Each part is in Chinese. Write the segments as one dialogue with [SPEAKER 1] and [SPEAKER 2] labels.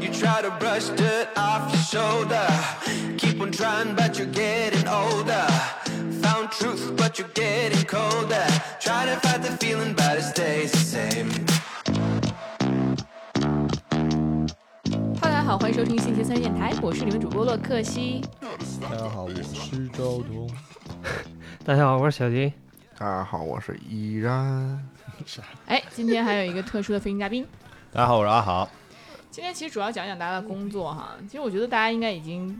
[SPEAKER 1] You try to brush dirt off your shoulder. Keep on trying, but you're getting older. Found truth, but you're getting colder. Try to fight the feeling, but it stays the same.
[SPEAKER 2] Hello，大家好，欢迎收听信息三电台，我是你们主播洛克西。
[SPEAKER 3] 大家好，我是赵彤。
[SPEAKER 4] 大家好，我是小迪。
[SPEAKER 5] 大家好，我是依然。
[SPEAKER 2] 哎，今天还有一个特殊的飞行嘉宾。
[SPEAKER 6] 大家好，我是阿豪。
[SPEAKER 2] 今天其实主要讲讲大家的工作哈，其实我觉得大家应该已经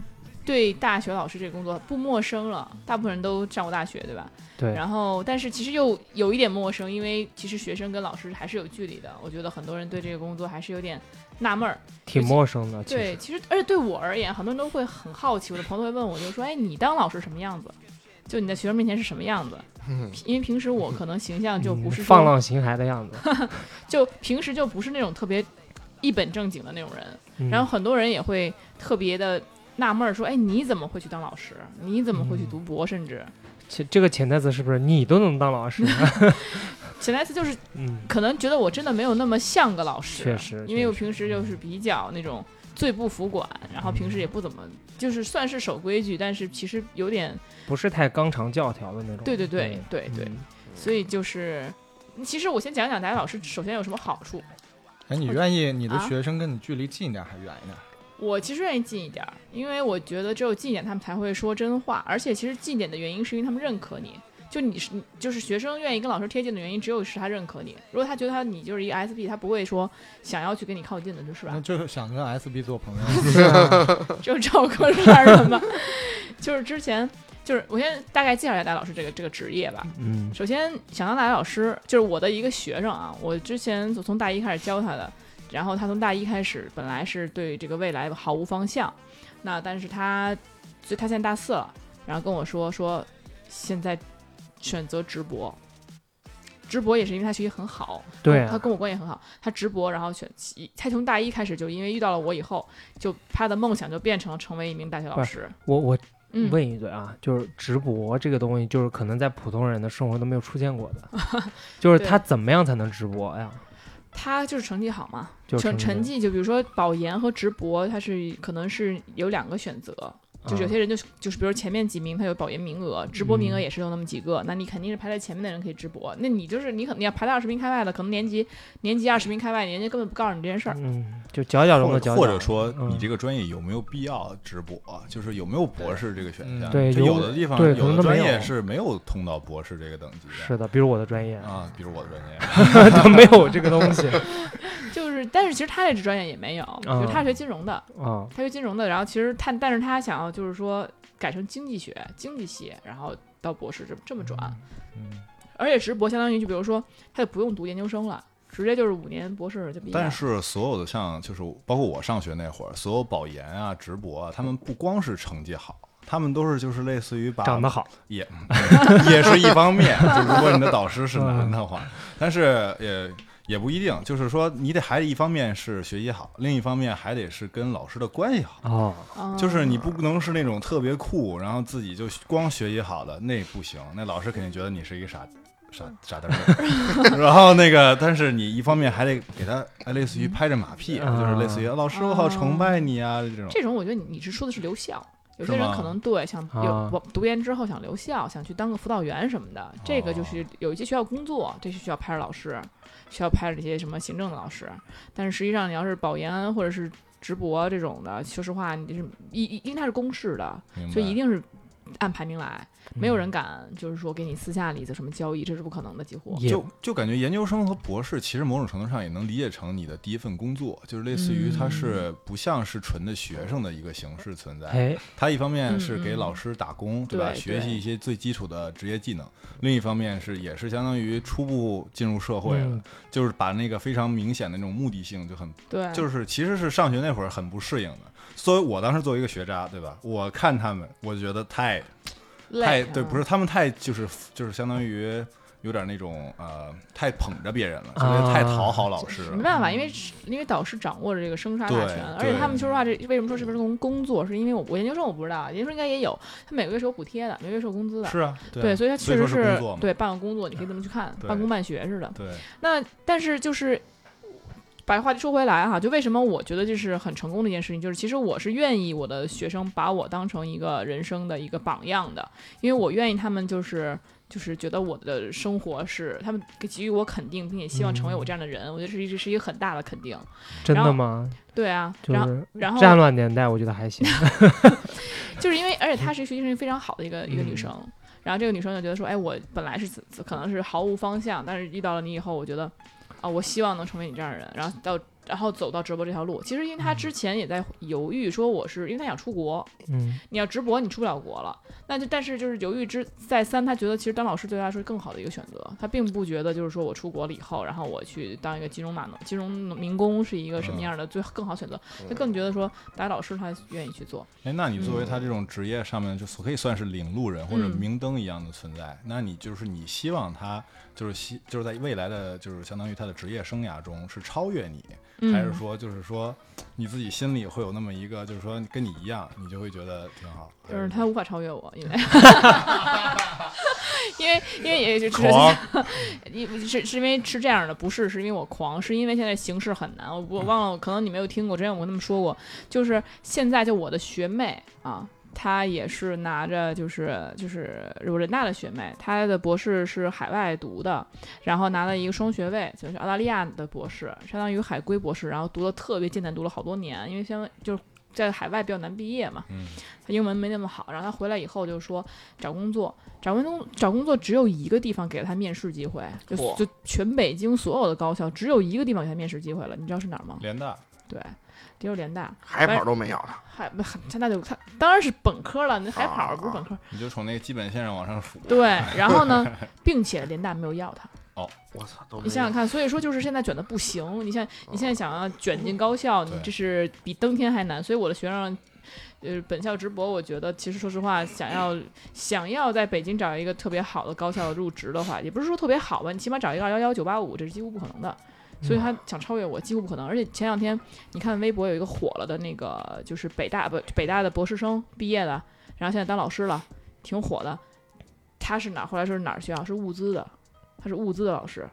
[SPEAKER 2] 对大学老师这个工作不陌生了，大部分人都上过大学，对吧？
[SPEAKER 4] 对，
[SPEAKER 2] 然后，但是其实又有一点陌生，因为其实学生跟老师还是有距离的。我觉得很多人对这个工作还是有点纳闷儿。
[SPEAKER 4] 挺陌生的，其
[SPEAKER 2] 对，
[SPEAKER 4] 实
[SPEAKER 2] 其实而且对我而言，很多人都会很好奇，我的朋友会问我，就说：“哎，你当老师什么样子？就你在学生面前是什么样子？”因为平时我可能形象就不是
[SPEAKER 4] 嗯
[SPEAKER 2] 说
[SPEAKER 4] 放浪形骸的 样子。
[SPEAKER 2] 就平时就不是那种特别一本正经的那种人。
[SPEAKER 4] 嗯
[SPEAKER 2] 然后很多人也会特别的纳闷儿，说：“哎，你怎么会去当老师？你怎么会去
[SPEAKER 4] 嗯
[SPEAKER 2] 读博？甚至
[SPEAKER 4] 这这个潜台词是不是你都能当 老师？
[SPEAKER 2] 潜台词就是
[SPEAKER 4] 嗯，
[SPEAKER 2] 可能觉得我真的没有那么像个老师，
[SPEAKER 4] 确实
[SPEAKER 2] 因为我
[SPEAKER 4] 确实嗯
[SPEAKER 2] 平时就是比较那种最不服管，然后平时也不怎么，就是算是守规矩，但是其实有点，
[SPEAKER 4] 不是太纲常教条的那种。
[SPEAKER 2] 对对对对对，
[SPEAKER 4] 嗯
[SPEAKER 2] 所以就是，嗯其实我先讲讲大家老师首先有什么好处，
[SPEAKER 3] 哎，你愿意你的
[SPEAKER 2] 啊
[SPEAKER 3] 学生跟你距离近一点还远一点？
[SPEAKER 2] 我其实愿意近一点儿，因为我觉得只有近一点，他们才会说真话。而且其实近一点的原因是因为他们认可你，就你是你就是学生愿意跟老师贴近的原因，只有是他认可你。如果他觉得他你就是一个 SB，他不会说想要去跟你靠近的，就是吧
[SPEAKER 3] 那？就是想跟 SB 做 朋友。
[SPEAKER 4] 嗯 啊
[SPEAKER 2] 就赵哥这样的吧。 就是之前，就是我先大概介绍一下大老师这个这个职业吧。
[SPEAKER 4] 嗯，
[SPEAKER 2] 首先想当大学老师，就是我的一个学生啊，我之前从从大一开始教他的，然后他从大一开始本来是对这个未来毫无方向，那但是他，所以他现在大四了，然后跟我说说现在选择直博。直博也是因为他学习很好，
[SPEAKER 4] 对
[SPEAKER 2] 他
[SPEAKER 4] 啊，
[SPEAKER 2] 跟我关系很好，他直博，然后选，他从大一开始就因为遇到了我以后，就他的梦想就变成了成为一名大学老
[SPEAKER 4] 不
[SPEAKER 2] 师。
[SPEAKER 4] 我我
[SPEAKER 2] 嗯，
[SPEAKER 4] 问一嘴啊，就是直播这个东西，就是可能在普通人的生活都没有出现 过的，就是
[SPEAKER 2] 对
[SPEAKER 4] 他怎么样才能直播呀？
[SPEAKER 2] 他就是成绩好嘛，
[SPEAKER 4] 就是
[SPEAKER 2] 成
[SPEAKER 4] 成
[SPEAKER 2] 成绩就比如说保研和直博，它是可能是有两个选择，就是有些人就就是比如前面几名他有保研名额，直播名额
[SPEAKER 4] 嗯
[SPEAKER 2] 也是有那么几个，那你肯定是排在前面的人可以直播，那你就是你可能你要排到二十名开外的，可能年级年级二十名开外，人家根本不告诉你这件事儿。
[SPEAKER 4] 嗯，就佼佼中
[SPEAKER 6] 或
[SPEAKER 4] 的佼
[SPEAKER 6] 者
[SPEAKER 4] 佼，
[SPEAKER 6] 或者说，
[SPEAKER 4] 嗯
[SPEAKER 6] 你这个专业有没有必要直博？就是有没有博士这个选项？
[SPEAKER 3] 嗯
[SPEAKER 4] 对
[SPEAKER 6] 就
[SPEAKER 4] 有
[SPEAKER 6] 有的地方
[SPEAKER 4] 对可能
[SPEAKER 6] 有的
[SPEAKER 4] 都没
[SPEAKER 6] 专
[SPEAKER 4] 有
[SPEAKER 6] 业是没有通到博士这个等级
[SPEAKER 4] 是的，比如我的专业
[SPEAKER 6] 的啊，比如我的专业，
[SPEAKER 4] 都没有这个东西
[SPEAKER 2] 就是，但是其实他这专业也没有，
[SPEAKER 4] 嗯
[SPEAKER 2] 就是他是学金融的，
[SPEAKER 4] 啊，
[SPEAKER 2] 他学金融的，然后其实他，但是他想要就是说改成经济学、经济系，然后到博士这么这么转，
[SPEAKER 3] 嗯，
[SPEAKER 2] 而且直博相当于就比如说他就不用读研究生了，直接就是五年博士就毕业了。
[SPEAKER 6] 但是所有的像就是包括我上学那会儿，所有保研啊、直博啊，他们不光是成绩好。他们都是就是类似于把
[SPEAKER 4] 长得好，
[SPEAKER 6] 也 也是一 方面，就如果你的导师是男的话，但是也也不一定，就是说你得还一方面是学习好，另一方面还得是跟老师的关系好。
[SPEAKER 4] 哦，
[SPEAKER 2] 嗯
[SPEAKER 6] 就是你不能是那种特别酷，然后自己就光学习好的，那 不行，那老师肯定觉得你是一个傻傻傻 蛋儿。然后那个，但是你一方面还得给他哎类似于拍着马屁，
[SPEAKER 4] 啊
[SPEAKER 6] 就是类似于老师我好崇拜你啊这种。
[SPEAKER 2] 嗯这种，我觉得你你是说的是留校。有些
[SPEAKER 6] 是
[SPEAKER 2] 人
[SPEAKER 6] 吗
[SPEAKER 2] 可能对想
[SPEAKER 4] 啊
[SPEAKER 2] 有我读研之后想留校，想去当个辅导员什么
[SPEAKER 6] 哦
[SPEAKER 2] 的，这个就是有一些学校工作，这是需要派着老师，需要派着这些什么行政的老师。但是实际上，你要是保研或者是直博这种的，说实话，你就是一一因为它是公示的，
[SPEAKER 6] 明白嗯
[SPEAKER 2] 所以一定是按排名来，没有人敢就是说给你私下里的什么交易，这是不可能的，几乎。
[SPEAKER 4] 也
[SPEAKER 6] 就就感觉研究生和博士，其实某种程度上也能理解成你的第一份工作，就是类似于
[SPEAKER 4] 嗯
[SPEAKER 6] 它是不像是纯的学生的一个形式存在。
[SPEAKER 4] 哎，
[SPEAKER 6] 它一方面
[SPEAKER 2] 嗯
[SPEAKER 6] 是给
[SPEAKER 2] 嗯
[SPEAKER 6] 老师打工，对吧？
[SPEAKER 2] 对
[SPEAKER 6] 学
[SPEAKER 2] 对
[SPEAKER 6] 习一些最基础的职业技能，另一方面是也是相当于初步进入社会了，
[SPEAKER 4] 嗯
[SPEAKER 6] 就是把那个非常明显的那种目的性就很，
[SPEAKER 2] 对，
[SPEAKER 6] 就是其实是上学那会儿很不适应的。所以我当时作为一个学渣，对吧？我看他们，我觉得太太
[SPEAKER 2] 累，啊
[SPEAKER 6] 对，不是他们太就是就是相当于有点那种呃太捧着别人了，所以太讨好老师
[SPEAKER 2] 没
[SPEAKER 6] 了。
[SPEAKER 2] 办法，因为是因为导师掌握着这个生杀大
[SPEAKER 6] 对
[SPEAKER 2] 权，
[SPEAKER 6] 嗯对
[SPEAKER 2] 而且他们说实话，这为什么说是不是工工作，是因为我我研究生我不知道，研究生应该也有，他每个月是有补贴的，每个月是有工资的，
[SPEAKER 6] 是啊，
[SPEAKER 2] 对
[SPEAKER 6] 对啊
[SPEAKER 2] 所以他确
[SPEAKER 6] 所以
[SPEAKER 2] 实
[SPEAKER 6] 说
[SPEAKER 2] 是
[SPEAKER 6] 是工作嘛
[SPEAKER 2] 对半个工作，你可以这么去看，
[SPEAKER 6] 对
[SPEAKER 2] 半工半学似的。
[SPEAKER 6] 对
[SPEAKER 2] 那但是就是把话题说回来哈，就为什么我觉得这是很成功的一件事情，就是其实我是愿意我的学生把我当成一个人生的一个榜样的，因为我愿意他们就是就是觉得我的生活是他们给予我肯定，并且希望成为
[SPEAKER 4] 嗯
[SPEAKER 2] 我这样的人，我觉得是一是一个很大的肯定。
[SPEAKER 4] 真
[SPEAKER 2] 然后
[SPEAKER 4] 的吗？
[SPEAKER 2] 对啊，
[SPEAKER 4] 就
[SPEAKER 2] 然后
[SPEAKER 4] 是
[SPEAKER 2] 然后
[SPEAKER 4] 战乱年代，我觉得 还行。
[SPEAKER 2] 就是因为，而且她是学习成绩非常好的一个一个女
[SPEAKER 4] 嗯
[SPEAKER 2] 生。然后这个女生就觉得说，哎，我本来是自自可能是毫无方向，但是遇到了你以后，我觉得，啊，我希望能成为你这样的人。然后到，然后走到直播这条路。其实因为她之前也在犹豫，说我是因为她想出国，
[SPEAKER 4] 嗯，
[SPEAKER 2] 你要直播你出不了国了。那就但是就是犹豫之再三，她觉得其实当老师对她来说是更好的一个选择。她并不觉得就是说我出国了以后，然后我去当一个金融码农、金融民工是一个什么样的最更好选择。她更觉得说，当老师她愿意去做。
[SPEAKER 6] 哎，那你作为他这种职业上面，就所可以算是领路人或者
[SPEAKER 2] 嗯
[SPEAKER 6] 明灯一样的存在，那你就是你希望他就是希就是在未来的就是相当于他的职业生涯中是超越你，
[SPEAKER 2] 嗯、
[SPEAKER 6] 还是说就是说你自己心里会有那么一个，就是说跟你一样，你就会觉得挺好。
[SPEAKER 2] 就是
[SPEAKER 6] 还
[SPEAKER 2] 他无法超越我，因为，因为因为也就是
[SPEAKER 6] 狂，
[SPEAKER 2] 因是是因为是这样的，不是是因为我狂，是因为现在形势很难，我我忘了，可能你没有听过，之前我跟他们说过，就是现在就我的学妹啊。她也是拿着，就是就是我人大的学妹，她的博士是海外读的，然后拿了一个双学位，就是澳大利亚的博士，相当于海归博士，然后读的特别艰难，读了好多年，因为相当就是在海外比较难毕业嘛，
[SPEAKER 6] 嗯，
[SPEAKER 2] 他英文没那么好，然后他回来以后就说找工作，找工作找工作只有一个地方给了他面试机会，就
[SPEAKER 6] 嚯
[SPEAKER 2] 就全北京所有的高校只有一个地方给他面试机会了，你知道是哪儿吗？
[SPEAKER 6] 联大
[SPEAKER 2] 对，只有联大，
[SPEAKER 5] 海跑都没有了，
[SPEAKER 2] 海不海他那就他当然是本科了，那海跑不是本科，
[SPEAKER 6] 你就从那个基本线上往上数，
[SPEAKER 2] 对，然后呢，并且联大没有要他，
[SPEAKER 5] 我操，都没有
[SPEAKER 2] 你想想看，所以说就是现在卷的不行，你现你现在想要卷进高校，你
[SPEAKER 6] 对
[SPEAKER 2] 这是比登天还难。所以我的学生，呃，本校直博，我觉得其实说实话，想要想要在北京找一个特别好的高校入职的话，也不是说特别好吧，你起码找一个二幺幺九八五，这是几乎不可能的。所以他想超越我几乎不可能，而且前两天你看微博有一个火了的那个，就是北大不北大的博士生毕业的，然后现在当老师了，挺火的。他是哪儿？后来说是哪儿学校？是物资的，他是物资的老师，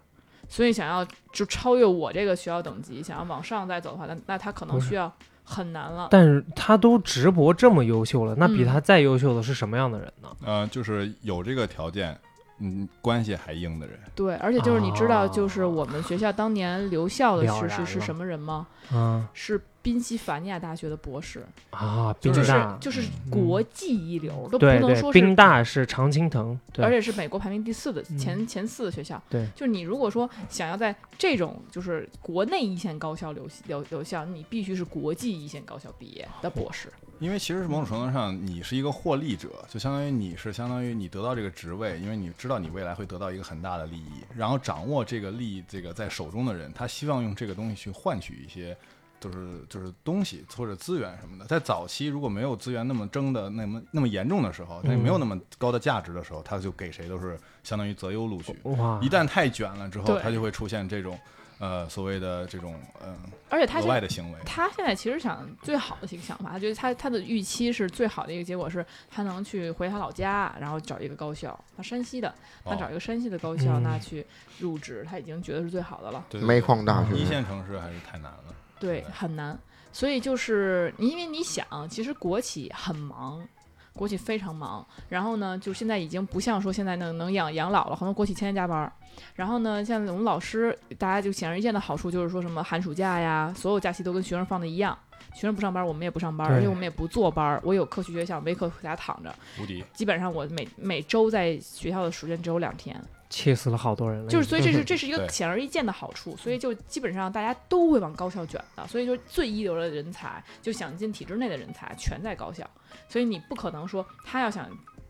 [SPEAKER 2] 所以想要就超越我这个学校等级，想要往上再走的话，那那他可能
[SPEAKER 4] 不是
[SPEAKER 2] 需要很难了。
[SPEAKER 4] 但是他都直播这么优秀了，那比
[SPEAKER 2] 嗯
[SPEAKER 4] 他再优秀的是什么样的人呢？
[SPEAKER 6] 呃，就是有这个条件，嗯，关系还硬的人，
[SPEAKER 2] 对，而且就是你知道，
[SPEAKER 4] 哦
[SPEAKER 2] 就是我们学校当年留校的
[SPEAKER 4] 了
[SPEAKER 2] 是
[SPEAKER 4] 然
[SPEAKER 2] 是是
[SPEAKER 4] 了
[SPEAKER 2] 什么人吗？
[SPEAKER 4] 嗯
[SPEAKER 2] 是宾夕法尼亚大学的博士，
[SPEAKER 4] 啊，
[SPEAKER 2] 就
[SPEAKER 4] 宾
[SPEAKER 2] 是
[SPEAKER 4] 大，
[SPEAKER 2] 就是
[SPEAKER 6] 嗯
[SPEAKER 2] 国际一流，都不
[SPEAKER 4] 对
[SPEAKER 2] 能
[SPEAKER 4] 对，
[SPEAKER 2] 说是
[SPEAKER 4] 宾大是常青藤，
[SPEAKER 2] 而
[SPEAKER 4] 对，嗯
[SPEAKER 2] 且是美国排名第四的前、前四的学校。
[SPEAKER 4] 对
[SPEAKER 2] 就是你如果说想要在这种就是国内一线高校留留留校，你必须是国际一线高校毕业的博士。
[SPEAKER 6] 因为其实某种程度上，你是一个获利者，就相当于你是相当于你得到这个职位，因为你知道你未来会得到一个很大的利益，然后掌握这个利益这个在手中的人，他希望用这个东西去换取一些。就是就是东西或者资源什么的，在早期如果没有资源那么争的那么那么严重的时候，他也没有那么高的价值的时候，他就给谁都是相当于择优录取。
[SPEAKER 4] 哇
[SPEAKER 6] 一，旦太卷了之后，
[SPEAKER 2] 对
[SPEAKER 6] 他就会出现这种呃所谓的这种嗯、
[SPEAKER 2] 而且他
[SPEAKER 6] 额
[SPEAKER 2] 现
[SPEAKER 6] 外
[SPEAKER 2] 在
[SPEAKER 6] 的行为。
[SPEAKER 2] 他现在其实想最好的一个想法，他觉得他他的预期是最好的一个结果是他能去回他老家，然后找一个高校，他山西的，他
[SPEAKER 6] 哦
[SPEAKER 2] 找一个山西的高校，
[SPEAKER 4] 嗯
[SPEAKER 2] 那去入职，他已经觉得是最好的了。
[SPEAKER 6] 对对
[SPEAKER 5] 煤
[SPEAKER 6] 对
[SPEAKER 5] 矿大
[SPEAKER 6] 一
[SPEAKER 5] 学，
[SPEAKER 6] 线城市还是太难了。
[SPEAKER 2] 对，
[SPEAKER 6] 对
[SPEAKER 2] 很难。所以就是你，因为你想，其实国企很忙，国企非常忙。然后呢，就现在已经不像说现在能能养养老了，很多国企天天加班儿。然后呢，像我们老师，大家就显而易见的好处就是说什么寒暑假呀，所有假期都跟学生放的一样。学生不上班，我们也不上班，
[SPEAKER 4] 对
[SPEAKER 2] 而且我们也不坐班儿。我有课去学校，没课回家躺着。
[SPEAKER 6] 无敌。
[SPEAKER 2] 基本上我每每周在学校的时间只有两天，
[SPEAKER 4] 气死了好多人了已经，
[SPEAKER 2] 就是所以这 是这是一个
[SPEAKER 6] 对
[SPEAKER 2] 显而易见的好处，所以就基本上大家都会往高校卷的，所以说最一流的人才，就想进体制内的人才全在高校，所以你不可能说他要想，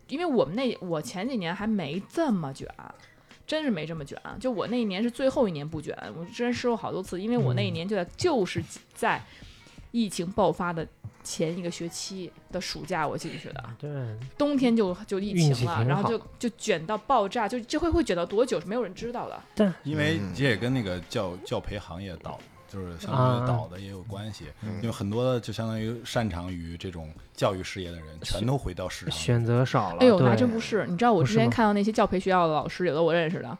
[SPEAKER 2] 因为我们那我前几年还没这么卷。真是没这么卷，就我那一年是最后一年不卷，我之前试过好多次，因为
[SPEAKER 4] 嗯
[SPEAKER 2] 我那一年就在就是在疫情爆发的前一个学期的暑假我进去的，
[SPEAKER 4] 对，
[SPEAKER 2] 冬天就就疫
[SPEAKER 4] 嗯运
[SPEAKER 2] 情
[SPEAKER 4] 气
[SPEAKER 2] 了，
[SPEAKER 4] 挺
[SPEAKER 2] 然后
[SPEAKER 4] 好
[SPEAKER 2] 就就卷到爆炸，就这会会卷到多久是没有人知道的。
[SPEAKER 6] 因为
[SPEAKER 5] 嗯
[SPEAKER 6] 这也跟那个教教培行业倒，就是相当于
[SPEAKER 4] 啊
[SPEAKER 6] 倒的也有关系。
[SPEAKER 5] 嗯
[SPEAKER 6] 因为很多的就相当于擅长于这种教育事业的人，全都回到市场。
[SPEAKER 4] 选择少了，
[SPEAKER 2] 哎呦，那还
[SPEAKER 4] 对
[SPEAKER 2] 真不是，你知道我
[SPEAKER 4] 不
[SPEAKER 2] 之
[SPEAKER 4] 是
[SPEAKER 2] 前
[SPEAKER 4] 吗
[SPEAKER 2] 看到那些教培学校的老师，有的我认识的，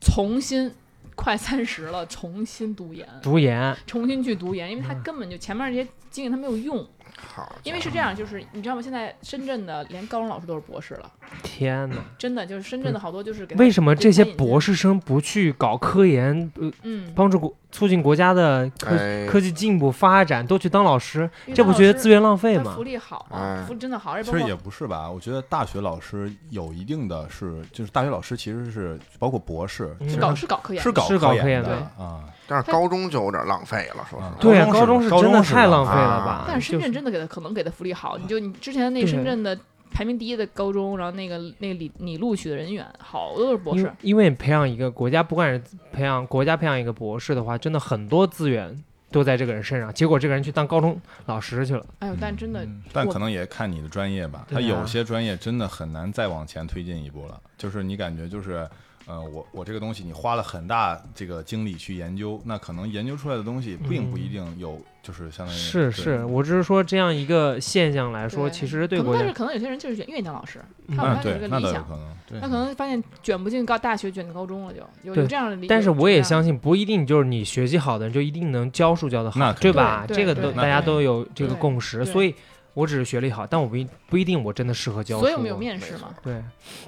[SPEAKER 2] 重新快三十了，重新读研，
[SPEAKER 4] 读研，
[SPEAKER 2] 重新去读研，因为
[SPEAKER 4] 嗯
[SPEAKER 2] 他根本就前面这些经验他没有用，
[SPEAKER 5] 好，
[SPEAKER 2] 因为是这
[SPEAKER 4] 嗯
[SPEAKER 2] 样，就是你知道吗？现在深圳的连高中老师都是博士了，
[SPEAKER 4] 天哪！
[SPEAKER 2] 真的就是深圳的好多就是给他
[SPEAKER 4] 为什么这些博
[SPEAKER 2] 士，
[SPEAKER 4] 士生不去搞科研，呃，
[SPEAKER 2] 嗯，
[SPEAKER 4] 帮助国促进国家的科、
[SPEAKER 5] 哎
[SPEAKER 4] 科技进步发展，都去当老师，
[SPEAKER 2] 因为
[SPEAKER 4] 这不
[SPEAKER 2] 当
[SPEAKER 4] 觉得
[SPEAKER 2] 老师
[SPEAKER 4] 资源浪费
[SPEAKER 2] 他
[SPEAKER 4] 吗
[SPEAKER 2] 福？利好嘛，
[SPEAKER 5] 哎
[SPEAKER 2] 福利真的好，而且
[SPEAKER 6] 其
[SPEAKER 2] 包
[SPEAKER 6] 实
[SPEAKER 2] 括
[SPEAKER 6] 也不是吧，我觉得大学老师有一定的是，就是大学老师其实是包括博士，
[SPEAKER 4] 嗯
[SPEAKER 6] 其
[SPEAKER 2] 是
[SPEAKER 6] 实他
[SPEAKER 2] 搞
[SPEAKER 6] 们
[SPEAKER 2] 是搞科研，
[SPEAKER 6] 是搞
[SPEAKER 4] 是搞科
[SPEAKER 6] 科
[SPEAKER 4] 研
[SPEAKER 6] 的
[SPEAKER 2] 的
[SPEAKER 6] 啊，
[SPEAKER 5] 但是高中就有点浪费了，说实
[SPEAKER 2] 嗯
[SPEAKER 6] 啊
[SPEAKER 5] 话。
[SPEAKER 4] 对啊，
[SPEAKER 6] 高中
[SPEAKER 4] 高中
[SPEAKER 6] 是
[SPEAKER 4] 是真
[SPEAKER 6] 高中
[SPEAKER 4] 的
[SPEAKER 6] 是
[SPEAKER 4] 太
[SPEAKER 6] 吧
[SPEAKER 4] 浪费了
[SPEAKER 5] 啊
[SPEAKER 4] 吧？
[SPEAKER 2] 但是深
[SPEAKER 4] 就是
[SPEAKER 2] 圳真的给他可能给他福利好，你就你之前那个
[SPEAKER 4] 对
[SPEAKER 2] 深圳的排名第一的高中，然后那个那个李你录取的人员，好多都是博
[SPEAKER 4] 因
[SPEAKER 2] 士啊
[SPEAKER 4] 为，因为你培养一个国家，不管是培养国家培养一个博士的话，真的很多资源都在这个人身上。结果这个人去当高中老师去了，
[SPEAKER 2] 哎呦，但真的
[SPEAKER 3] 嗯
[SPEAKER 6] 但
[SPEAKER 2] 我
[SPEAKER 6] 可能也看你的专业吧。
[SPEAKER 4] 对
[SPEAKER 6] 他
[SPEAKER 4] 啊
[SPEAKER 6] 有些专业真的很难再往前推进一步了，就是你感觉就是，呃，我我这个东西你花了很大这个精力去研究，那可能研究出来的东西并不一定有，就是相当于
[SPEAKER 4] 嗯是
[SPEAKER 6] 哎对
[SPEAKER 4] 是，我只是说这样一个现象来说，其实对
[SPEAKER 2] 可能
[SPEAKER 4] 国
[SPEAKER 2] 但
[SPEAKER 4] 家
[SPEAKER 2] 是可能有些人就是愿意当老师，
[SPEAKER 4] 嗯
[SPEAKER 2] 他有
[SPEAKER 6] 嗯，
[SPEAKER 2] 他有
[SPEAKER 6] 对
[SPEAKER 2] 这，个
[SPEAKER 6] 那
[SPEAKER 2] 理
[SPEAKER 6] 倒有
[SPEAKER 2] 想，
[SPEAKER 6] 可能。
[SPEAKER 3] 对，
[SPEAKER 2] 他可能发现卷不进高大学，卷进高中了，就有有
[SPEAKER 4] 对
[SPEAKER 2] 这样的理。
[SPEAKER 4] 但是
[SPEAKER 2] 有
[SPEAKER 4] 我
[SPEAKER 2] 这
[SPEAKER 4] 也
[SPEAKER 2] 样
[SPEAKER 4] 相信，不一定就是你学习好的人就一定能教书教得
[SPEAKER 6] 那
[SPEAKER 4] 好，
[SPEAKER 6] 肯
[SPEAKER 4] 对
[SPEAKER 6] 定
[SPEAKER 4] 吧？
[SPEAKER 2] 嗯对
[SPEAKER 4] 这个
[SPEAKER 2] 对
[SPEAKER 4] 都
[SPEAKER 2] 对
[SPEAKER 4] 大家都有这个
[SPEAKER 2] 对
[SPEAKER 4] 共识，
[SPEAKER 2] 对
[SPEAKER 4] 所以我只是学历好，但我不一不一定我真的适合教书。
[SPEAKER 2] 所以我们有面试嘛，
[SPEAKER 4] 对，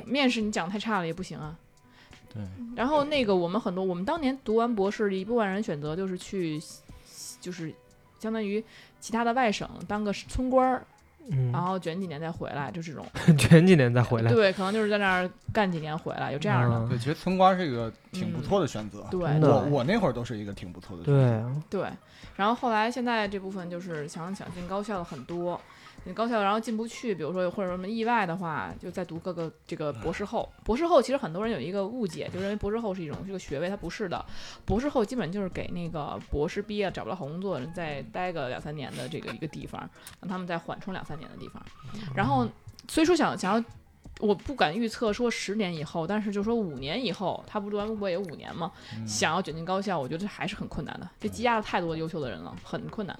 [SPEAKER 2] 面试你讲得太差了也不行啊。
[SPEAKER 6] 对。
[SPEAKER 2] 然后那个我们很多，我们当年读完博士，一部分人选择就是去，就是相当于其他的外省当个村官儿，
[SPEAKER 4] 嗯，
[SPEAKER 2] 然后卷几年再回来，就这种。
[SPEAKER 4] 前几年再回来，
[SPEAKER 2] 哦对，可能就是在那儿干几年回来，有这样的。
[SPEAKER 4] 嗯
[SPEAKER 3] 对，其实村官是一个挺不错的选择。
[SPEAKER 2] 对
[SPEAKER 4] 真
[SPEAKER 3] 我
[SPEAKER 4] 的
[SPEAKER 3] 我那会儿都是一个挺不错的选择。
[SPEAKER 4] 嗯对，
[SPEAKER 2] 对，然后后来现在这部分就是想想进高校的很多，进高校然后进不去，比如说或者什么意外的话，就再读各个这个博士后。博士后其实很多人有一个误解，就认为博士后是一种这个学位，它不是的。博士后基本就是给那个博士毕业找不到好工作的人再待个两三年的这个一个地方，让他们再缓冲两三年的地方。然后所以说想想要。我不敢预测说十年以后，但是就说五年以后，他不读完博也五年嘛，
[SPEAKER 4] 嗯
[SPEAKER 2] 想要卷进高校，我觉得这还是很困难的。这积压了太多优秀的人了，很困难。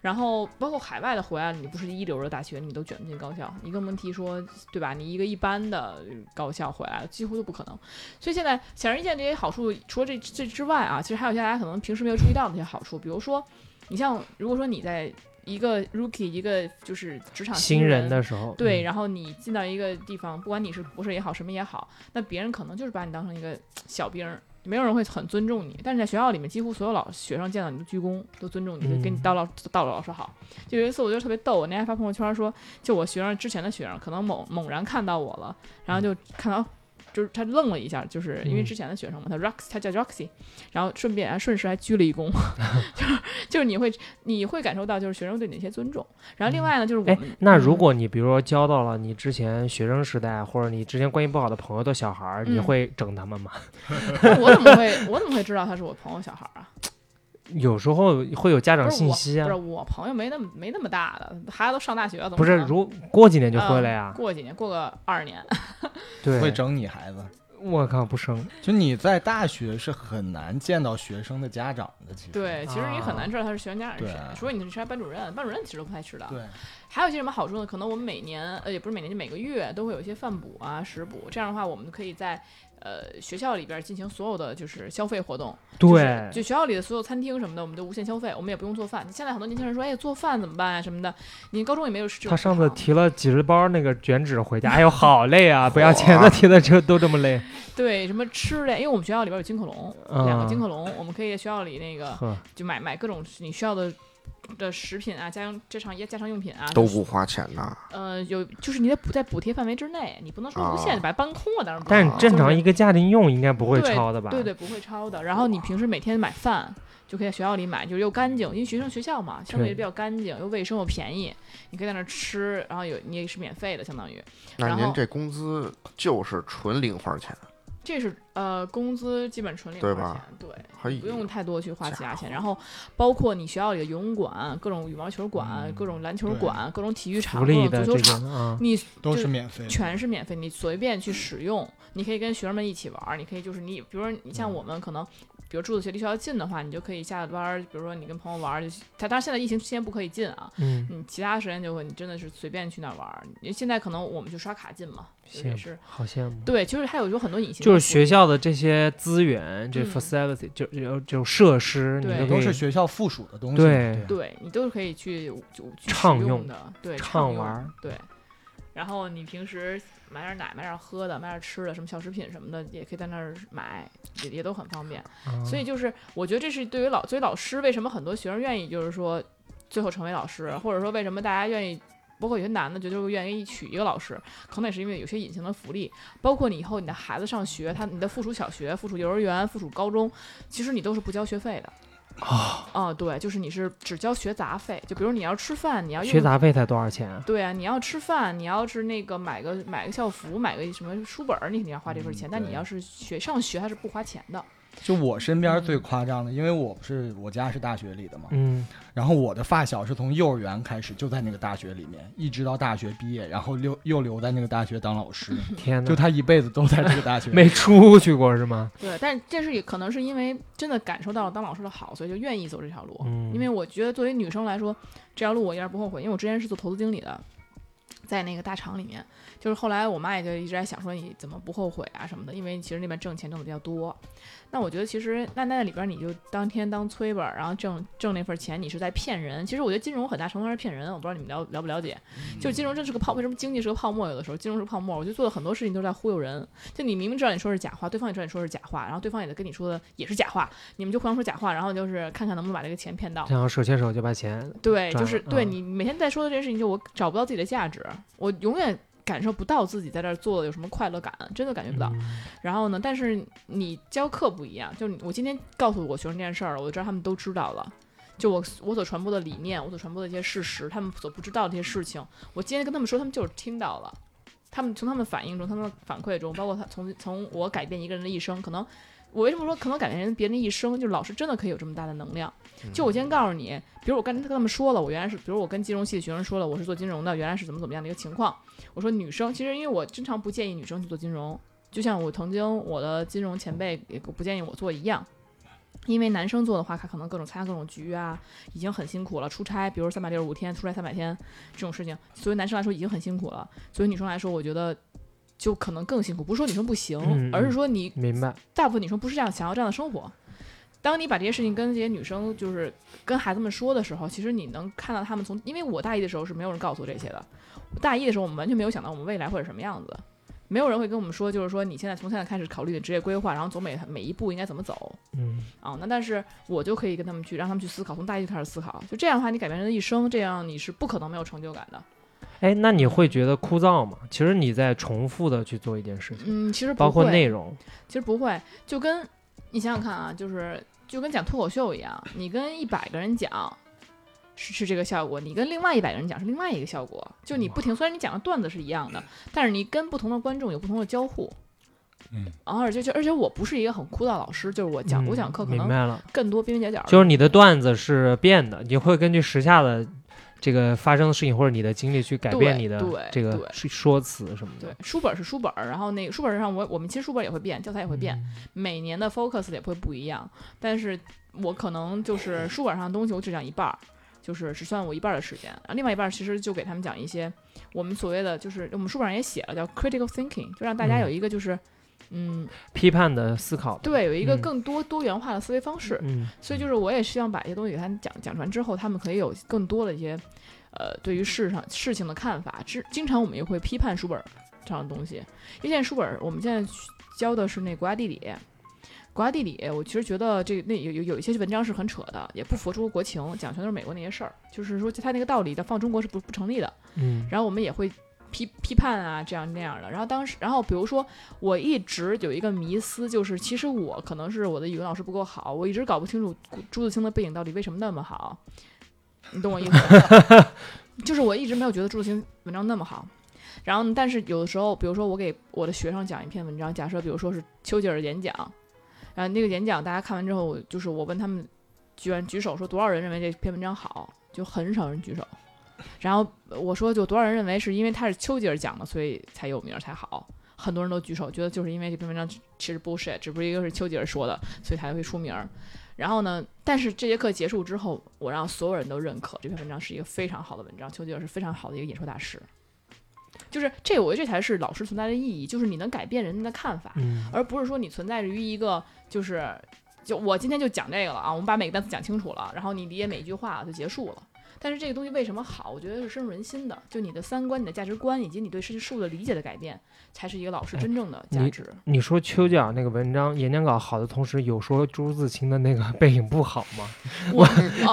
[SPEAKER 2] 然后包括海外的回来，你不是一流的大学，你都卷不进高校。你更甭提说，对吧？你一个一般的高校回来，几乎都不可能。所以现在显而易见，这些好处除了这这之外啊，其实还有一些大家可能平时没有注意到的一些好处，比如说，你像如果说你在一个 rookie 一个就是职场
[SPEAKER 4] 新
[SPEAKER 2] 人
[SPEAKER 4] 人的时候，
[SPEAKER 2] 对，
[SPEAKER 4] 嗯，
[SPEAKER 2] 然后你进到一个地方，不管你是博士也好，什么也好，那别人可能就是把你当成一个小兵儿，没有人会很尊重你。但是在学校里面，几乎所有老学生见到你都鞠躬，都尊重你，就跟你
[SPEAKER 4] 嗯
[SPEAKER 2] 道老道老师好。就有一次我觉得特别逗，我那天还发朋友圈说，就我学生之前的学生，可能猛猛然看到我了，然后就看到。就是他愣了一下，就是因为
[SPEAKER 4] 嗯
[SPEAKER 2] 之前的学生嘛，他 Rox，他叫 Roxy，然后顺便还顺势还鞠了一躬， 就是就是你会你会感受到就是学生对你的一些尊重。然后另外呢，就是我
[SPEAKER 4] 哎
[SPEAKER 2] 们，
[SPEAKER 4] 那
[SPEAKER 2] 嗯
[SPEAKER 4] 如果你比如说交到了你之前学生时代或者你之前关系不好的朋友的小孩儿，你
[SPEAKER 2] 嗯
[SPEAKER 4] 会整他们吗？
[SPEAKER 2] 那我怎么会，我怎么会知道他是我朋友小孩儿啊？
[SPEAKER 4] 有时候会有家
[SPEAKER 2] 不
[SPEAKER 4] 长
[SPEAKER 2] 是
[SPEAKER 4] 信
[SPEAKER 2] 我，
[SPEAKER 4] 息啊
[SPEAKER 2] 不是，我朋友没那么没那么大的，孩子都上大学了，怎么
[SPEAKER 4] 不是，
[SPEAKER 2] 可能
[SPEAKER 4] 如过几年就会
[SPEAKER 2] 嗯
[SPEAKER 4] 了呀。
[SPEAKER 2] 过几年，过个二十年，
[SPEAKER 4] 对，
[SPEAKER 3] 嗯会整你孩子，
[SPEAKER 4] 我靠，不生，
[SPEAKER 3] 就你在大学是很难见到学生的家长的，其 实。
[SPEAKER 2] 对，其实你很难知道他是学生家长是谁
[SPEAKER 3] 对啊，
[SPEAKER 2] 除非你是班主任，班主任其实都不太知道。
[SPEAKER 3] 对，
[SPEAKER 2] 还有一些什么好处呢？可能我们每年呃也不是每年，就每个月都会有一些饭补啊、食补，这样的话我们可以在呃学校里边进行所有的就是消费活动，就是
[SPEAKER 4] 对，
[SPEAKER 2] 就学校里的所有餐厅什么的，我们都无限消费，我们也不用做饭。现在很多年轻人说，哎，做饭怎么办啊什么的，你高中也没有这种
[SPEAKER 4] 他上次
[SPEAKER 2] 课堂
[SPEAKER 4] 提了几十包那个卷纸回家，哎呦，好累啊！不要钱的提的这都这么 累，
[SPEAKER 2] 对，什么吃的，因为我们学校里边有金客隆，两个
[SPEAKER 4] 嗯
[SPEAKER 2] 金客隆，我们可以在学校里那个
[SPEAKER 4] 呵，
[SPEAKER 2] 就买买各种你需要的的食品啊，家用这场家常用品啊，
[SPEAKER 5] 都
[SPEAKER 2] 就是
[SPEAKER 5] 不花钱呐，
[SPEAKER 2] 呃有，就是你得补在补贴范围之内，你不能说无限
[SPEAKER 5] 啊
[SPEAKER 2] 把它搬空了，当然不
[SPEAKER 4] 但
[SPEAKER 2] 行
[SPEAKER 4] 是正
[SPEAKER 2] 就
[SPEAKER 4] 常
[SPEAKER 2] 是
[SPEAKER 4] 一个家庭用应该不会
[SPEAKER 2] 对
[SPEAKER 4] 超的吧？
[SPEAKER 2] 对对，不会超的。然后你平时每天买饭就可以在学校里买，就是又干净，因为学生学校嘛，相对
[SPEAKER 4] 对
[SPEAKER 2] 比较干净，又卫生又便宜，你可以在那儿吃，然后有你也是免费的，相当于
[SPEAKER 5] 那
[SPEAKER 2] 然后
[SPEAKER 5] 您这工资就是纯零花钱，
[SPEAKER 2] 这是呃工资基本纯零
[SPEAKER 5] 对
[SPEAKER 2] 花
[SPEAKER 5] 吧
[SPEAKER 2] 钱，对。
[SPEAKER 5] 还
[SPEAKER 2] 不用太多去花其他钱。
[SPEAKER 5] 家伙
[SPEAKER 2] 然后包括你学校里的游泳馆、各种羽毛球馆、各种篮球馆、各种体育场、
[SPEAKER 4] 嗯福
[SPEAKER 2] 各
[SPEAKER 4] 利
[SPEAKER 2] 种
[SPEAKER 4] 的
[SPEAKER 2] 足
[SPEAKER 4] 这
[SPEAKER 2] 球场，
[SPEAKER 4] 个啊，
[SPEAKER 2] 你
[SPEAKER 3] 都
[SPEAKER 2] 就是
[SPEAKER 3] 免费的。
[SPEAKER 2] 全是免费，
[SPEAKER 4] 嗯
[SPEAKER 2] 你随便去使用。你可以跟学生们一起玩儿，你可以就是你，比如说你像我们可能。比如住的学离学校近的话，你就可以下了班儿，比如说你跟朋友玩儿，就去他当然现在疫情期间不可以进啊，
[SPEAKER 4] 嗯，
[SPEAKER 2] 你其他时间就会你真的是随便去哪儿玩儿。因为现在可能我们就刷卡进嘛，就也
[SPEAKER 4] 羡
[SPEAKER 2] 是
[SPEAKER 4] 慕，好羡慕。
[SPEAKER 2] 对，就是还有有很多隐形的
[SPEAKER 4] 就是
[SPEAKER 2] 福利
[SPEAKER 4] 学校的这些资源，这
[SPEAKER 2] 嗯
[SPEAKER 4] facility、就就就设施，你
[SPEAKER 2] 对
[SPEAKER 4] 都可
[SPEAKER 3] 都
[SPEAKER 4] 以
[SPEAKER 3] 是学校附属的东西嘛。
[SPEAKER 4] 对
[SPEAKER 3] 对
[SPEAKER 2] 对你都是可以去就去使
[SPEAKER 4] 畅
[SPEAKER 2] 用
[SPEAKER 4] 用
[SPEAKER 2] 的，对，
[SPEAKER 4] 畅
[SPEAKER 2] 畅用
[SPEAKER 4] 玩儿
[SPEAKER 2] 对。然后你平时买点奶、买点喝的、买点吃的，什么小食品什么的，也可以在那儿买，也也都很方便。
[SPEAKER 4] 啊
[SPEAKER 2] 所以就是，我觉得这是对于老，所以老师为什么很多学生愿意，就是说最后成为老师，或者说为什么大家愿意，包括有些男的，觉得就愿意娶一个老师，可能也是因为有些隐形的福利，包括你以后你的孩子上学，他你的附属小学、附属幼儿园、附属高中，其实你都是不交学费的。啊、对，就是你是只交学杂费，就比如你要吃饭，你要用
[SPEAKER 4] 学杂费才多少钱啊？
[SPEAKER 2] 对啊，你要吃饭，你要是那个买个买个校服，买个什么书本儿，你肯定要花这份钱。
[SPEAKER 3] 嗯
[SPEAKER 2] 但你
[SPEAKER 3] 对
[SPEAKER 2] 要是学上学，它是不花钱的。
[SPEAKER 3] 就我身边最夸张的，因为我不是我家是大学里的嘛，
[SPEAKER 4] 嗯，
[SPEAKER 3] 然后我的发小是从幼儿园开始就在那个大学里面，一直到大学毕业，然后留又留在那个大学当老师，
[SPEAKER 4] 天
[SPEAKER 3] 就
[SPEAKER 4] 哪，
[SPEAKER 3] 他一辈子都在这个大学。
[SPEAKER 4] 没出去过是吗？
[SPEAKER 2] 对，但是这是也可能是因为真的感受到了当老师的好，所以就愿意走这条路。
[SPEAKER 4] 嗯
[SPEAKER 2] 因为我觉得作为女生来说，这条路我一点儿不后悔，因为我之前是做投资经理的，在那个大厂里面，就是后来我妈也就一直在想说你怎么不后悔啊什么的，因为其实那边挣钱挣的比较多。那我觉得其实那那里边你就当天当催本儿，然后挣挣那份钱，你是在骗人。其实我觉得金融很大程度上是骗人，我不知道你们了了不了解，
[SPEAKER 4] 嗯
[SPEAKER 2] 就是金融真是个泡，为什么经济是个泡沫？有的时候金融是个泡沫，我觉得做的很多事情都是在忽悠人。就你明明知道你说是假话，对方也知道你说是假话，然后对方也在跟你说的也是假话，你们就互相说假话，然后就是看看能不能把这个钱骗到。
[SPEAKER 4] 然后手牵手就把钱，
[SPEAKER 2] 对，
[SPEAKER 4] 赚
[SPEAKER 2] 就
[SPEAKER 4] 了
[SPEAKER 2] 是对
[SPEAKER 4] 嗯
[SPEAKER 2] 你每天在说的这件事情，就我找不到自己的价值，我永远感受不到自己在这儿做的有什么快乐感，真的感觉不到。
[SPEAKER 4] 嗯
[SPEAKER 2] 然后呢，但是你教课不一样，就是你我今天告诉我学生这件事儿了，我知道他们都知道了。就我我所传播的理念，我所传播的一些事实，他们所不知道的一些事情，我今天跟他们说，他们就是听到了。他们从他们反应中，他们的反馈中，包括他从从我改变一个人的一生，可能我为什么说可能改变人别人的一生，就是老师真的可以有这么大的能量。
[SPEAKER 4] 嗯
[SPEAKER 2] 就我今天告诉你，比如我跟跟他们说了，我原来是，比如我跟金融系的学生说了，我是做金融的，原来是怎么怎么样的一个情况。我说女生，其实因为我经常不建议女生去做金融，就像我曾经我的金融前辈也不建议我做一样。因为男生做的话，他可能各种参加各种局啊，已经很辛苦了。出差，比如三百六十五天，出差三百天这种事情，所以男生来说已经很辛苦了。所以女生来说，我觉得就可能更辛苦。不是说女生不行，
[SPEAKER 4] 嗯嗯
[SPEAKER 2] 而是说你
[SPEAKER 4] 明白？
[SPEAKER 2] 大部分女生不是这样想要这样的生活。当你把这些事情跟这些女生，就是跟孩子们说的时候，其实你能看到她们从，因为我大一的时候是没有人告诉我这些的，我大一的时候我们完全没有想到我们未来会是什么样子，没有人会跟我们说，就是说你现在从现在开始考虑你职业规划，然后走每每一步应该怎么走
[SPEAKER 4] 嗯，
[SPEAKER 2] 啊、那但是我就可以跟他们去让他们去思考，从大一就开始思考，就这样的话，你改变人的一生，这样你是不可能没有成就感的。
[SPEAKER 4] 哎，那你会觉得枯燥吗？其实你在重复的去做一件事情，
[SPEAKER 2] 嗯，其实不
[SPEAKER 4] 包括
[SPEAKER 2] 会
[SPEAKER 4] 内容，
[SPEAKER 2] 其实不会，就跟你想想看啊，就是就跟讲脱口秀一样，你跟一百个人讲是是这个效果，你跟另外一百个人讲是另外一个效果。就你不停，虽然你讲的段子是一样的，但是你跟不同的观众有不同的交互。
[SPEAKER 6] 嗯，
[SPEAKER 2] 而且就而且我不是一个很枯燥老师，就是我讲、我
[SPEAKER 4] 嗯
[SPEAKER 2] 讲课可
[SPEAKER 4] 明
[SPEAKER 2] 能
[SPEAKER 4] 白了，
[SPEAKER 2] 更多边边角角。
[SPEAKER 4] 就是你的段子是变的，你会根据时下的这个发生的事情或者你的经历去改变
[SPEAKER 2] 对
[SPEAKER 4] 你的
[SPEAKER 2] 对
[SPEAKER 4] 这
[SPEAKER 2] 对
[SPEAKER 4] 个说说辞什么的
[SPEAKER 2] 对。，书本是书本，然后那个书本上我我们其实书本也会变，教材也会变，
[SPEAKER 4] 嗯
[SPEAKER 2] 每年的 focus 也会不一样。但是我可能就是书本上的东西，我只讲一半儿，就是只算我一半儿的时间，然后另外一半儿其实就给他们讲一些我们所谓的就是我们书本上也写了叫 critical thinking，就让大家
[SPEAKER 4] 嗯
[SPEAKER 2] 有一个就是嗯
[SPEAKER 4] 批判的思考。，
[SPEAKER 2] 对，有一个
[SPEAKER 4] 嗯
[SPEAKER 2] 更多多元化的思维方式。
[SPEAKER 4] 嗯，
[SPEAKER 2] 所以就是我也希望把一些东西给他们讲讲完之后，他们可以有更多的一些，呃，对于事上事情的看法。之经常我们也会批判书本儿上的东西，因为现在书本儿我们现在教的是那国家地理。国家地理，我其实觉得这那有有有一些文章是很扯的，也不符中国国情，讲全都是美国那些事儿，就是说他那个道理的放中国是不不成立的。
[SPEAKER 4] 嗯，
[SPEAKER 2] 然后我们也会批批判啊，这样那样的。然后当时，然后比如说，我一直有一个迷思，就是其实我可能是我的语文老师不够好，我一直搞不清楚朱自清的背影到底为什么那么好，你懂我意思吗？就是我一直没有觉得朱自清文章那么好。然后呢，但是有的时候，比如说我给我的学生讲一篇文章，假设比如说是丘吉尔演讲，然后那个演讲大家看完之后，我就是我问他们，居然举手说多少人认为这篇文章好，就很少人举手。然后我说，就多少人认为是因为他是丘吉尔讲的，所以才有名儿才好。很多人都举手，觉得就是因为这篇文章其实 bullshit，只不过一个是丘吉尔说的，所以才会出名儿。然后呢，但是这节课结束之后，我让所有人都认可这篇文章是一个非常好的文章，丘吉尔是非常好的一个演说大师。就是这，我觉得这才是老师存在的意义，就是你能改变人们的看法。
[SPEAKER 4] 嗯，
[SPEAKER 2] 而不是说你存在于一个就是就我今天就讲这个了啊，我们把每个单词讲清楚了，然后你理解每一句话就结束了。但是这个东西为什么好？我觉得是深入人心的，就你的三观、你的价值观以及你对事事物的理解的改变，才是一个老师真正的价值。
[SPEAKER 4] 你说丘吉尔那个文章演讲稿好的同时，有说朱自清的那个背影不好吗？
[SPEAKER 2] 我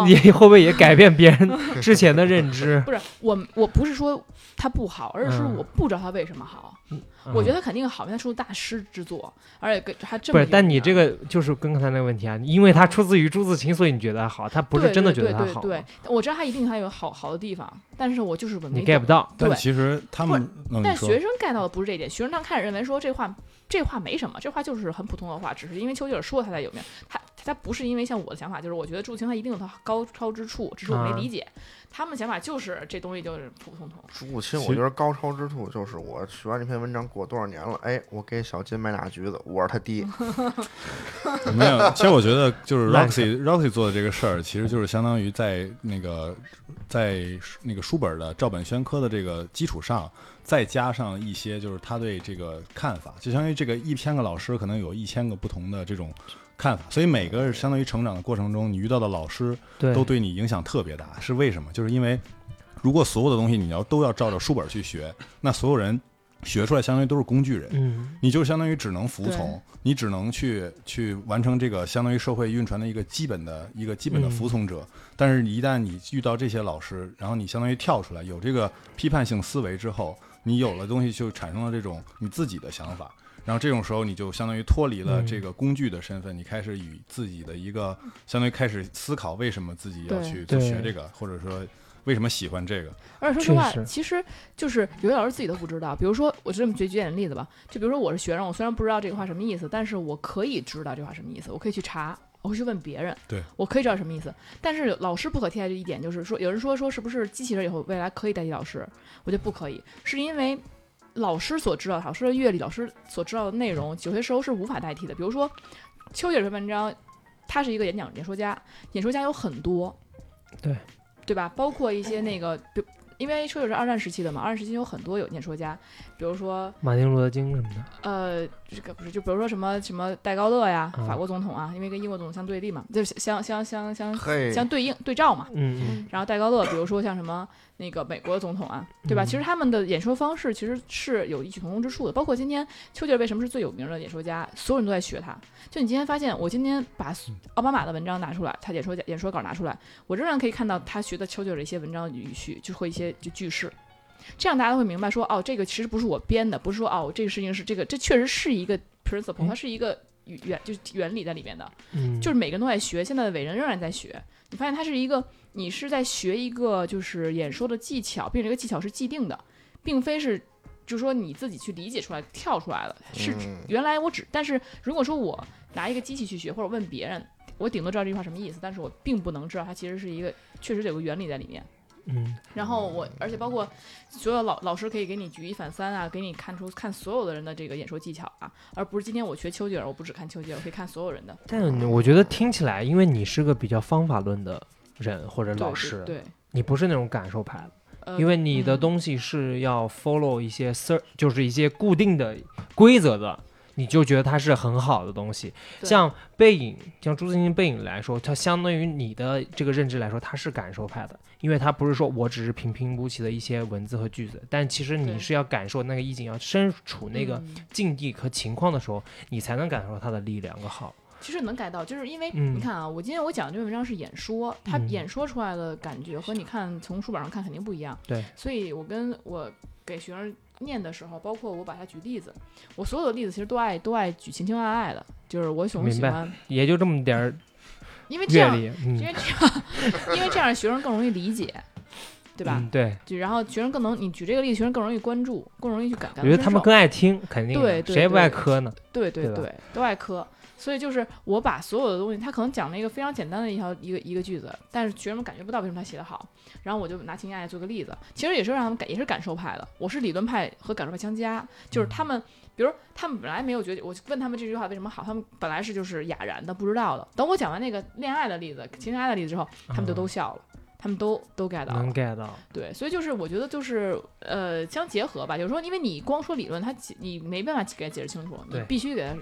[SPEAKER 4] 也
[SPEAKER 2] 哦，
[SPEAKER 4] 会不会也改变 别人之前的认知？
[SPEAKER 2] 不是我，我不是说它不好，而是说
[SPEAKER 4] 嗯
[SPEAKER 2] 我不知道它为什么好。 我觉得肯定好，因为它是大师之作，而且跟还这
[SPEAKER 4] 不
[SPEAKER 2] 么有名。
[SPEAKER 4] 是，但你这个就是跟刚才那个问题啊，因为他出自于朱自清，所以你觉得它好，他不是
[SPEAKER 2] 对
[SPEAKER 4] 真的觉
[SPEAKER 2] 对对
[SPEAKER 4] 得他
[SPEAKER 2] 对
[SPEAKER 4] 好，
[SPEAKER 2] 对，但我知道它一定还有好好的地方，但是我就是没
[SPEAKER 4] 你 get
[SPEAKER 2] 懂
[SPEAKER 4] 不到。
[SPEAKER 6] 但
[SPEAKER 2] 对
[SPEAKER 6] 其实他们，嗯
[SPEAKER 2] 但
[SPEAKER 6] 你说
[SPEAKER 2] 学生 get 到的不是这一点，学生他开始认为说这话这话没什么，这话就是很普通的话，只是因为丘吉尔说他才有名，他他不是因为像我的想法，就是我觉得祝清他一定有他高超之处，只是
[SPEAKER 6] 啊
[SPEAKER 2] 我没理解，他们的想法就是这东西就是普普通通，
[SPEAKER 5] 朱其实
[SPEAKER 6] 其
[SPEAKER 5] 我
[SPEAKER 6] 实
[SPEAKER 5] 觉得高超之处就是我学完这篇文章过多少年了，哎，我给小金买俩橘子，我是他 爹，
[SPEAKER 6] 没有，其实我觉得就是
[SPEAKER 4] 烂
[SPEAKER 6] Roxy Roxy 做的这个事儿，其实就是相当于在那个在那个书本的照本宣科的这个基础上，再加上一些就是他对这个看法，就相当于这个一千个老师可能有一千个不同的这种看法，所以每个相当于成长的过程中，你遇到的老师
[SPEAKER 4] 对
[SPEAKER 6] 都对你影响特别大，是为什么？就是因为如果所有的东西你要都要照着书本去学，那所有人学出来相当于都是工具人，
[SPEAKER 4] 嗯，
[SPEAKER 6] 你就相当于只能服
[SPEAKER 2] 对
[SPEAKER 6] 从，你只能去去完成这个相当于社会运传的一个基本的一个基本的
[SPEAKER 4] 嗯
[SPEAKER 6] 服从者。但是，一旦你遇到这些老师，然后你相当于跳出来，有这个批判性思维之后，你有了东西，就产生了这种你自己的想法。然后这种时候，你就相当于脱离了
[SPEAKER 4] 嗯
[SPEAKER 6] 这个工具的身份，你开始与自己的一个相当于开始思考为什么自己要
[SPEAKER 2] 对
[SPEAKER 6] 去去
[SPEAKER 4] 对
[SPEAKER 6] 学这个，或者说为什么喜欢这个。
[SPEAKER 2] 而且说实话
[SPEAKER 4] 确实，
[SPEAKER 2] 其实就是有些老师自己都不知道，比如说我就这么举举点例子吧，就比如说我是学生，我虽然不知道这个话什么意思，但是我可以知道这话什么意思，我可以去查。我会去问别人，
[SPEAKER 6] 对
[SPEAKER 2] 我可以知道什么意思。但是老师不可替代的一点就是说，有人说说是不是机器人以后未来可以代替老师？我觉得不可以，是因为老师所知道、老师的阅历、老师所知道的内容，有些时候是无法代替的。比如说丘吉尔的文章，他是一个演讲演说家，演说家有很多，
[SPEAKER 4] 对
[SPEAKER 2] 对吧？包括一些那个，比如因为丘吉尔是二战时期的嘛，二战时期有很多有演说家，比如说
[SPEAKER 4] 马丁路德金什么的，
[SPEAKER 2] 呃，这个不是，就比如说什么什么戴高乐呀，
[SPEAKER 4] 嗯
[SPEAKER 2] 法国总统啊，因为跟英国总统相对立嘛，就是相相相相
[SPEAKER 5] 嘿，
[SPEAKER 2] 相对应对照嘛。
[SPEAKER 4] 嗯
[SPEAKER 2] 然后戴高乐，比如说像什么那个美国总统啊，对吧？
[SPEAKER 4] 嗯
[SPEAKER 2] 其实他们的演说方式其实是有异曲同工之处的。包括今天丘吉尔为什么是最有名的演说家，所有人都在学他。就你今天发现，我今天把
[SPEAKER 4] 嗯
[SPEAKER 2] 奥巴马的文章拿出来，他演说演说稿拿出来，我仍然可以看到他学的丘吉尔的一些文章语序，就会一些就句式。这样大家都会明白说，哦，这个其实不是我编的，不是说哦，这个事情是这个，这确实是一个 principle，它是一个语原就是原理在里面的。
[SPEAKER 4] 嗯，
[SPEAKER 2] 就是每个人都在学，现在的伟人仍然在学。你发现它是一个，你是在学一个就是演说的技巧，并且这个技巧是既定的，并非是就是说你自己去理解出来、跳出来了。是
[SPEAKER 5] 嗯
[SPEAKER 2] 原来我只，但是如果说我拿一个机器去学，或者问别人，我顶多知道这句话什么意思，但是我并不能知道它其实是一个确实有个原理在里面。
[SPEAKER 4] 嗯，
[SPEAKER 2] 然后我，而且包括所有老老师可以给你举一反三啊，给你看出看所有的人的这个演说技巧啊，而不是今天我学丘吉尔，我不只看丘吉尔，我可以看所有人的。
[SPEAKER 4] 但我觉得听起来，因为你是个比较方法论的人或者
[SPEAKER 2] 对
[SPEAKER 4] 老
[SPEAKER 2] 对
[SPEAKER 4] 师，
[SPEAKER 2] 对，
[SPEAKER 4] 你不是那种感受派的，
[SPEAKER 2] 呃
[SPEAKER 4] 因为你的
[SPEAKER 2] 嗯
[SPEAKER 4] 东西是要 follow 一些 cer，就是一些固定的规则的，你就觉得它是很好的东西。
[SPEAKER 2] 对
[SPEAKER 4] 像背影，像朱自清背影来说，它相当于你的这个认知来说，它是感受派的，因为它不是说我只是平平无奇的一些文字和句子，但其实
[SPEAKER 2] 对
[SPEAKER 4] 你是要感受那个意境，要身处那个
[SPEAKER 2] 嗯
[SPEAKER 4] 境地和情况的时候，你才能感受它的力量和好。
[SPEAKER 2] 其实能改到，就是因为、
[SPEAKER 4] 嗯
[SPEAKER 2] 你看啊，我今天我讲的这篇文章是演说，它
[SPEAKER 4] 嗯
[SPEAKER 2] 演说出来的感觉和你看从书本上看肯定不一样。
[SPEAKER 4] 对，
[SPEAKER 2] 所以我跟我给学生念的时候，包括我把它举例子，我所有的例子其实都爱都爱举情情爱爱的，就是我总喜
[SPEAKER 4] 明白
[SPEAKER 2] 欢，
[SPEAKER 4] 也就这么点儿
[SPEAKER 2] 因为嗯这
[SPEAKER 4] 阅
[SPEAKER 2] 样，
[SPEAKER 4] 历，
[SPEAKER 2] 因
[SPEAKER 4] 嗯，
[SPEAKER 2] 为这样，因为这样学生更容易理解，对吧？
[SPEAKER 4] 嗯对，
[SPEAKER 2] 就然后学生更能，你举这个例子，学生更容易关注，更容易去感
[SPEAKER 4] 我
[SPEAKER 2] 感同
[SPEAKER 4] 觉得
[SPEAKER 2] 身
[SPEAKER 4] 他们
[SPEAKER 2] 受
[SPEAKER 4] 更爱听，肯定的
[SPEAKER 2] 对对
[SPEAKER 4] 谁不爱
[SPEAKER 2] 对
[SPEAKER 4] 磕呢？
[SPEAKER 2] 对对
[SPEAKER 4] 对吧
[SPEAKER 2] 对，都爱磕。所以就是我把所有的东西，他可能讲了一个非常简单的一条一个一个句子，但是学生们感觉不到为什么他写得好。然后我就拿情爱做个例子，其实也是让他们感也是感受派的，我是理论派和感受派相加，就是他们比如他们本来没有觉得，我就问他们这句话为什么好，他们本来是就是哑然的，不知道的。等我讲完那个恋爱的例子、情爱的例子之后，他们就都笑了，他们都都 get 到了
[SPEAKER 4] 能。get 到，
[SPEAKER 2] 对，所以就是我觉得就是呃相结合吧，有时候因为你光说理论，它解你没办法给它解释清楚，你
[SPEAKER 4] 对
[SPEAKER 2] 必须给它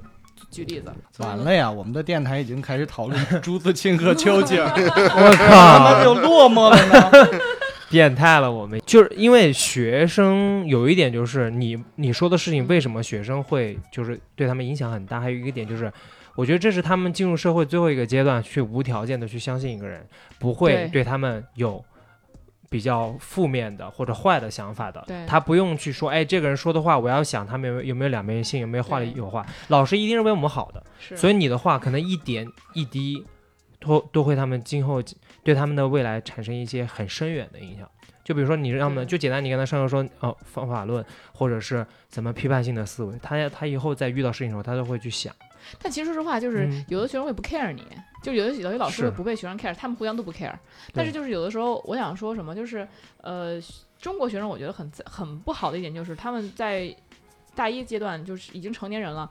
[SPEAKER 2] 举例子。
[SPEAKER 3] 完了呀，我们的电台已经开始 讨论朱自清和秋瑾，
[SPEAKER 4] 我
[SPEAKER 3] 他妈
[SPEAKER 4] 靠，
[SPEAKER 3] 就落寞了呢。
[SPEAKER 4] 变态了，我们就是因为学生有一点就是你你说的
[SPEAKER 2] 嗯
[SPEAKER 4] 事情，为什么学生会就是对他们影响很大？还有一个点就是。我觉得这是他们进入社会最后一个阶段，去无条件的去相信一个人，不会
[SPEAKER 2] 对
[SPEAKER 4] 对他们有比较负面的或者坏的想法的。
[SPEAKER 2] 对
[SPEAKER 4] 他不用去说，哎，这个人说的话，我要想他们有没有有没有两面性，有没有话里
[SPEAKER 2] 对
[SPEAKER 4] 有话。老师一定认为我们好的，
[SPEAKER 2] 是
[SPEAKER 4] 所
[SPEAKER 2] 以
[SPEAKER 4] 以你的话可能一点一滴，都都会他们今后对他们的未来产生一些很深远的影响。就比如说你让他们
[SPEAKER 2] 对
[SPEAKER 4] 就简单，你跟他上课说哦方法论，或者是怎么批判性的思维，他他以后在遇到事情的时候，他都会去想。
[SPEAKER 2] 但其实说实话，就是
[SPEAKER 4] 嗯
[SPEAKER 2] 有的学生会不 care 你，就有的有些老师
[SPEAKER 4] 是
[SPEAKER 2] 会不被学生 care，他们互相都不 care。但是就是有的时候，我想说什么，就是呃，中国学生我觉得很很不好的一点就是他们在大一阶段就是已经成年人了。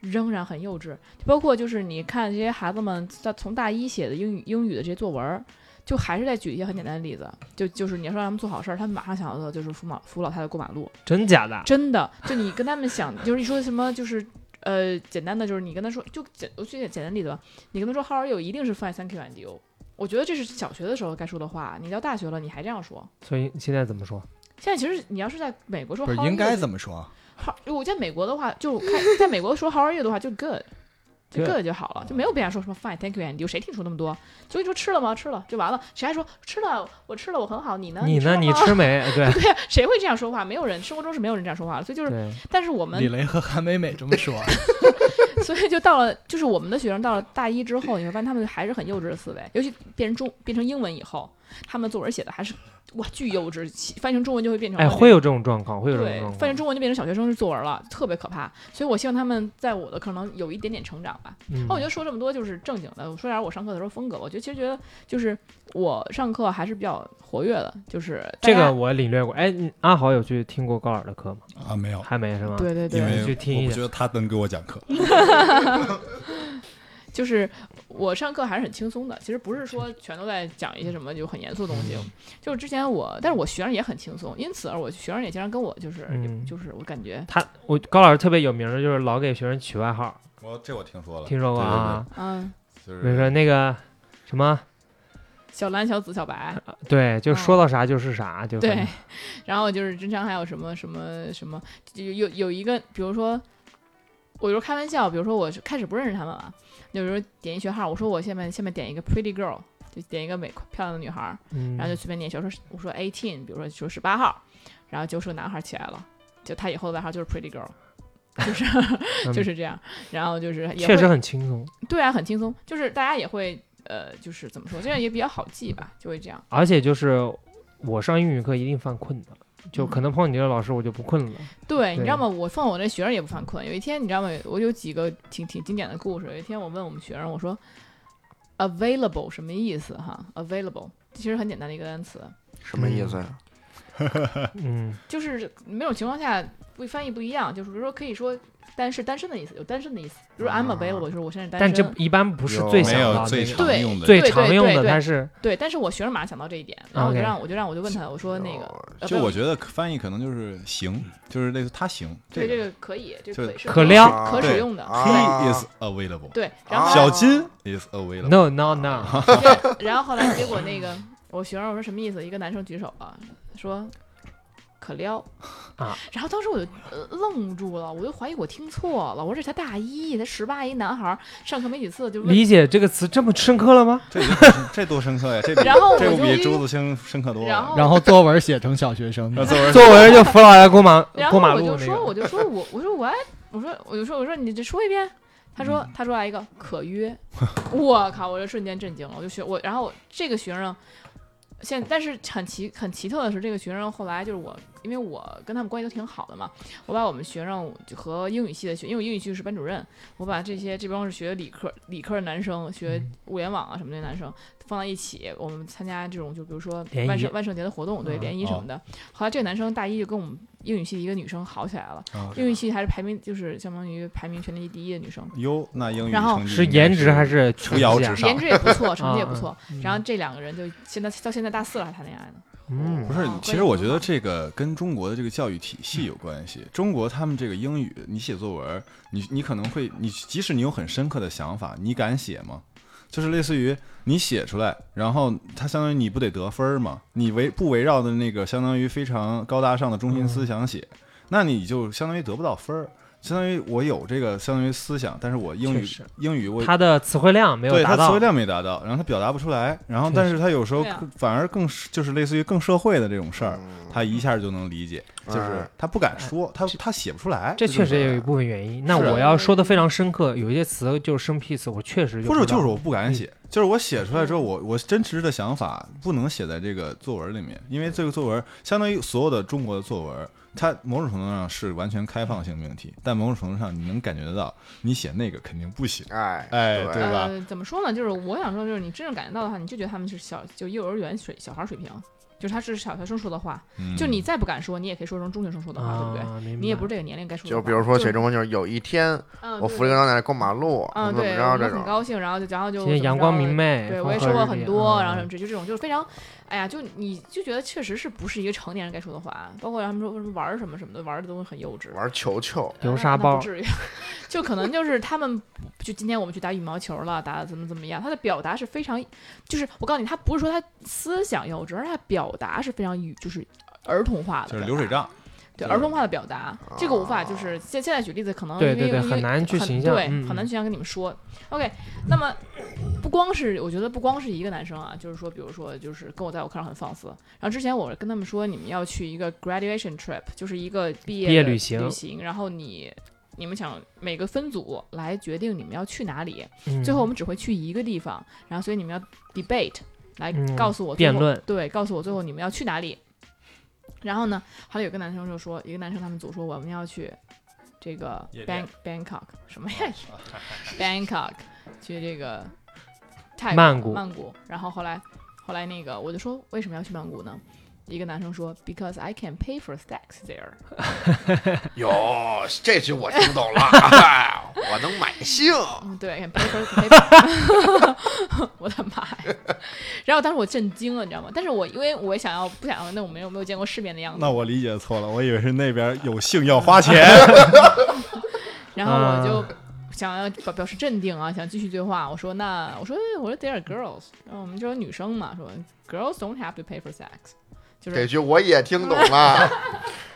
[SPEAKER 2] 仍然很幼稚，就包括就是你看这些孩子们在从大一写的英语英语的这些作文儿，就还是在举一些很简单的例子，就就是你要说让他们做好事儿，他们马上想到的就是扶马扶老太太过马路，
[SPEAKER 4] 真假的？
[SPEAKER 2] 真的，就你跟他们想，就是一说什么就是。呃，简单的就是你跟他说，就简我举点简单例子吧。你跟他说 “How are you”，一定是 “Fine, thank you and you”。我觉得这是小学的时候该说的话，你到大学了你还这样说。
[SPEAKER 4] 所以现在怎么说？
[SPEAKER 2] 现在其实你要是在美国说
[SPEAKER 3] 不
[SPEAKER 2] “How
[SPEAKER 3] 是
[SPEAKER 2] are you”，
[SPEAKER 3] 应该怎
[SPEAKER 2] 么
[SPEAKER 3] 么
[SPEAKER 6] 啊
[SPEAKER 3] 说？
[SPEAKER 2] 我在美国的话，就开在美国说 “How are you” 的话，就 “good”，就
[SPEAKER 4] Good
[SPEAKER 2] “good” 就好了，就没有必要说什么 “Fine, thank you and you”。谁听出那么多？就你说吃了吗？吃了就完了。谁还说吃了？我吃了，我很好。你呢？
[SPEAKER 4] 你
[SPEAKER 2] 吃了
[SPEAKER 4] 呢？你
[SPEAKER 2] 吗？
[SPEAKER 4] 吃没？对
[SPEAKER 2] 对呀，谁会这样说话？没有人，生活中是没有人这样说话的。所以就是，
[SPEAKER 4] 对，
[SPEAKER 2] 但是我们
[SPEAKER 3] 李雷和韩美美这么说，
[SPEAKER 2] 啊 所以就到了，就是我们的学生到了大一之后，你会发现他们还是很幼稚的思维，尤其变成中变成英文以后，他们作文写的还是哇巨幼稚，起翻成中文就会变成
[SPEAKER 4] 哎，会有这种状况，会有这种
[SPEAKER 2] 对
[SPEAKER 4] 状，
[SPEAKER 2] 翻成
[SPEAKER 4] 况。
[SPEAKER 2] 中文就变成小学生作文了，特别可怕。所以我希望他们在我的课能有一点点成长吧。
[SPEAKER 4] 嗯
[SPEAKER 2] 哦那我觉得说这么多就是正经的，我说点我上课的时候风格，我觉得其实觉得就是我上课还是比较活跃的，就是大
[SPEAKER 4] 这
[SPEAKER 2] 家
[SPEAKER 4] 个我领略过。哎，你阿豪有去听过高尔的课吗？
[SPEAKER 6] 啊，没有，
[SPEAKER 4] 还没是吗？
[SPEAKER 2] 哦对对对，
[SPEAKER 6] 因为
[SPEAKER 4] 去听
[SPEAKER 6] 我
[SPEAKER 4] 一
[SPEAKER 6] 不
[SPEAKER 4] 下
[SPEAKER 6] 觉得他能给我讲课。
[SPEAKER 2] 就是我上课还是很轻松的，其实不是说全都在讲一些什么就很严肃的东西。就是之前我，但是我学生也很轻松，因此而我学生也经常跟我就是、
[SPEAKER 4] 嗯
[SPEAKER 2] 就是我感觉
[SPEAKER 4] 他我高老师特别有名儿的，就是老给学生取外号，
[SPEAKER 6] 我这我听说了，
[SPEAKER 4] 听说过啊？
[SPEAKER 2] 嗯，
[SPEAKER 6] 对对
[SPEAKER 4] 比
[SPEAKER 6] 对，
[SPEAKER 4] 如说
[SPEAKER 6] 就是
[SPEAKER 4] 那个什么，
[SPEAKER 2] 小蓝、小紫、小白，
[SPEAKER 4] 对，就
[SPEAKER 2] 嗯
[SPEAKER 4] 说到啥就是啥，就
[SPEAKER 2] 对，然后就是经常还有什么什么什么，有有有一个，比如说，我就开玩笑，比如说我是开始不认识他们嘛，有时候点一学号，我说我下面下面点一个 pretty girl，就点一个美漂亮的女孩儿，
[SPEAKER 4] 嗯，
[SPEAKER 2] 然后就随便念一下，说我说 eighteen，比如说说十八号，然后就是个男孩起来了，就他以后的外号就是 pretty girl，就是
[SPEAKER 4] 嗯
[SPEAKER 2] 就是这样，然后就是也
[SPEAKER 4] 确实
[SPEAKER 2] 会
[SPEAKER 4] 很轻松，
[SPEAKER 2] 对啊，很轻松，就是大家也会呃，就是怎么说，这样也比较好记吧，就会这样。
[SPEAKER 4] 而且就是我上英语课一定犯困的，就
[SPEAKER 2] 嗯
[SPEAKER 4] 可能碰你这个老师我就不困 了，
[SPEAKER 2] 对，你知道
[SPEAKER 4] 对
[SPEAKER 2] 吗？我放我那学生也不犯困。有一天，你知道吗？我有几个挺挺经典的故事。有一天，我问我们学生，我说 “available” 什么意思哈？“available” 其实很简单的一个单词，
[SPEAKER 5] 什么意思呀？
[SPEAKER 4] 嗯，
[SPEAKER 2] 就是每种情况下不翻译不一样，就是比如说可以说单是单身的意思，有单身的意思，比如说 I'm
[SPEAKER 5] 啊
[SPEAKER 2] available 就是我现在单身，
[SPEAKER 4] 但这一般不是
[SPEAKER 5] 有
[SPEAKER 4] 最
[SPEAKER 5] 没
[SPEAKER 4] 想
[SPEAKER 6] 有
[SPEAKER 4] 到的
[SPEAKER 6] 最
[SPEAKER 4] 那个
[SPEAKER 6] 常
[SPEAKER 2] 对
[SPEAKER 6] 用的
[SPEAKER 4] 最
[SPEAKER 2] 对
[SPEAKER 4] 常
[SPEAKER 2] 对
[SPEAKER 4] 用
[SPEAKER 2] 对
[SPEAKER 4] 的，
[SPEAKER 2] 对
[SPEAKER 4] 它是
[SPEAKER 2] 对，但是我学生马上想到这一点，然后我就
[SPEAKER 4] OK
[SPEAKER 2] 让我就让我就问他，我说那个呃
[SPEAKER 5] 哦
[SPEAKER 2] available，
[SPEAKER 6] 就我觉得翻译可能就是行，就是类似他行，
[SPEAKER 2] 对这
[SPEAKER 6] 个
[SPEAKER 2] 个可以，这
[SPEAKER 6] 就
[SPEAKER 2] 可以是
[SPEAKER 4] 可撩
[SPEAKER 5] 啊
[SPEAKER 2] 可使用的，
[SPEAKER 5] 啊
[SPEAKER 6] he is available，
[SPEAKER 2] 对，然后
[SPEAKER 5] 啊
[SPEAKER 6] 小金 is available，
[SPEAKER 4] no no no，
[SPEAKER 6] 啊
[SPEAKER 2] 对，然后后来结果那个我学生我说什么意思？一个男生举手了，说可撩
[SPEAKER 4] 啊，
[SPEAKER 2] 然后当时我就、呃愣住了，我就怀疑我听错了，我说这才大一，才十八，一男孩儿上课没几次就问，
[SPEAKER 4] 理解这个词这么深刻了吗？
[SPEAKER 6] 这已经不是这多深刻呀！这比
[SPEAKER 2] 然后我
[SPEAKER 6] 这不
[SPEAKER 2] 就
[SPEAKER 6] 比
[SPEAKER 2] 一
[SPEAKER 6] 朱自清深刻多
[SPEAKER 2] 然
[SPEAKER 6] 了。啊
[SPEAKER 2] 后
[SPEAKER 3] 然后作文写成小学生，
[SPEAKER 6] 那作文
[SPEAKER 4] 作文就扶老太过马
[SPEAKER 2] 然后
[SPEAKER 4] 过马
[SPEAKER 2] 我
[SPEAKER 4] 路
[SPEAKER 2] 就
[SPEAKER 4] 那
[SPEAKER 2] 说，
[SPEAKER 4] 个，
[SPEAKER 2] 我就说 我我说我我说我就说我说你这说一遍。他
[SPEAKER 4] 嗯
[SPEAKER 2] 说他说来一个可约， 我靠！我就瞬间震惊了，我就学我，然后这个学生现但是很奇很奇特的是，这个学生后来就是我因为我跟他们关系都挺好的嘛，我把我们学生就和英语系的学，因为我英语系是班主任，我把这些这帮是学理科理科的男生，学
[SPEAKER 4] 嗯
[SPEAKER 2] 物联网啊什么的男生放在一起，我们参加这种就比如说
[SPEAKER 4] 联谊
[SPEAKER 2] 万圣万圣节的活动，对
[SPEAKER 4] 嗯
[SPEAKER 2] 联谊什么的。后来这个男生大一就跟我们英语系一个女生好起来了，
[SPEAKER 6] 啊
[SPEAKER 2] 英语系还是排名就是相当于排名全年级第一的女生，
[SPEAKER 6] 哟，那英语
[SPEAKER 2] 然后
[SPEAKER 6] 成绩
[SPEAKER 4] 是
[SPEAKER 6] 应该
[SPEAKER 4] 颜值还是
[SPEAKER 6] 嗯
[SPEAKER 4] 成
[SPEAKER 6] 扶摇
[SPEAKER 4] 绩啊
[SPEAKER 6] 直？上
[SPEAKER 2] 颜？值也不错，成绩也不错。
[SPEAKER 4] 嗯
[SPEAKER 2] 然后这两个人就现在到现在大四了还谈恋爱呢。
[SPEAKER 4] 嗯
[SPEAKER 6] 不是
[SPEAKER 2] 哦，
[SPEAKER 6] 其实我觉得这个跟中国的这个教育体系有关系。中国他们这个英语，你写作文，你你可能会，你即使你有很深刻的想法，你敢写吗？就是类似于你写出来，然后它相当于你不得得分儿吗？你围不围绕的那个相当于非常高大上的中心
[SPEAKER 4] 嗯
[SPEAKER 6] 思想写，那你就相当于得不到分儿。相当于我有这个相当于思想，但是我英语
[SPEAKER 4] 确实
[SPEAKER 6] 英语我
[SPEAKER 4] 他的词汇量没有
[SPEAKER 6] 对
[SPEAKER 4] 达
[SPEAKER 6] 他
[SPEAKER 4] 到
[SPEAKER 6] 词汇，量没达到，然后他表达不出来，然后
[SPEAKER 4] 确
[SPEAKER 6] 但是他有时候
[SPEAKER 2] 对啊
[SPEAKER 6] 更反而更是就是类似于更社会的这种事儿，
[SPEAKER 5] 嗯
[SPEAKER 6] 他一下就能理解，就是
[SPEAKER 5] 哎
[SPEAKER 6] 他不敢说，他他写不出来，
[SPEAKER 4] 这确实也有一
[SPEAKER 6] 是
[SPEAKER 4] 部分原因。那
[SPEAKER 6] 是
[SPEAKER 4] 我要说的非常深刻，有一些词就是生僻词，我确实
[SPEAKER 6] 或者
[SPEAKER 4] 不知道嗯
[SPEAKER 6] 就是我不敢写，就是我写出来之后，我我真实的想法不能写在这个作文里面，因为这个作文相当于所有的中国的作文，它某种程度上是完全开放性命题，但某种程度上你能感觉得到，你写那个肯定不行，
[SPEAKER 5] 哎
[SPEAKER 6] 哎对吧
[SPEAKER 2] 呃，怎么说呢？就是我想说，就是你真正感觉到的话，你就觉得他们是小就幼儿园水小孩水平，就是他是小学生说的话，
[SPEAKER 6] 嗯
[SPEAKER 2] 就你再不敢说，你也可以说成中学生说的话，对不对？
[SPEAKER 4] 啊，明白
[SPEAKER 2] 你也不是这个年龄该说的
[SPEAKER 5] 就
[SPEAKER 2] 话。
[SPEAKER 5] 比如说写
[SPEAKER 2] 就，
[SPEAKER 5] 中文，就是有一天
[SPEAKER 2] 嗯，
[SPEAKER 5] 我
[SPEAKER 2] 对
[SPEAKER 5] 扶着一个老奶奶过马路，怎么
[SPEAKER 2] 嗯，
[SPEAKER 5] 怎
[SPEAKER 2] 对，
[SPEAKER 5] 么
[SPEAKER 2] 我
[SPEAKER 5] 着这
[SPEAKER 2] 们很
[SPEAKER 5] 种，
[SPEAKER 2] 高兴，然后就然后就
[SPEAKER 4] 今天阳光明
[SPEAKER 2] 媚。
[SPEAKER 4] 媚，
[SPEAKER 2] 对，我也
[SPEAKER 4] 哎风
[SPEAKER 2] 说
[SPEAKER 4] 和
[SPEAKER 2] 过
[SPEAKER 4] 日丽
[SPEAKER 2] 很多，然后什么
[SPEAKER 4] 嗯
[SPEAKER 2] 之就这种，就是非常，哎呀，就你就觉得确实是不是一个成年人该说的话，包括他们说为什么玩儿什么什么的，玩儿的东西很幼稚，
[SPEAKER 5] 玩球球，
[SPEAKER 4] 流
[SPEAKER 2] 那
[SPEAKER 4] 沙
[SPEAKER 2] 那
[SPEAKER 4] 包
[SPEAKER 2] 不，至于， 就可能就是他们就今天我们去打羽毛球了，打得怎么怎么样，他的表达是非常，就是我告诉你，他不是说他思想幼稚，而是他表达是非常语就是儿童化的，
[SPEAKER 6] 就是流水，账，啊
[SPEAKER 2] 对
[SPEAKER 6] 就是
[SPEAKER 2] 儿童化的表达，这个无法就是现现在举例子可能
[SPEAKER 4] 对
[SPEAKER 2] 因为
[SPEAKER 4] 对对
[SPEAKER 2] 因为
[SPEAKER 4] 很难去形象
[SPEAKER 2] 对，
[SPEAKER 4] 嗯
[SPEAKER 2] 很难去象跟你们说。OK，那么不光是我觉得不光是一个男生啊，就是说，比如说就是跟我在我课上很放肆，然后之前我跟他们说你们要去一个 graduation trip，就是一个毕业
[SPEAKER 4] 毕业
[SPEAKER 2] 的
[SPEAKER 4] 旅行
[SPEAKER 2] 旅行，然后你。你们想每个分组来决定你们要去哪里，
[SPEAKER 4] 嗯
[SPEAKER 2] 最后我们只会去一个地方，然后所以你们要 debate 来
[SPEAKER 4] 嗯
[SPEAKER 2] 告诉我最
[SPEAKER 4] 辩
[SPEAKER 2] 后
[SPEAKER 4] 论
[SPEAKER 2] 对，告诉我最后你们要去哪里。然后呢，后来有个男生就说，一个男生他们组说我们要去这个
[SPEAKER 6] 夜
[SPEAKER 2] Ban
[SPEAKER 6] 店 哦
[SPEAKER 2] Bangkok 什么呀 ，Bangkok 去这个泰国
[SPEAKER 4] 曼谷
[SPEAKER 2] 曼谷。然后后来后来那个我就说为什么要去曼谷呢？一个男生说，because I can pay for sex there。
[SPEAKER 5] 哟，这句我听 懂了，哎我能买性。
[SPEAKER 2] 嗯，对，can pay for pay for 我的妈呀！然后当时我震惊了，你知道吗？但是我因为我想要不想要那种没有没有见过世面的样子，
[SPEAKER 6] 那我理解错了，我以为是那边有性要花钱。
[SPEAKER 2] 然后我就
[SPEAKER 4] 嗯
[SPEAKER 2] 想要表表示镇定啊，想继续对话。我说那我说哎我说 there are girls，然后我们就说女生嘛，说 girls don't have to pay for sex，就是
[SPEAKER 5] 这句我也听懂 了，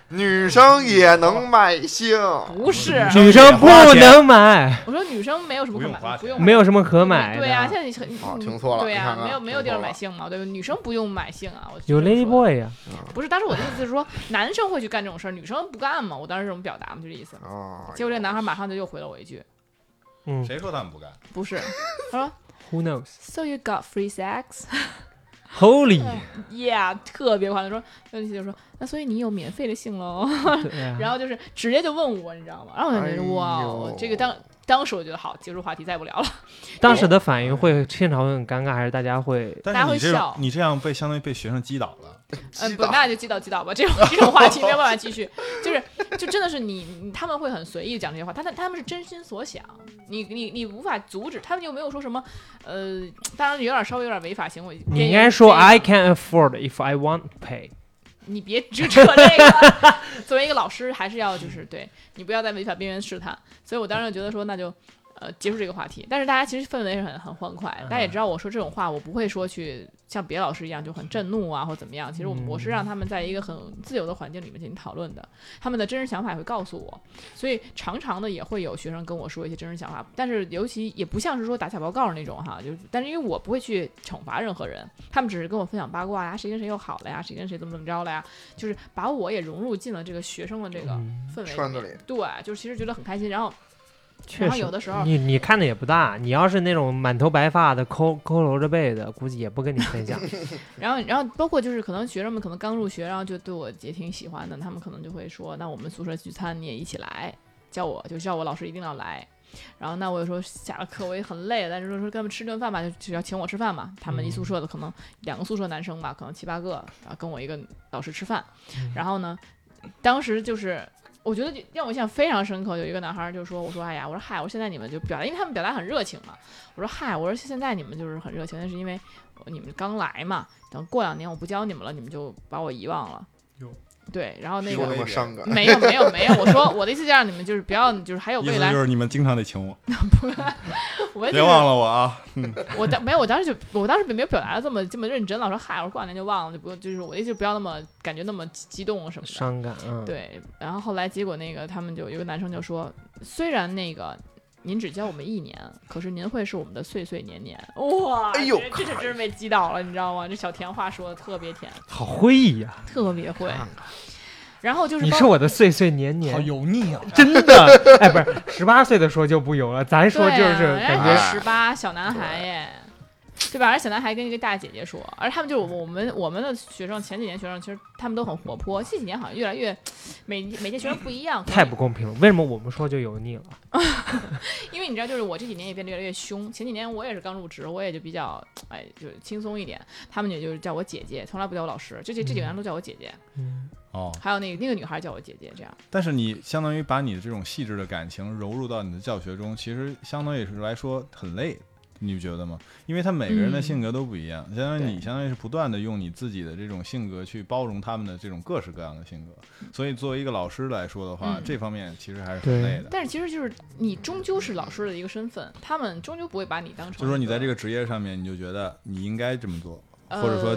[SPEAKER 5] 女生也能买性，
[SPEAKER 2] 不是？
[SPEAKER 5] 哦
[SPEAKER 4] 女生不能买，
[SPEAKER 2] 我说女生没有什么
[SPEAKER 6] 不
[SPEAKER 2] 可
[SPEAKER 6] 用花
[SPEAKER 2] 买，
[SPEAKER 6] 钱
[SPEAKER 2] 不用买嗯
[SPEAKER 4] 没有什么可买的。
[SPEAKER 2] 对呀、现在你很
[SPEAKER 5] 哦
[SPEAKER 2] 嗯
[SPEAKER 5] 听错了
[SPEAKER 2] 对呀、
[SPEAKER 5] 你看看啊
[SPEAKER 2] 没有没有地
[SPEAKER 5] 听
[SPEAKER 2] 儿
[SPEAKER 5] 错
[SPEAKER 2] 买
[SPEAKER 5] 了
[SPEAKER 2] 性嘛，对吧？女生不用买性啊，我
[SPEAKER 4] 有 Lady Boy 呀，
[SPEAKER 2] 不是，当时我的意思是说，男生会去干这种事儿，女生不干嘛。我当时这种表达嘛，就这意思。
[SPEAKER 5] 哦，
[SPEAKER 2] 结果这个男孩马上就又回了我一句，
[SPEAKER 4] 嗯
[SPEAKER 6] 谁说他们不干？
[SPEAKER 2] 不是，他说
[SPEAKER 4] ，Who knows？
[SPEAKER 2] So you got free sex？
[SPEAKER 4] Holy，
[SPEAKER 2] yeah，特别夸张，说，那就说，那所以你有免费的性哦喽，
[SPEAKER 4] 对啊
[SPEAKER 2] 然后就是直接就问我，你知道吗？然后我就觉得、
[SPEAKER 5] 哎呦
[SPEAKER 2] 哇哦，这个当当时我觉得好，结束话题，再也不聊了。
[SPEAKER 4] 当时的反应会现场会很尴尬，还是大家会
[SPEAKER 2] 大
[SPEAKER 6] 但
[SPEAKER 2] 家会
[SPEAKER 6] 是你这种
[SPEAKER 2] 笑
[SPEAKER 6] 你这样被相当于被学生击倒了，
[SPEAKER 2] 嗯，
[SPEAKER 5] 击
[SPEAKER 2] 不，
[SPEAKER 5] 倒
[SPEAKER 2] 那就记到记到吧，这种这种话题没有办法继续，就是就真的是你你他们会很随意讲这些话，他他他们是真心所想，你你你无法阻止，他们又没有说什么，呃，当然有点稍微有点违法行为。
[SPEAKER 4] 你应该说
[SPEAKER 2] 这个
[SPEAKER 4] I can afford if I want to pay。
[SPEAKER 2] 你别只扯这个。 作为一个老师，还是要就是对你不要在违法边缘试探。所以我当时就觉得说，那就呃结束这个话题。但是大家其实氛围是很很欢快，大家也知道我说这种话，我不会说去像别的老师一样就很震怒啊或怎么样。其实我
[SPEAKER 4] 嗯
[SPEAKER 2] 我是让他们在一个很自由的环境里面进行讨论的，他们的真实想法也会告诉我。所以常常的也会有学生跟我说一些真实想法，但是尤其也不像是说打小报告那种哈，就是但是因为我不会去惩罚任何人，他们只是跟我分享八卦呀，谁跟谁又好了呀，谁跟谁怎么怎么着了呀，就是把我也融入进了这个学生的这个
[SPEAKER 4] 嗯
[SPEAKER 2] 氛围
[SPEAKER 5] 圈
[SPEAKER 2] 里
[SPEAKER 5] 子
[SPEAKER 2] 面
[SPEAKER 5] 里
[SPEAKER 2] 对，就是其实觉得很开心。然后
[SPEAKER 4] 确
[SPEAKER 2] 然后
[SPEAKER 4] 实
[SPEAKER 2] 有的时候，
[SPEAKER 4] 你你看的也不大，你要是那种满头白发的佝佝偻着背的，估计也不跟你分享。
[SPEAKER 2] 然后，然后包括就是可能学生们可能刚入学，然后就对我也挺喜欢的，他们可能就会说，那我们宿舍聚餐你也一起来，叫我就叫我老师一定要来。然后那我有时候下了课我也很累，但是说说跟他们吃顿饭吧，就就要请我吃饭嘛。他们一宿舍的可能两个宿舍男生吧，可能七八个，然后跟我一个老师吃饭。然后呢，当时就是我觉得就让我印象非常深刻，有一个男孩就说：“我说哎呀，我说嗨，我说现在你们就表达，因为他们表达很热情嘛。我说嗨，我说现在你们就是很热情，但是因为你们刚来嘛，等过两年我不教你们了，你们就把我遗忘了。”对，然后那
[SPEAKER 5] 说那
[SPEAKER 2] 个嗯
[SPEAKER 5] 么伤感，
[SPEAKER 2] 没有没有没有，我说我的意思就让你们就是不要，就是还有
[SPEAKER 6] 意
[SPEAKER 2] 未
[SPEAKER 6] 思
[SPEAKER 2] 来
[SPEAKER 6] 就，是你们经常得请我，
[SPEAKER 2] 我也
[SPEAKER 6] 别忘了我啊！
[SPEAKER 2] 我当没有，我当时就我当时并没有表达的这么这么认真了，我说嗨，我说过两年就忘了，就不用，就是我的意思就不要那么感觉那么激激动什么的。
[SPEAKER 4] 伤感，嗯，，
[SPEAKER 2] 对，然后后来结果那个他们就有一个男生就说，虽然那个您只教我们一年，可是您会是我们的岁岁年年。哇，
[SPEAKER 5] 哎呦
[SPEAKER 2] 这这这真被击倒了，你知道吗？这小甜话说的特别甜，
[SPEAKER 4] 好会意呀！
[SPEAKER 2] 特别会。然后就是
[SPEAKER 4] 你
[SPEAKER 2] 包
[SPEAKER 4] 是我的岁岁年年
[SPEAKER 3] 好，油腻啊！
[SPEAKER 4] 真的， 哎，不是十八岁的时候就不油了，咱说就
[SPEAKER 2] 对
[SPEAKER 4] 是
[SPEAKER 2] 啊，
[SPEAKER 4] 感
[SPEAKER 2] 人家
[SPEAKER 4] 觉
[SPEAKER 2] 是十八小男孩耶，对吧？而且小男孩跟一个大姐姐说，而他们就是我们我们的学生，前几年学生其实他们都很活泼，这几年好像越来越每每届学生不一样，可能
[SPEAKER 4] 太不公平了。为什么我们说就油腻了？
[SPEAKER 2] 因为你知道，就是我这几年也变得越来越凶。前几年我也是刚入职，我也就比较哎，就轻松一点。他们也就是叫我姐姐，从来不叫我老师。就这这几个人都叫我姐姐，
[SPEAKER 4] 嗯，
[SPEAKER 6] 哦，
[SPEAKER 2] 还有那个那个女孩叫我姐姐，这样。
[SPEAKER 6] 但是你相当于把你的这种细致的感情融入到你的教学中，其实相当于是来说很累，你不觉得吗？因为他每个人的
[SPEAKER 2] 嗯
[SPEAKER 6] 性格都不一样，相当于你
[SPEAKER 2] 对
[SPEAKER 6] 相当于是不断的用你自己的这种性格去包容他们的这种各式各样的性格，所以作为一个老师来说的话，
[SPEAKER 2] 嗯
[SPEAKER 6] 这方面其实还是
[SPEAKER 4] 对
[SPEAKER 6] 很累的。
[SPEAKER 2] 但是其实就是你终究是老师的一个身份，他们终究不会把你当成一个。
[SPEAKER 6] 就是说你在这个职业上面，你就觉得你应该这么做，
[SPEAKER 2] 呃，
[SPEAKER 6] 或者说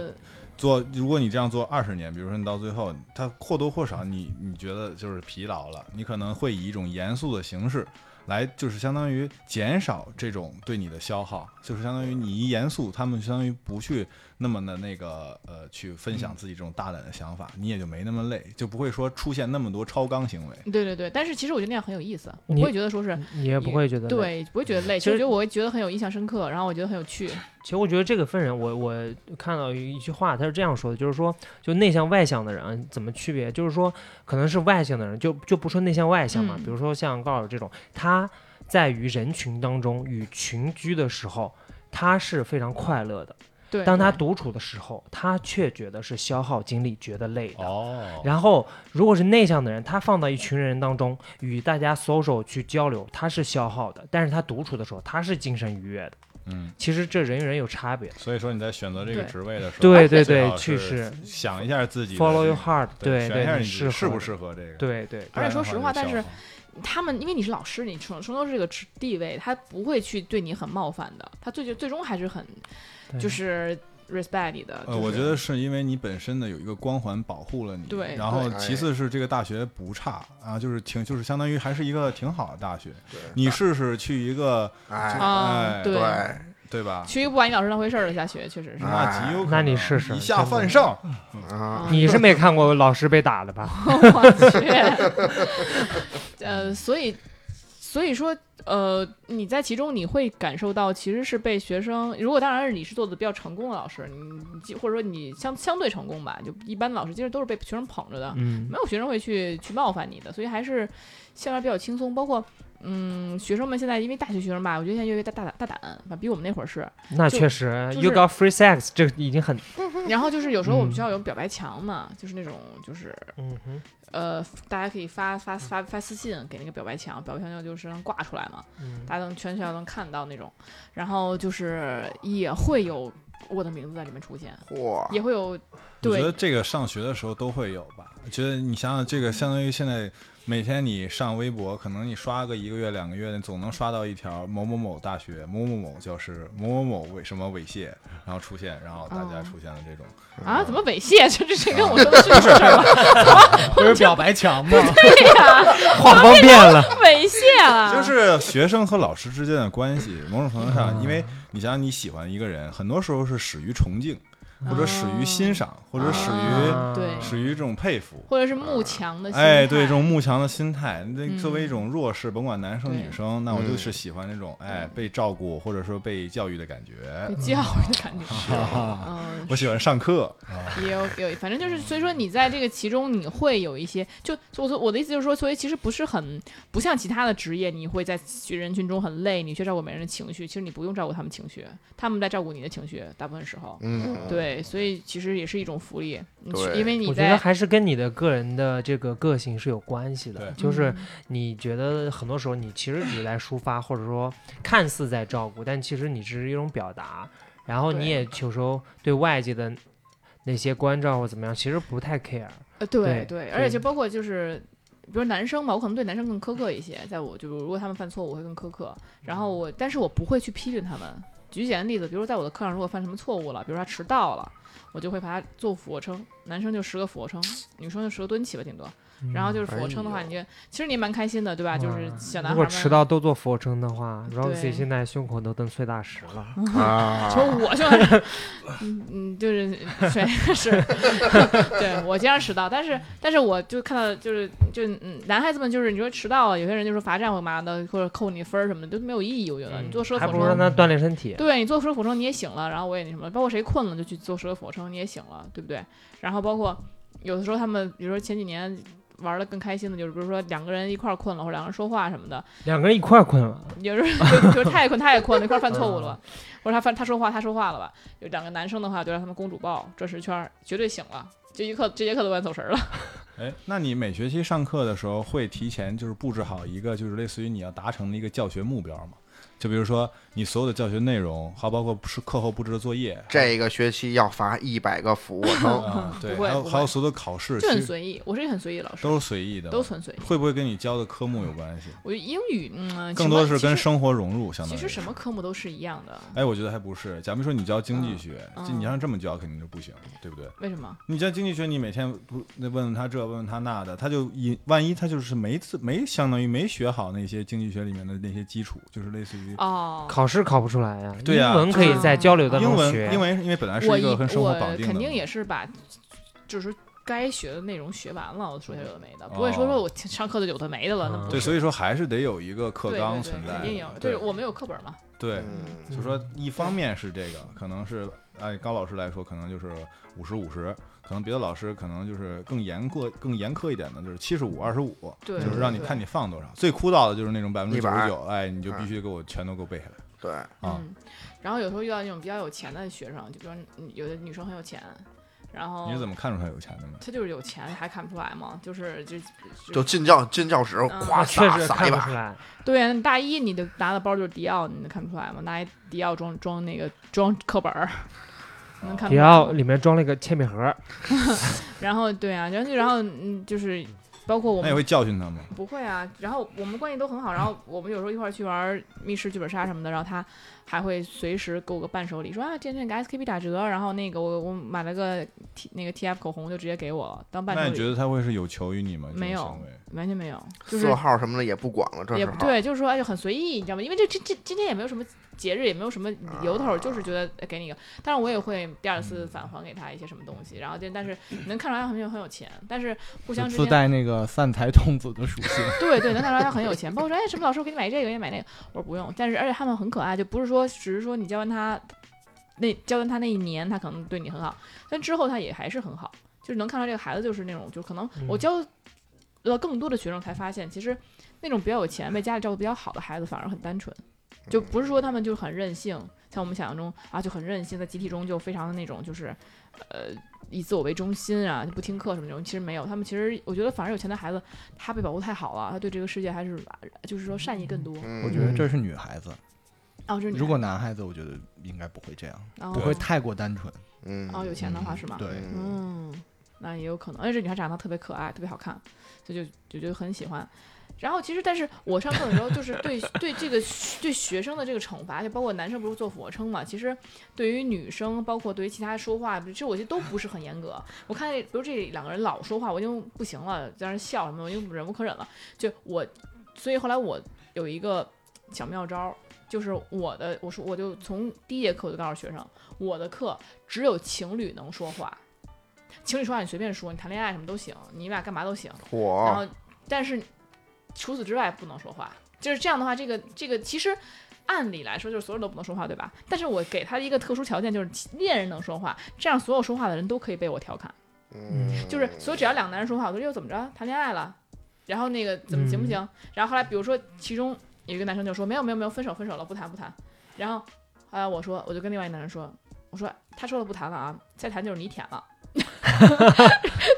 [SPEAKER 6] 做，如果你这样做二十年，比如说你到最后，他或多或少你你觉得就是疲劳了，你可能会以一种严肃的形式来，就是相当于减少这种对你的消耗，就是相当于你一严肃，他们相当于不去那么的那个呃去分享自己这种大胆的想法，你也就没那么累，就不会说出现那么多超纲行为。
[SPEAKER 2] 对对对，但是其实我觉得那样很有意思，我
[SPEAKER 4] 你
[SPEAKER 2] 不会觉得说是。
[SPEAKER 4] 你也不会觉得累
[SPEAKER 2] 对，不会觉得累。其
[SPEAKER 4] 其
[SPEAKER 2] 实我觉
[SPEAKER 4] 实
[SPEAKER 2] 得我会觉得很有印象深刻，然后我觉得很有趣。
[SPEAKER 4] 其实我觉得这个分人，我我看到一句话，他是这样说的，就是说，就内向外向的人啊怎么区别？就是说，可能是外向的人，就就不说内向外向嘛，
[SPEAKER 2] 嗯
[SPEAKER 4] 比如说像高老师这种，他在于人群当中与群居的时候，他是非常快乐的；
[SPEAKER 2] 对，
[SPEAKER 4] 当他
[SPEAKER 2] 对
[SPEAKER 4] 独处的时候，他却觉得是消耗精力，觉得累的。
[SPEAKER 6] 哦，
[SPEAKER 4] 然后，如果是内向的人，他放到一群人当中与大家 social 去交流，他是消耗的；但是他独处的时候，他是精神愉悦的。
[SPEAKER 6] 嗯，
[SPEAKER 4] 其实这人与人有差别。
[SPEAKER 6] 所以说你在选择这个
[SPEAKER 2] 对
[SPEAKER 6] 职位的时候，
[SPEAKER 4] 对对
[SPEAKER 6] 最
[SPEAKER 4] 对
[SPEAKER 6] 好，
[SPEAKER 4] 去
[SPEAKER 6] 是
[SPEAKER 4] 世
[SPEAKER 6] 想一下自己的
[SPEAKER 4] follow
[SPEAKER 6] 这个
[SPEAKER 4] your heart，对
[SPEAKER 6] 选一下你
[SPEAKER 4] 对，你
[SPEAKER 6] 自己
[SPEAKER 4] 适
[SPEAKER 6] 适不
[SPEAKER 4] 合
[SPEAKER 6] 适合这个。
[SPEAKER 4] 对对，
[SPEAKER 2] 而且说实话但是
[SPEAKER 6] 不然的话就消耗
[SPEAKER 2] 他们，因为你是老师，你承承受这个职地位，他不会去对你很冒犯的，他最最终还是很
[SPEAKER 4] 对
[SPEAKER 2] 就是 respect 你的。就
[SPEAKER 6] 呃，
[SPEAKER 2] 是
[SPEAKER 6] 我觉得是因为你本身的有一个光环保护了你，
[SPEAKER 2] 对
[SPEAKER 6] 然后
[SPEAKER 5] 对
[SPEAKER 6] 其次是这个大学不差啊，就是挺就是相当于还是一个挺好的大学。
[SPEAKER 5] 对
[SPEAKER 6] 你试试去一个
[SPEAKER 5] 哎，
[SPEAKER 2] 啊，
[SPEAKER 6] 哎
[SPEAKER 2] 对，
[SPEAKER 5] 对，嗯
[SPEAKER 6] 对吧？
[SPEAKER 2] 去一个不把你老师当回事儿的大学，确实是。
[SPEAKER 5] 啊
[SPEAKER 6] 那极有可能
[SPEAKER 4] 那你试试
[SPEAKER 6] 以下犯上，
[SPEAKER 2] 嗯
[SPEAKER 5] 啊，
[SPEAKER 4] 你是没看过老师被打的吧？
[SPEAKER 2] 我 去，呃，所以所以说，呃，你在其中你会感受到，其实是被学生，如果当然是你是做的比较成功的老师，你你或者说你相相对成功吧，就一般的老师其实都是被学生捧着的，
[SPEAKER 4] 嗯
[SPEAKER 2] 没有学生会去去冒犯你的，所以还是相对比较轻松。包括嗯，学生们现在因为大学学生吧，我觉得现在越来越大大大胆，比我们那会儿是。
[SPEAKER 4] 那
[SPEAKER 2] 就
[SPEAKER 4] 确实啊
[SPEAKER 2] 就是
[SPEAKER 4] ，You got free sex，这已经很，
[SPEAKER 2] 然后就是有时候我们
[SPEAKER 4] 嗯
[SPEAKER 2] 学校有表白墙嘛，就是那种就是
[SPEAKER 4] 嗯哼，
[SPEAKER 2] 呃，大家可以发发发发私信给那个表白墙，表白墙就是让挂出来嘛，
[SPEAKER 4] 嗯
[SPEAKER 2] 大家能全校能看到那种。然后就是也会有我的名字在里面出现，
[SPEAKER 5] 嚯，
[SPEAKER 2] 也会有
[SPEAKER 6] 我觉
[SPEAKER 2] 对
[SPEAKER 6] 得这个上学的时候都会有吧。我觉得你想想，这个相当于现在每天你上微博，可能你刷个一个月、两个月，总能刷到一条某某某大学、某某某教师、某某某猥什么猥亵，然后出现，然后大家
[SPEAKER 2] 哦
[SPEAKER 6] 出现了这种。
[SPEAKER 2] 啊， 怎么猥亵？这这这跟我说的是不是事儿吧？
[SPEAKER 3] 不是表白墙 吗？
[SPEAKER 2] 对呀、
[SPEAKER 4] 画风变了，
[SPEAKER 2] 猥亵啊！
[SPEAKER 6] 就是学生和老师之
[SPEAKER 2] 嗯
[SPEAKER 6] 间的关系，某种程度上，因为你想想你喜欢一个人，很多时候是始于崇敬。或者始于欣赏，或者始于
[SPEAKER 4] 啊
[SPEAKER 2] 对
[SPEAKER 6] 始于这种佩服。
[SPEAKER 2] 或者是慕强呃的心态，
[SPEAKER 6] 哎，对，这种慕强的心态，那
[SPEAKER 2] 嗯
[SPEAKER 6] 作为一种弱势，甭管男生
[SPEAKER 2] 对
[SPEAKER 6] 女生，那我
[SPEAKER 5] 嗯
[SPEAKER 6] 就是喜欢这种哎被照顾或者说被教育的感觉
[SPEAKER 2] 被。教育的感 觉，
[SPEAKER 3] 啊，
[SPEAKER 2] 嗯，
[SPEAKER 6] 我喜欢 上课，
[SPEAKER 2] 也有有，反正就是，所以说你在这个其中，你会有一些，就我所我的意思就是说，所以其实不是很不像其他的职业，你会在学人群中很累，你去照顾别人的情绪，其实你不用照顾他们情绪，他们在照顾你的情绪，大部分时候，
[SPEAKER 5] 嗯，
[SPEAKER 2] 对，所以其实也是一种福利，你去
[SPEAKER 5] 对
[SPEAKER 2] 因为你
[SPEAKER 4] 我觉得
[SPEAKER 2] 在
[SPEAKER 4] 还是跟你的个人的这个个性是有关系的，
[SPEAKER 6] 对
[SPEAKER 4] 就是
[SPEAKER 2] 嗯
[SPEAKER 4] 你觉得很多时候你其实你来抒发，或者说看似在照顾，但其实你只是一种表达，然后
[SPEAKER 2] 对
[SPEAKER 4] 你也有时候对外界的那些关照或怎么样，其实不太 care。
[SPEAKER 2] 呃，对
[SPEAKER 4] 对
[SPEAKER 2] 对，
[SPEAKER 4] 所
[SPEAKER 2] 而且
[SPEAKER 4] 以
[SPEAKER 2] 就包括就是，比如男生吧，我可能对男生更苛刻一些，在我就是如果他们犯错，我会更苛刻，然后我但是我不会去批评他们。举简单例子，比如说在我的课上，如果犯什么错误了，比如说他迟到了，我就会把他做俯卧撑，男生就十个俯卧撑，女生就十个蹲起吧，顶多。然后就是俯卧撑的话，
[SPEAKER 5] 哎呦
[SPEAKER 2] 你就其实你也蛮开心的，对吧？就是
[SPEAKER 4] 哇
[SPEAKER 2] 小男
[SPEAKER 4] 哎如
[SPEAKER 2] 孩
[SPEAKER 4] 果
[SPEAKER 2] 儿
[SPEAKER 4] 迟
[SPEAKER 2] 们，
[SPEAKER 4] 到都做俯卧撑的话
[SPEAKER 2] 对
[SPEAKER 4] ，Roxy 现在胸口都蹬碎大石了。
[SPEAKER 5] 啊，
[SPEAKER 2] 就我就， 嗯嗯，就是谁是， 对我经常迟到，但是但是我就看到就是就嗯，男孩子们就是你说迟到了，有些人就说罚站或干嘛的，或者扣你分儿什么的，都没有意义。我觉得你做十个俯
[SPEAKER 4] 嗯还
[SPEAKER 2] 卧
[SPEAKER 4] 不如让
[SPEAKER 2] 撑，
[SPEAKER 4] 他锻炼身体。
[SPEAKER 2] 对你做十个俯卧撑你也醒了，然后我也那什么，包括谁困了就去做十个俯卧撑你也醒了，对不对？然后包括有的时候他们，比如说前几年。玩的更开心的就是，比如说两个人一块儿困了，或者两个人说话什么的，
[SPEAKER 4] 两个人一块儿困了，
[SPEAKER 2] 有时候就就是太困太困了，一块儿犯错误了吧，或者他犯他说话他说话了吧。有两个男生的话，就让他们公主抱转十圈儿，绝对醒了。这一课这节课都玩走神儿了。
[SPEAKER 6] 哎，那你每学期上课的时候会提前就是布置好一个就是类似于你要达成的一个教学目标吗？就比如说你所有的教学内容，还包括是课后布置的作业，
[SPEAKER 5] 这个学期要罚一百个俯 卧撑，
[SPEAKER 6] 啊，对，
[SPEAKER 2] 嗯不会
[SPEAKER 6] 还有
[SPEAKER 2] 不会
[SPEAKER 6] 还有所有的考试，
[SPEAKER 2] 就
[SPEAKER 6] 其
[SPEAKER 2] 很
[SPEAKER 6] 实
[SPEAKER 2] 随意，我是一个很随意的老师，
[SPEAKER 6] 都是随意的，
[SPEAKER 2] 都很随意。
[SPEAKER 6] 会不会跟你教的科目有关系？
[SPEAKER 2] 我觉得英语，嗯，
[SPEAKER 6] 更多
[SPEAKER 2] 什
[SPEAKER 6] 是
[SPEAKER 2] 么
[SPEAKER 6] 跟
[SPEAKER 2] 其实
[SPEAKER 6] 生活融入，相当
[SPEAKER 2] 其
[SPEAKER 6] 于
[SPEAKER 2] 实什么科目都是一样的，
[SPEAKER 6] 哎，我觉得还不是。假如说你教经济
[SPEAKER 2] 嗯
[SPEAKER 6] 学，
[SPEAKER 2] 嗯
[SPEAKER 6] 就你让这么教肯定就不行，对不对？
[SPEAKER 2] 为什么？
[SPEAKER 6] 你教经济学，你每天不那问问他这，问问他那的，他就一万一他就是没自没相当于没学好那些经济学里面的那些基础，就是类似于
[SPEAKER 2] 哦，
[SPEAKER 4] 考试考不出来呀。
[SPEAKER 6] 对呀
[SPEAKER 4] 英文可以在交流当
[SPEAKER 6] 英
[SPEAKER 4] 中
[SPEAKER 6] 文，
[SPEAKER 4] 学。
[SPEAKER 6] 因为因为本来是
[SPEAKER 2] 我
[SPEAKER 6] 一个
[SPEAKER 2] 一
[SPEAKER 6] 跟生活绑定的嘛，
[SPEAKER 2] 肯定也是把，就是该学的内容学完了，我说些有的没的，不会说
[SPEAKER 6] 哦
[SPEAKER 2] 说我上课就有的没的了，那
[SPEAKER 4] 嗯
[SPEAKER 2] 不
[SPEAKER 6] 对，
[SPEAKER 2] 是
[SPEAKER 6] 所以说还是得有一个课
[SPEAKER 2] 对
[SPEAKER 6] 纲
[SPEAKER 2] 对
[SPEAKER 6] 存
[SPEAKER 2] 对，
[SPEAKER 6] 在
[SPEAKER 2] 肯定有
[SPEAKER 6] 的，，
[SPEAKER 2] 对
[SPEAKER 6] 对
[SPEAKER 2] 我们有课本嘛，
[SPEAKER 6] 对，
[SPEAKER 5] 嗯，
[SPEAKER 6] 就说一方面是这个，可能是按高老师来说，可能就是五十五十，可能别的老师可能就是更严苛、更严苛一点的，就是七十五二十五，
[SPEAKER 2] 对
[SPEAKER 6] 就是让你
[SPEAKER 2] 对
[SPEAKER 6] 看你放多少。最枯燥的就是那种百分之九十九，
[SPEAKER 5] 100
[SPEAKER 6] 哎，你就必须给我全都给我背下来
[SPEAKER 5] 对，
[SPEAKER 6] 啊。
[SPEAKER 2] 嗯，然后有时候遇到那种比较有钱的学生，就比如嗯有的女生很有钱，然后
[SPEAKER 6] 你是怎么看出他有钱的呢？
[SPEAKER 2] 她就是有钱，还看不出来吗？就是就
[SPEAKER 5] 就进教进教室，
[SPEAKER 2] 嗯
[SPEAKER 5] 咵
[SPEAKER 4] 啊确
[SPEAKER 5] 撒
[SPEAKER 4] 实
[SPEAKER 5] 撒
[SPEAKER 4] 看
[SPEAKER 5] 一
[SPEAKER 4] 不
[SPEAKER 5] 把
[SPEAKER 4] 出，来，
[SPEAKER 2] 对呀，你大一你的拿的包就是迪奥，你能看不出来吗？拿一迪奥装装那个装课本儿， 能
[SPEAKER 6] 哦
[SPEAKER 2] 看出
[SPEAKER 4] 迪
[SPEAKER 2] 来
[SPEAKER 4] 奥
[SPEAKER 2] 吗
[SPEAKER 4] 里面装了一个铅笔盒，
[SPEAKER 2] 然后对啊，然后就然后嗯，就是包括我
[SPEAKER 6] 那你
[SPEAKER 2] 们
[SPEAKER 6] 会教训他吗？
[SPEAKER 2] 不会啊，然后我们关系都很好，然后我们有时候一块儿去玩密室剧本杀什么的，然后他还会随时给我个伴手礼，说啊，今天那个 SKP 打折，然后那个我我买了个 T 那个 TF 口红就直接给我了当伴
[SPEAKER 6] 那
[SPEAKER 2] 手
[SPEAKER 6] 你觉
[SPEAKER 2] 礼，
[SPEAKER 6] 得他会是有求于你吗？这种
[SPEAKER 2] 没有
[SPEAKER 6] 行为
[SPEAKER 2] 完全没有，就是
[SPEAKER 5] 色号什么的也不管了，这
[SPEAKER 2] 也
[SPEAKER 5] 时
[SPEAKER 2] 不
[SPEAKER 5] 候
[SPEAKER 2] 对，就是说哎就很随意，你知道吗？因为这这这今天也没有什么节日，也没有什么由头，就是觉得哎给你一个。但是我也会第二次返还给他一些什么东西，然后但但是能看出来他很有很有钱，但是互相之
[SPEAKER 3] 自
[SPEAKER 2] 间
[SPEAKER 3] 带那个散财童子的属 性。
[SPEAKER 2] 对对能看出来他很有钱。包括说哎什么老师我给你买这个，给你买那个，我说不用。但是而且他们很可爱，就不是说只是说你教完他那教完他那一年，他可能对你很好，但之后他也还是很好，就是能看出来这个孩子就是那种，就可能我
[SPEAKER 4] 嗯
[SPEAKER 2] 教了更多的学生才发现，其实那种比较有钱、被家里照顾比较好的孩子反而很单纯，就不是说他们就很任性，像我们想象中啊就很任性，在集体中就非常的那种就是呃。以自我为中心啊，就不听课什么那种，其实没有。他们其实，我觉得反而有钱的孩子，他被保护太好了，他对这个世界还是就是说善意更多。
[SPEAKER 5] 嗯，
[SPEAKER 3] 我觉得这是女孩子，
[SPEAKER 2] 哦，这是你
[SPEAKER 3] 如果男孩子，我觉得应该不会这样，
[SPEAKER 2] 哦
[SPEAKER 3] 不会太过单纯。
[SPEAKER 5] 嗯，
[SPEAKER 2] 哦有钱的话是吗？
[SPEAKER 3] 对，
[SPEAKER 5] 嗯，
[SPEAKER 2] 嗯，那也有可能。而且这女孩长得特别可爱，特别好看，所以就就就很喜欢。然后其实，但是我上课的时候，就是对 对这个对学生的这个惩罚，就包括男生不是做俯卧撑嘛，其实对于女生，包括对于其他说话，其实我觉得都不是很严格。我看比如这两个人老说话，我已经不行了，在那儿笑什么的，我已经忍无可忍了。就我，所以后来我有一个小妙招儿，就是我的，我说我就从第一节课我就告诉学生，我的课只有情侣能说话，情侣说话你随便说，你谈恋爱什么都行，你俩干嘛都行。然
[SPEAKER 5] 火
[SPEAKER 2] 后，但是除此之外不能说话，就是这样的话，这个这个其实按理来说就是所有人都不能说话，对吧？但是我给他的一个特殊条件就是恋人能说话，这样所有说话的人都可以被我调侃，
[SPEAKER 5] 嗯，
[SPEAKER 2] 就是所以只要两个男人说话，我说哟怎么着谈恋爱了，然后那个怎么行
[SPEAKER 4] 嗯
[SPEAKER 2] 不行？然后后来比如说其中有一个男生就说没有没有没有分手分手了不谈不谈，然后后来我说我就跟另外一个男生说。我说他说了不谈了啊，再谈就是你舔了，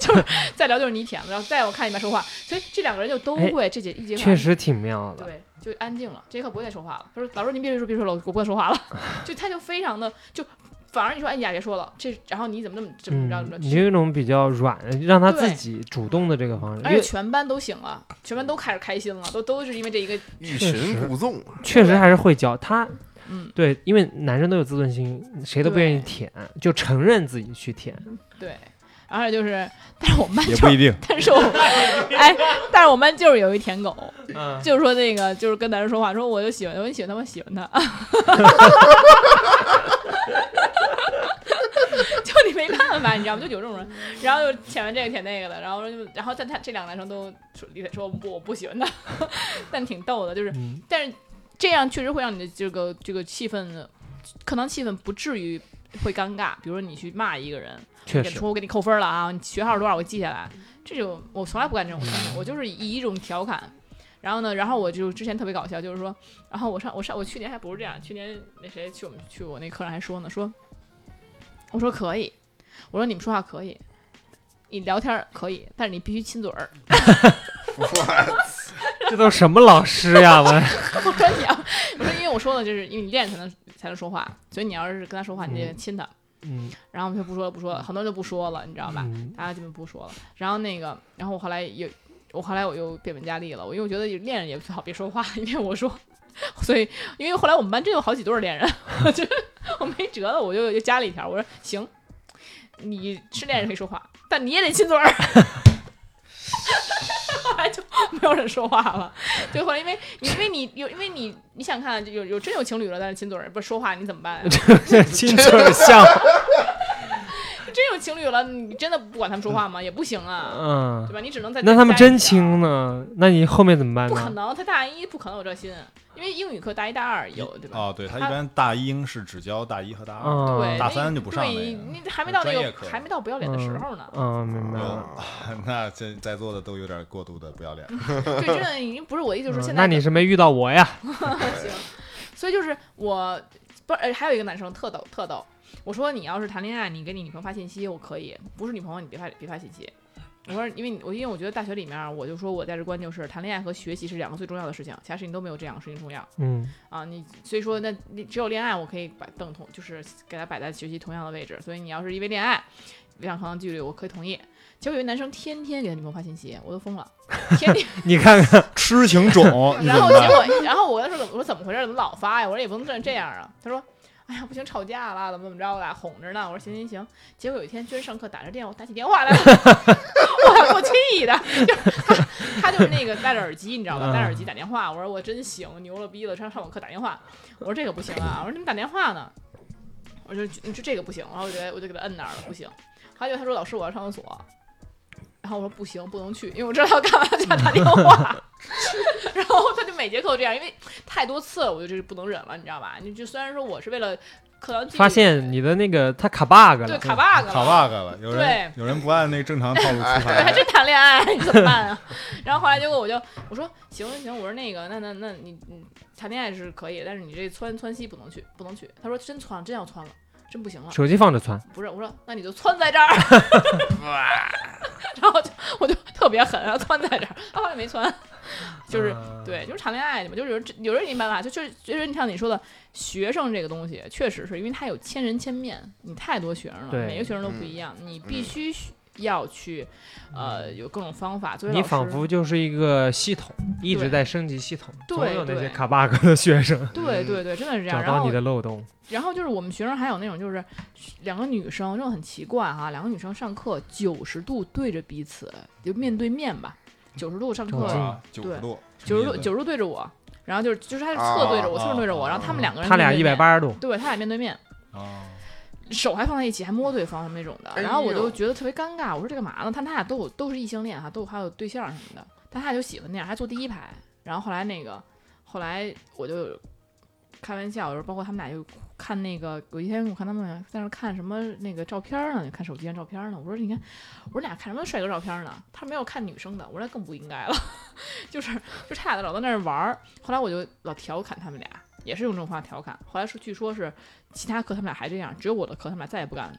[SPEAKER 2] 就是再聊就是你舔了，然后再我看你们说话，所以这两个人就都
[SPEAKER 4] 哎
[SPEAKER 2] 会这节一节课
[SPEAKER 4] 确实挺妙的。
[SPEAKER 2] 对，就安静了，这节课不会再说话了。他说：“老师，您别说别说了，我不会说话了。” 就他就非常的就，反而你说：“哎呀，别说了，这然后你怎么那么怎么着怎么
[SPEAKER 4] 嗯，
[SPEAKER 2] 着？”
[SPEAKER 4] 你有一种比较软，让他自
[SPEAKER 2] 对
[SPEAKER 4] 己主动的这个方式，因
[SPEAKER 2] 而且
[SPEAKER 4] 为
[SPEAKER 2] 全班都醒了，全班都开始开心了，都都是因为这一个，
[SPEAKER 5] 欲
[SPEAKER 4] 确实
[SPEAKER 5] 擒故纵啊，
[SPEAKER 4] 确实还是会教他。
[SPEAKER 2] 嗯，
[SPEAKER 4] 对，因为男生都有自尊心，谁都不愿意
[SPEAKER 2] 对
[SPEAKER 4] 舔，就承认自己去舔。
[SPEAKER 2] 对。然后就是，但是我们班
[SPEAKER 6] 也
[SPEAKER 2] 就
[SPEAKER 6] 不一
[SPEAKER 2] 是，
[SPEAKER 6] 定。
[SPEAKER 2] 但是 我，哎，但是我们班就是有一舔狗，
[SPEAKER 4] 嗯，
[SPEAKER 2] 就是说那个，就是跟男生说话，说我就喜欢，我就喜欢他，我喜欢他。 就你没办法，你知道吗？就有这种人，然后就舔完这个舔那个的，然后就然后但他这两个男生都说理解说不，我不喜欢他， 但挺逗的，就是
[SPEAKER 4] 嗯
[SPEAKER 2] 但是这样确实会让你的这个这个气氛，课堂气氛不至于会尴尬。比如说你去骂一个人，
[SPEAKER 4] 确
[SPEAKER 2] 给
[SPEAKER 4] 实
[SPEAKER 2] 说我给你扣分了啊，你学号多少我记下来。这种我从来不干这种事情，
[SPEAKER 4] 嗯
[SPEAKER 2] 我就是以一种调侃。然后呢，然后我就之前特别搞笑，就是说，然后我上我上我去年还不是这样，去年那谁去我们去我那课上还说呢，说我说可以，我说你们说话可以，你聊天儿可以，但是你必须亲嘴儿。
[SPEAKER 4] 这都什么老师呀？ 我
[SPEAKER 2] 我说你要，我啊 说因为我说的就是因为你练才能才能说话，所以你要是跟他说话，你得亲他。
[SPEAKER 4] 嗯，
[SPEAKER 2] 然后我们就不说了，不说了，很多人就不说了，你知道吧？
[SPEAKER 4] 嗯
[SPEAKER 2] 大家就不说了。然后那个，然后我后来有，我后来我又变本加厉了，我因为我觉得恋人也最好别说话，因为我说， 所以因为后来我们班真有好几对儿恋人， 就是我没辙了，我就又加了一条，我说行，你是恋人可以说话，但你也得亲嘴儿。 后来就没有人说话了，就后来因为你因为你有因为你你想看有有真有情侣了，但是亲嘴儿不是说话，你怎么办呀？啊
[SPEAKER 4] 这亲嘴儿 像，
[SPEAKER 2] 真有情侣了，你真的不管他们说话吗？也不行啊，
[SPEAKER 4] 嗯
[SPEAKER 2] 对，吧？你只能在
[SPEAKER 4] 那他们真
[SPEAKER 2] 亲。
[SPEAKER 4] 亲呢？那你后面怎么办
[SPEAKER 2] 啊不可
[SPEAKER 4] 呢？
[SPEAKER 2] 能，他大一不可能有这心，因为英语课大一大二有，对吧？
[SPEAKER 6] 哦，对他一
[SPEAKER 2] 他
[SPEAKER 6] 般大一英是只教大一和大二，
[SPEAKER 2] 对，
[SPEAKER 6] 哦
[SPEAKER 4] 嗯，
[SPEAKER 6] 大
[SPEAKER 2] 那
[SPEAKER 6] 三就不上了
[SPEAKER 2] 对，
[SPEAKER 6] 呀
[SPEAKER 2] 你还没到那
[SPEAKER 6] 专业课
[SPEAKER 2] 个，还没到不要脸的时候呢。
[SPEAKER 4] 嗯，明白了。
[SPEAKER 5] 啊
[SPEAKER 3] 嗯
[SPEAKER 6] 那这在座的都有点过度的不要 脸。
[SPEAKER 2] 对，真的已经不是我的意思，就是
[SPEAKER 4] 嗯
[SPEAKER 2] 现在
[SPEAKER 4] 那你
[SPEAKER 2] 的
[SPEAKER 4] 是没遇到我呀？
[SPEAKER 2] 所以就是我不是，呃还有一个男生特逗特逗，我说你要是谈恋爱，你给你女朋友发信息，我可以；不是女朋友，你别发别发信息。我说，因为你我因为我觉得大学里面，我就说我价值观就是谈恋爱和学习是两个最重要的事情，其他事情都没有这两个事情重要
[SPEAKER 4] 嗯
[SPEAKER 2] 啊。你所以说那，你只有恋爱，我可以把等同就是给他摆在学习同样的位置。所以你要是因为恋爱两行距离，我可以同意。结果有一男生天天给他女朋友发信息，我都疯了，天天
[SPEAKER 4] 你看看，
[SPEAKER 6] 痴情种，你
[SPEAKER 2] 然
[SPEAKER 6] 怎
[SPEAKER 2] 后
[SPEAKER 6] 么
[SPEAKER 2] 结
[SPEAKER 6] 办？
[SPEAKER 2] 果，然后我跟他说，我说怎么回事？怎么老发呀？我说也不能这这样啊。他说，哎呀，不行，吵架啦，怎么怎么着啦，哄着呢。我说行行行。结果有一天居然上课打着电话，打起电话来了， 我给我气的，就是 他他就是那个戴着耳机，你知道吧？
[SPEAKER 4] 嗯
[SPEAKER 2] 戴着耳机打电话。我说我真行，牛了逼了，上上网课打电话。我说这个不行啊，我说你们打电话呢？我说就就这个不行，然后我觉得我就给他摁那儿了，不行。后来就他说老师我要上厕所，然后我说不行，不能去，因为我知道他要干嘛去打电话。 然后他就每节课都这样，因为太多次了，我就这不能忍了，你知道吧？你就虽然说我是为了课堂纪律
[SPEAKER 4] 发现你的那个他卡 bug 了，嗯
[SPEAKER 2] 对卡 bug 了
[SPEAKER 6] 卡 bug 了，有人
[SPEAKER 2] 对
[SPEAKER 6] 有人不按那个正常套路
[SPEAKER 2] 对，
[SPEAKER 6] 出
[SPEAKER 2] 还
[SPEAKER 6] 牌，
[SPEAKER 2] 真谈恋爱，你怎么办啊？ 然后后来结果我就我说行行行，我说那个那那那你你谈恋爱是可以，但是你这窜窜西不能去，不能去。他说真窜，真要窜了，真不行了。
[SPEAKER 4] 手机放着窜，
[SPEAKER 2] 不是，我说那你就窜在这 儿， 然后就我就特别狠，然后窜在这儿，他后来没窜，就是
[SPEAKER 4] 嗯
[SPEAKER 2] 对，就是谈恋爱去嘛，就是有人有人没办法，就就是就是像你说的，学生这个东西确实是因为他有千人千面，你太多学生了，
[SPEAKER 4] 对
[SPEAKER 2] 每个学生都不一样，你必须要去，呃，有各种方法。作为
[SPEAKER 4] 嗯你
[SPEAKER 2] 老师
[SPEAKER 4] 仿佛就是一个系统，一直
[SPEAKER 2] 对
[SPEAKER 4] 在升级系统，
[SPEAKER 2] 对
[SPEAKER 4] 总有那些
[SPEAKER 2] 对
[SPEAKER 4] 卡 bug 的学生
[SPEAKER 2] 对对对，真的是这样。
[SPEAKER 4] 嗯找
[SPEAKER 2] 然
[SPEAKER 4] 到
[SPEAKER 2] 后
[SPEAKER 4] 你的漏洞。
[SPEAKER 2] 然后就是我们学生还有那种就是两个女生，这种很奇怪哈、两个女生上课九十度对着彼此，就面对面吧，九十度上
[SPEAKER 4] 这么
[SPEAKER 2] 课
[SPEAKER 4] 近
[SPEAKER 6] 九十度，
[SPEAKER 2] 九十度
[SPEAKER 6] 什么意思
[SPEAKER 2] 九十度对着我，然后就是就是他是侧对着我，
[SPEAKER 6] 啊
[SPEAKER 2] 侧面对着我，
[SPEAKER 6] 啊
[SPEAKER 2] 然后他
[SPEAKER 4] 哦
[SPEAKER 2] 们两个人
[SPEAKER 4] 他俩
[SPEAKER 2] 面对
[SPEAKER 4] 一百
[SPEAKER 2] 面，
[SPEAKER 4] 八十度，
[SPEAKER 2] 对他俩面对面，
[SPEAKER 6] 哦，
[SPEAKER 2] 手还放在一起，还摸对方什么那种的，
[SPEAKER 5] 哎呦
[SPEAKER 2] 然后我就觉得特别尴尬，我说这干嘛呢？他他俩都有都是异性恋哈，都有还有对象什么的，但他俩就喜欢那样，还坐第一排。然后后来那个，后来我就开玩笑，我说包括他们俩就看那个，有一天我看他们在那看什么那个照片呢，看手机上照片呢，我说你看，我说你俩看什么帅哥照片呢？他说没有看女生的，我说那更不应该了， 就是就差点老在那儿玩儿。后来我就老调侃他们俩。也是用这种方法调侃，后来说，据说是其他课他们俩还这样，只有我的课他们俩再也不敢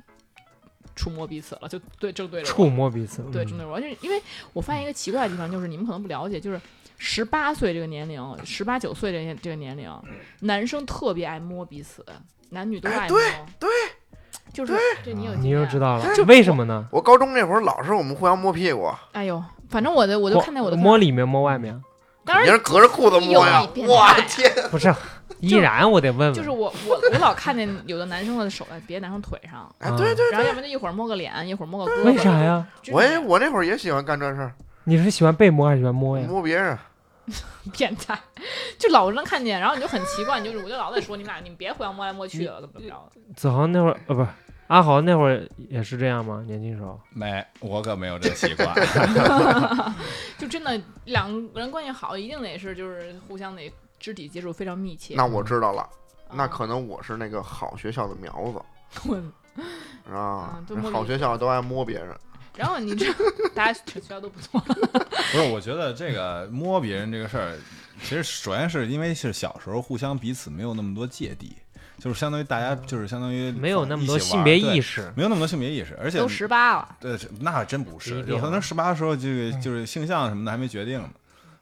[SPEAKER 2] 触摸彼此了，就对正对着我。
[SPEAKER 4] 触摸彼此，
[SPEAKER 2] 对，
[SPEAKER 4] 嗯
[SPEAKER 2] 正对着我，就是因为我发现一个奇怪的地方，就是你们可能不了解，就是十八岁这个年龄，十八九岁这个这个年龄，男生特别爱摸彼此，男女都爱摸。哎对，就是这你有经
[SPEAKER 4] 啊你
[SPEAKER 2] 验
[SPEAKER 4] 又知道了
[SPEAKER 2] 就，
[SPEAKER 4] 为什么呢？
[SPEAKER 5] 我高中那会儿老是我们互相摸屁股，
[SPEAKER 2] 哎呦，反正我的我就看在我的课
[SPEAKER 4] 摸，里面摸 外面，
[SPEAKER 2] 当
[SPEAKER 5] 也
[SPEAKER 2] 然
[SPEAKER 5] 是隔着裤子摸呀
[SPEAKER 2] 又一变！态
[SPEAKER 5] 我天，
[SPEAKER 4] 不是，依然我得问问，
[SPEAKER 2] 就是我我我老看见有的男生的手在别的男生腿上，
[SPEAKER 5] 哎，
[SPEAKER 4] 啊
[SPEAKER 5] 对对，
[SPEAKER 2] 然后要不然就一会儿摸个脸，一会儿摸个胳膊。
[SPEAKER 4] 为啥？呀？
[SPEAKER 5] 我也我那会儿也喜欢干这事儿，
[SPEAKER 4] 你是喜欢被摸还是喜欢摸呀？
[SPEAKER 5] 摸别人。
[SPEAKER 2] 变态，就老能看见，然后你就很奇怪，你就是我就老在说你们俩，你们别互相摸来摸去了，怎么怎么着的。
[SPEAKER 4] 子豪那会儿呃不是阿豪那会儿也是这样吗？年轻时
[SPEAKER 6] 嗯
[SPEAKER 4] 候
[SPEAKER 6] 没，我可没有这习 惯。
[SPEAKER 2] 就真的两个人关系好，一定得是就是互相得肢体接触非常密切。
[SPEAKER 5] 那我知道了，
[SPEAKER 2] 啊
[SPEAKER 5] 那可能我是那个好学校的苗子啊
[SPEAKER 2] 我啊都摸，
[SPEAKER 5] 好学校都爱摸别人。
[SPEAKER 2] 然后你这大家学校都不错，
[SPEAKER 6] 不是，我觉得这个摸别人这个事儿，其实首先是因为是小时候互相彼此没有那么多芥蒂，就是相当于大家就是相当于
[SPEAKER 4] 嗯没有那么多
[SPEAKER 6] 一起玩儿
[SPEAKER 4] 性别
[SPEAKER 6] 对
[SPEAKER 4] 意识，
[SPEAKER 6] 没有那么多性别意识，而且
[SPEAKER 2] 都十八了，
[SPEAKER 6] 对，这那还真不是，
[SPEAKER 4] 不一定嗯
[SPEAKER 6] 有可能十八的时候这个就是性向什么的还没决定呢，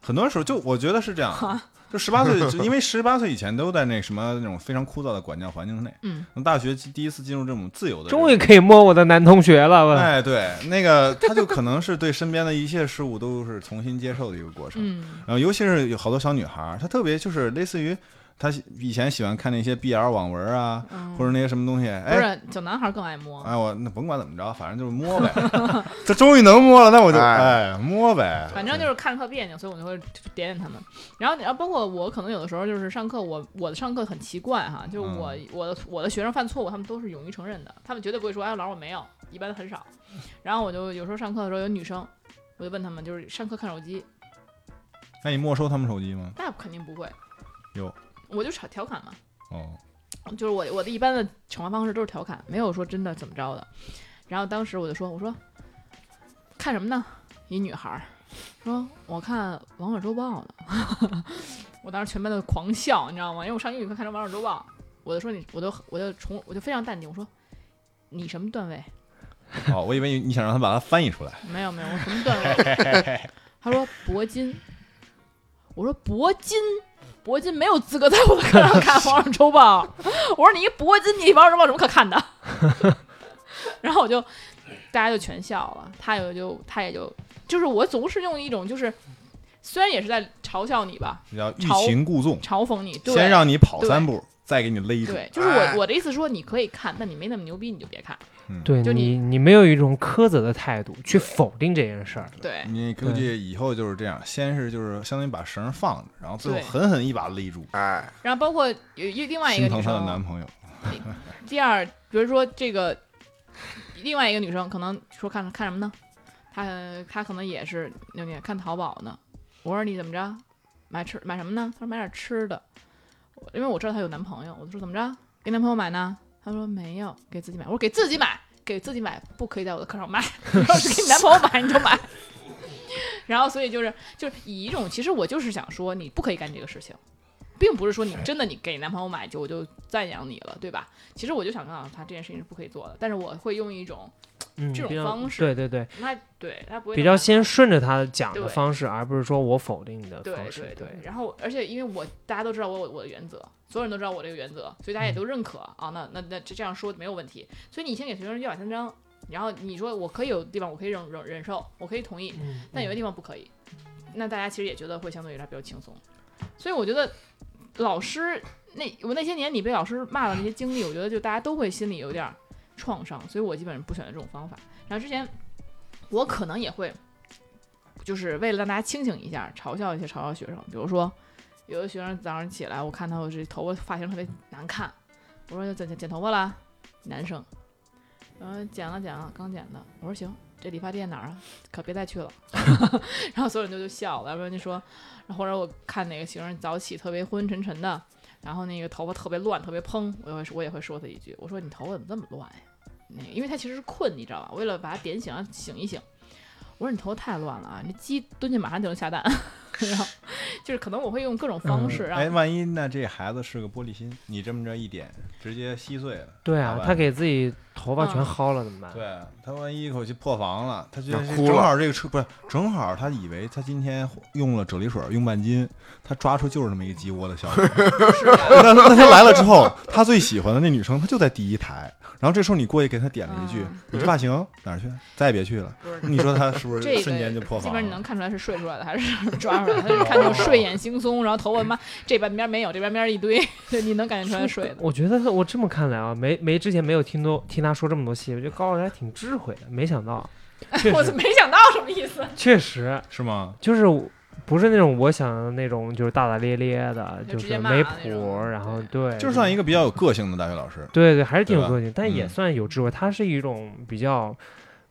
[SPEAKER 6] 很多时候就我觉得是这样，就十八岁，就因为十八岁以前都在那什么那种非常枯燥的管教环境内，
[SPEAKER 2] 嗯，
[SPEAKER 6] 那大学第一次进入这种自由的，
[SPEAKER 4] 终于。可以摸我的男同学了，
[SPEAKER 2] 嗯
[SPEAKER 4] 我
[SPEAKER 6] 哎，对，那个 他就可能是对身边的一切事物都是重新接受的一个过程，
[SPEAKER 2] 嗯，
[SPEAKER 6] 然后尤其是有好多小女孩儿，她特别就是类似于她以前喜欢看那些 BL 网文啊，
[SPEAKER 2] 嗯
[SPEAKER 6] 或者那些什么东西，
[SPEAKER 2] 不
[SPEAKER 6] 哎。
[SPEAKER 2] 是小男孩更爱摸，
[SPEAKER 6] 哎，我那甭管怎么着，反正就是摸呗。 这终于能摸了，那我就
[SPEAKER 5] 哎
[SPEAKER 6] 哎摸呗。
[SPEAKER 2] 反正就是看着特别扭，所以我就会点点他们。然后，然后包括我可能有的时候就是上课，我我的上课很奇怪哈，就是我、我的我的学生犯错误，他们都是勇于承认的，他们绝对不会说哎老师我没有，一般很少。然后我就有时候上课的时候有女生，我就问他们就是上课看手机，
[SPEAKER 6] 那你没收他们手机吗？
[SPEAKER 2] 那肯定不会。
[SPEAKER 6] 有，
[SPEAKER 2] 我就调调侃嘛，
[SPEAKER 6] 哦，
[SPEAKER 2] 就是我我的一般的惩罚方式都是调侃，没有说真的怎么着的。然后当时我就说，我说看什么呢？一女孩儿说我看《王者周报》呢。 我当时全班都狂笑，你知道吗？因为我上英语课看成《王者周报》，我就说你，我就我就从我就非常淡定，我说你什么段位？
[SPEAKER 6] 哦，我以为你想让他把它翻译出来。
[SPEAKER 2] 没有没有，我什么段位？他说铂金，我说铂金，铂金没有资格在我的课上看《王者周报》。我说你一铂金，你《王者周报》有什么可看的？ 然后我就大家就全笑了，他也就他也就就是我总是用一种就是虽然也是在嘲笑你吧，
[SPEAKER 6] 叫欲
[SPEAKER 2] 嘲
[SPEAKER 6] 擒故纵，
[SPEAKER 2] 嘲讽你， 对
[SPEAKER 6] 先让你跑
[SPEAKER 2] 对
[SPEAKER 6] 三步，再给你勒住。
[SPEAKER 2] 对，就是
[SPEAKER 5] 哎
[SPEAKER 2] 我我的意思说你可以看，但你没那么牛逼你就别看，
[SPEAKER 4] 对
[SPEAKER 2] 就
[SPEAKER 4] 你你没有一种苛责的态度去否定这件事儿，
[SPEAKER 2] 对
[SPEAKER 6] 你估计以后就是这样，先是就是相当于把绳儿放着，然后最后
[SPEAKER 2] 对
[SPEAKER 6] 狠狠一把勒住，
[SPEAKER 5] 哎，
[SPEAKER 2] 然后包括有一另外一个
[SPEAKER 6] 心
[SPEAKER 2] 女
[SPEAKER 6] 疼她的
[SPEAKER 2] 生，
[SPEAKER 6] 男朋友。
[SPEAKER 2] 第二，比如说这个另外一个女生，可能说看看什么呢？她她可能也是那个看淘宝呢。我说你怎么着？买吃买什么呢？她说买点吃的。我因为我知道她有男朋友，我就说怎么着？给男朋友买呢？她说没有，给自己买。我说给自己买，给自己买不可以在我的课上买。 要是给你男朋友买你就买。然后所以就是就是以一种，其实我就是想说你不可以干这个事情，并不是说你真的你给男朋友买就我就赞扬你了，对吧？其实我就想告诉他这件事情是不可以做的，但是我会用一种
[SPEAKER 4] 嗯，
[SPEAKER 2] 这种
[SPEAKER 4] 比较
[SPEAKER 2] 方式
[SPEAKER 4] 对对对，
[SPEAKER 2] 那对他不会
[SPEAKER 4] 比较
[SPEAKER 2] 那么
[SPEAKER 4] 先顺着他讲的
[SPEAKER 2] 对
[SPEAKER 4] 方式，而不是说我否定你的
[SPEAKER 2] 对
[SPEAKER 4] 方式，
[SPEAKER 2] 对对，然后而且因为我大家都知道我我我的原则，所有人都知道我这个原则，所以大
[SPEAKER 4] 嗯
[SPEAKER 2] 家也都认可、啊。那那那这这样说没有问题。所以你先给学生一百三张，然后你说我可以有地方我可以忍忍忍受，我可以同意，
[SPEAKER 4] 嗯，
[SPEAKER 2] 但有些地方不可以。那大家其实也觉得会相对于来比较轻松，所以我觉得老师那我那些年你被老师骂的那些经历，我觉得就大家都会心里有点儿创伤，所以我基本上不选择这种方法。然后之前我可能也会，就是为了让大家清醒一下，嘲笑一些嘲笑学生，比如说有的学生早上起来，我看他我这头发发型特别难看，我说剪剪剪头发啦，男生，然后剪了剪了，刚剪的，我说行，这理发店哪儿啊？可别再去了。然后所有人就就笑了，要不然就说，然后或者我看哪个学生早起特别昏昏沉沉的，然后那个头发特别乱，特别蓬，我也会说我也会说他一句，我说你头发怎么这么乱呀？那个，因为他其实是困，你知道吧？为了把他点醒，让他醒一醒。我说你头太乱了啊！你鸡蹲下马上就能下蛋， 然后就是可能我会用各种方式让
[SPEAKER 6] 哎，万一那这孩子是个玻璃心，你这么着一点，直接稀碎了。
[SPEAKER 4] 对
[SPEAKER 6] 好
[SPEAKER 4] 啊，
[SPEAKER 6] 吧
[SPEAKER 4] 他给自己头发全
[SPEAKER 2] 嗯
[SPEAKER 4] 薅了怎么办？
[SPEAKER 6] 对他万一一口气破防了，他觉得
[SPEAKER 5] 那
[SPEAKER 6] 是
[SPEAKER 5] 哭
[SPEAKER 6] 正
[SPEAKER 5] 了
[SPEAKER 6] 好这个车不是正好他以为他今天用了啫喱水用半斤，他抓出就是这么一个鸡窝的效果。
[SPEAKER 2] 啊
[SPEAKER 6] 那那天来了之后，他最喜欢的那女生，她就在第一排，然后这时候你过去给他点了一句：“
[SPEAKER 2] 嗯
[SPEAKER 6] 你这发型哪儿去？再也别去了。”你说他是不
[SPEAKER 2] 这
[SPEAKER 6] 是
[SPEAKER 2] 个
[SPEAKER 6] 瞬间就破
[SPEAKER 2] 基
[SPEAKER 6] 防
[SPEAKER 2] 本
[SPEAKER 6] 了？
[SPEAKER 2] 上你能看出来是睡出来的还是抓出来的，他一看就是睡眼惺忪，然后头发妈这半边没有，这半边一堆， 对你能感觉出来睡的。
[SPEAKER 4] 我觉得我这么看来啊，没没之前没有听多听他说这么多戏，我觉得高老师还挺智慧的，没想 到，确
[SPEAKER 2] 我
[SPEAKER 4] 实
[SPEAKER 2] 没想到什么意思，
[SPEAKER 4] 确实
[SPEAKER 6] 是吗？
[SPEAKER 4] 就是我不是那种我想的那种就是大大咧咧的，
[SPEAKER 2] 就
[SPEAKER 4] 就
[SPEAKER 2] 直接
[SPEAKER 4] 是
[SPEAKER 2] 骂
[SPEAKER 4] 没
[SPEAKER 2] 那
[SPEAKER 4] 谱，
[SPEAKER 2] 种
[SPEAKER 4] 然后对，
[SPEAKER 6] 就是算一个比较有个性的大学老师。
[SPEAKER 4] 对对，还是挺有
[SPEAKER 6] 对吧
[SPEAKER 4] 个性，但也
[SPEAKER 6] 嗯
[SPEAKER 4] 算有智慧。它是一种比较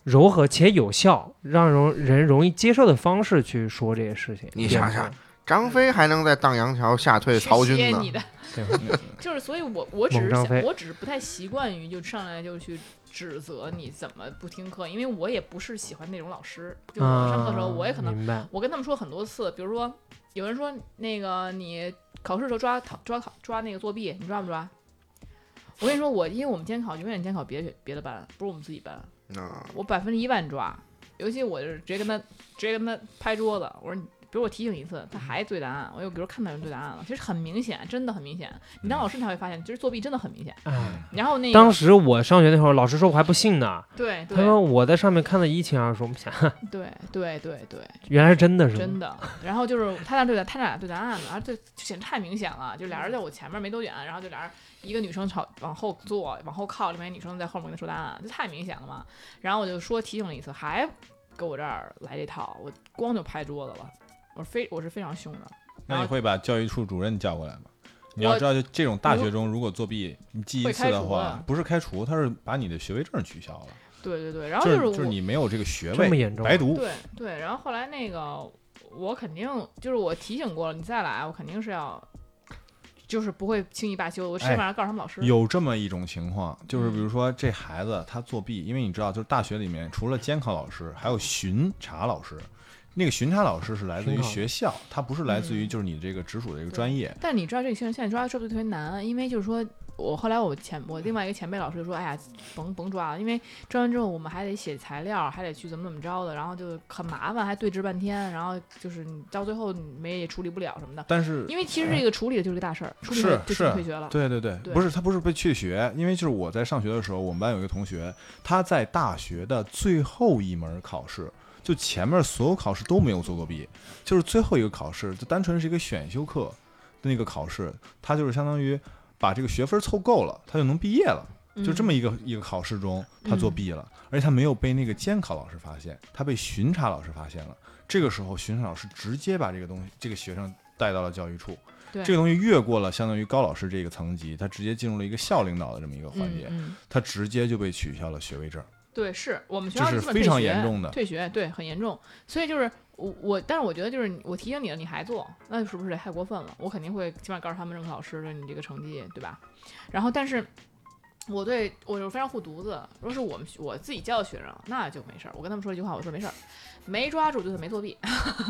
[SPEAKER 4] 柔和且有效，让容人容易接受的方式去说这些事情。
[SPEAKER 5] 你
[SPEAKER 4] 辩
[SPEAKER 5] 想
[SPEAKER 4] 护
[SPEAKER 5] 想，张飞还能在荡阳桥吓退曹军
[SPEAKER 2] 谢谢
[SPEAKER 5] 呢
[SPEAKER 2] 你。的，
[SPEAKER 4] 对
[SPEAKER 2] 就是所以我我只是
[SPEAKER 4] 猛张
[SPEAKER 2] 想，
[SPEAKER 4] 飞
[SPEAKER 2] 我只是不太习惯于就上来就去。指责你怎么不听课，因为我也不是喜欢那种老师。 就我上课的时候，
[SPEAKER 4] 啊
[SPEAKER 2] 我也可能
[SPEAKER 4] 明白，
[SPEAKER 2] 我跟他们说很多次，比如说有人说那个你考试的时候抓考抓考抓那个作弊，你抓不抓？我跟你说，我因为我们监考永远监考别的别的班，不是我们自己班，
[SPEAKER 5] 嗯，
[SPEAKER 2] 我百分之一万抓。尤其我就是直接跟他直接跟他拍桌子，我说你，比如我提醒一
[SPEAKER 4] 嗯
[SPEAKER 2] 次，他还对答案，我又比如看到人对答案了，其实很明显，真的很明显。你当老师你才会发现，就是作弊真的很明显。
[SPEAKER 4] 哎，
[SPEAKER 2] 然后那个
[SPEAKER 4] 嗯当时我上学那会儿，老师说我还不信呢，
[SPEAKER 2] 对
[SPEAKER 4] 他
[SPEAKER 2] 对
[SPEAKER 4] 说我在上面看的一清二楚，我们想
[SPEAKER 2] 对对对对，
[SPEAKER 4] 原来是真的是吗？
[SPEAKER 2] 真的。然后就是他俩对答，他俩对答案了，然后这就显得太明显了，就俩人在我前面没多远，然后就俩人一个女生朝往后坐，往后靠，另外一个女生在后面跟他说答案，这太明显了嘛。然后我就说提醒了一次，还给我这儿来这套，我光就拍桌子了。我是非我是非常凶的，
[SPEAKER 6] 那你会把教育处主任叫过来吗？你
[SPEAKER 2] 啊我
[SPEAKER 6] 要知道，就这种大学中，如果作弊，你记一
[SPEAKER 2] 会
[SPEAKER 6] 次
[SPEAKER 2] 开
[SPEAKER 6] 的
[SPEAKER 2] 除啊
[SPEAKER 6] 话
[SPEAKER 2] 的，
[SPEAKER 6] 不是开除，他是把你的学位证取消了。
[SPEAKER 2] 对对对。然后
[SPEAKER 6] 就是
[SPEAKER 2] 我、
[SPEAKER 6] 就是你没有这个学
[SPEAKER 4] 这么
[SPEAKER 6] 位，
[SPEAKER 4] 严重啊？
[SPEAKER 6] 白
[SPEAKER 2] 啊
[SPEAKER 6] 读。
[SPEAKER 2] 对对，然后后来那个我肯定就是我提醒过了，你再来我肯定是要。就是不会轻易罢休的，我起
[SPEAKER 6] 哎
[SPEAKER 2] 码要告诉他们老师。
[SPEAKER 6] 有这么一种情况，就是
[SPEAKER 2] 嗯
[SPEAKER 6] 比如说这孩子他作弊，因为你知道，就是大学里面除了监考老师，还有巡查老师。那个巡查老师是来自
[SPEAKER 4] 巡
[SPEAKER 6] 于
[SPEAKER 4] 考
[SPEAKER 6] 学校，他不是来自于
[SPEAKER 2] 嗯
[SPEAKER 6] 就是你这个直属的一个
[SPEAKER 2] 对
[SPEAKER 6] 专业。
[SPEAKER 2] 但你知道这个现在现在抓抓不特别难，因为就是说我后来我前我另外一个前辈老师就说，哎呀，甭甭抓了，因为抓完之后我们还得写材料，还得去怎么怎么着的，然后就很麻烦，还对峙半天，然后就是你到最后你没也处理不了什么的。
[SPEAKER 6] 但是
[SPEAKER 2] 因为其实这个处理的就是个大事儿，处理了就是请退学了。
[SPEAKER 6] 对对对，
[SPEAKER 2] 对
[SPEAKER 6] 不是他不是被退学，因为就是我在上学的时候，我们班有一个同学，他在大学的最后一门考试，就前面所有考试都没有做作弊，就是最后一个考试就单纯是一个选修课的那个考试，他就是相当于把这个学分凑够了，他就能毕业了。就这么
[SPEAKER 2] 嗯
[SPEAKER 6] 一个一个考试中，他作弊了，而且他没有被那个监考老师发现，他被巡查老师发现了。这个时候，巡查老师直接把这个东西，这个学生带到了教育处。
[SPEAKER 2] 对
[SPEAKER 6] 这个东西越过了相当于高老师这个层级，他直接进入了一个校领导的这么一个环节，
[SPEAKER 2] 嗯嗯
[SPEAKER 6] 他直接就被取消了学位证。
[SPEAKER 2] 对，是我们学
[SPEAKER 6] 这
[SPEAKER 2] 校
[SPEAKER 6] 是
[SPEAKER 2] 基本
[SPEAKER 6] 非
[SPEAKER 2] 退
[SPEAKER 6] 常
[SPEAKER 2] 学
[SPEAKER 6] 严重的
[SPEAKER 2] 退学，对，很严重。所以就是我我，但是我觉得就是你我提醒你了，你还做，那是不是也太过分了？我肯定会起码告诉他们任课老师的你这个成绩，对吧？然后，但是我对我就是非常护犊子，如果是我们我自己教的学生，那就没事儿。我跟他们说一句话，我说没事儿，没抓住就是没作弊，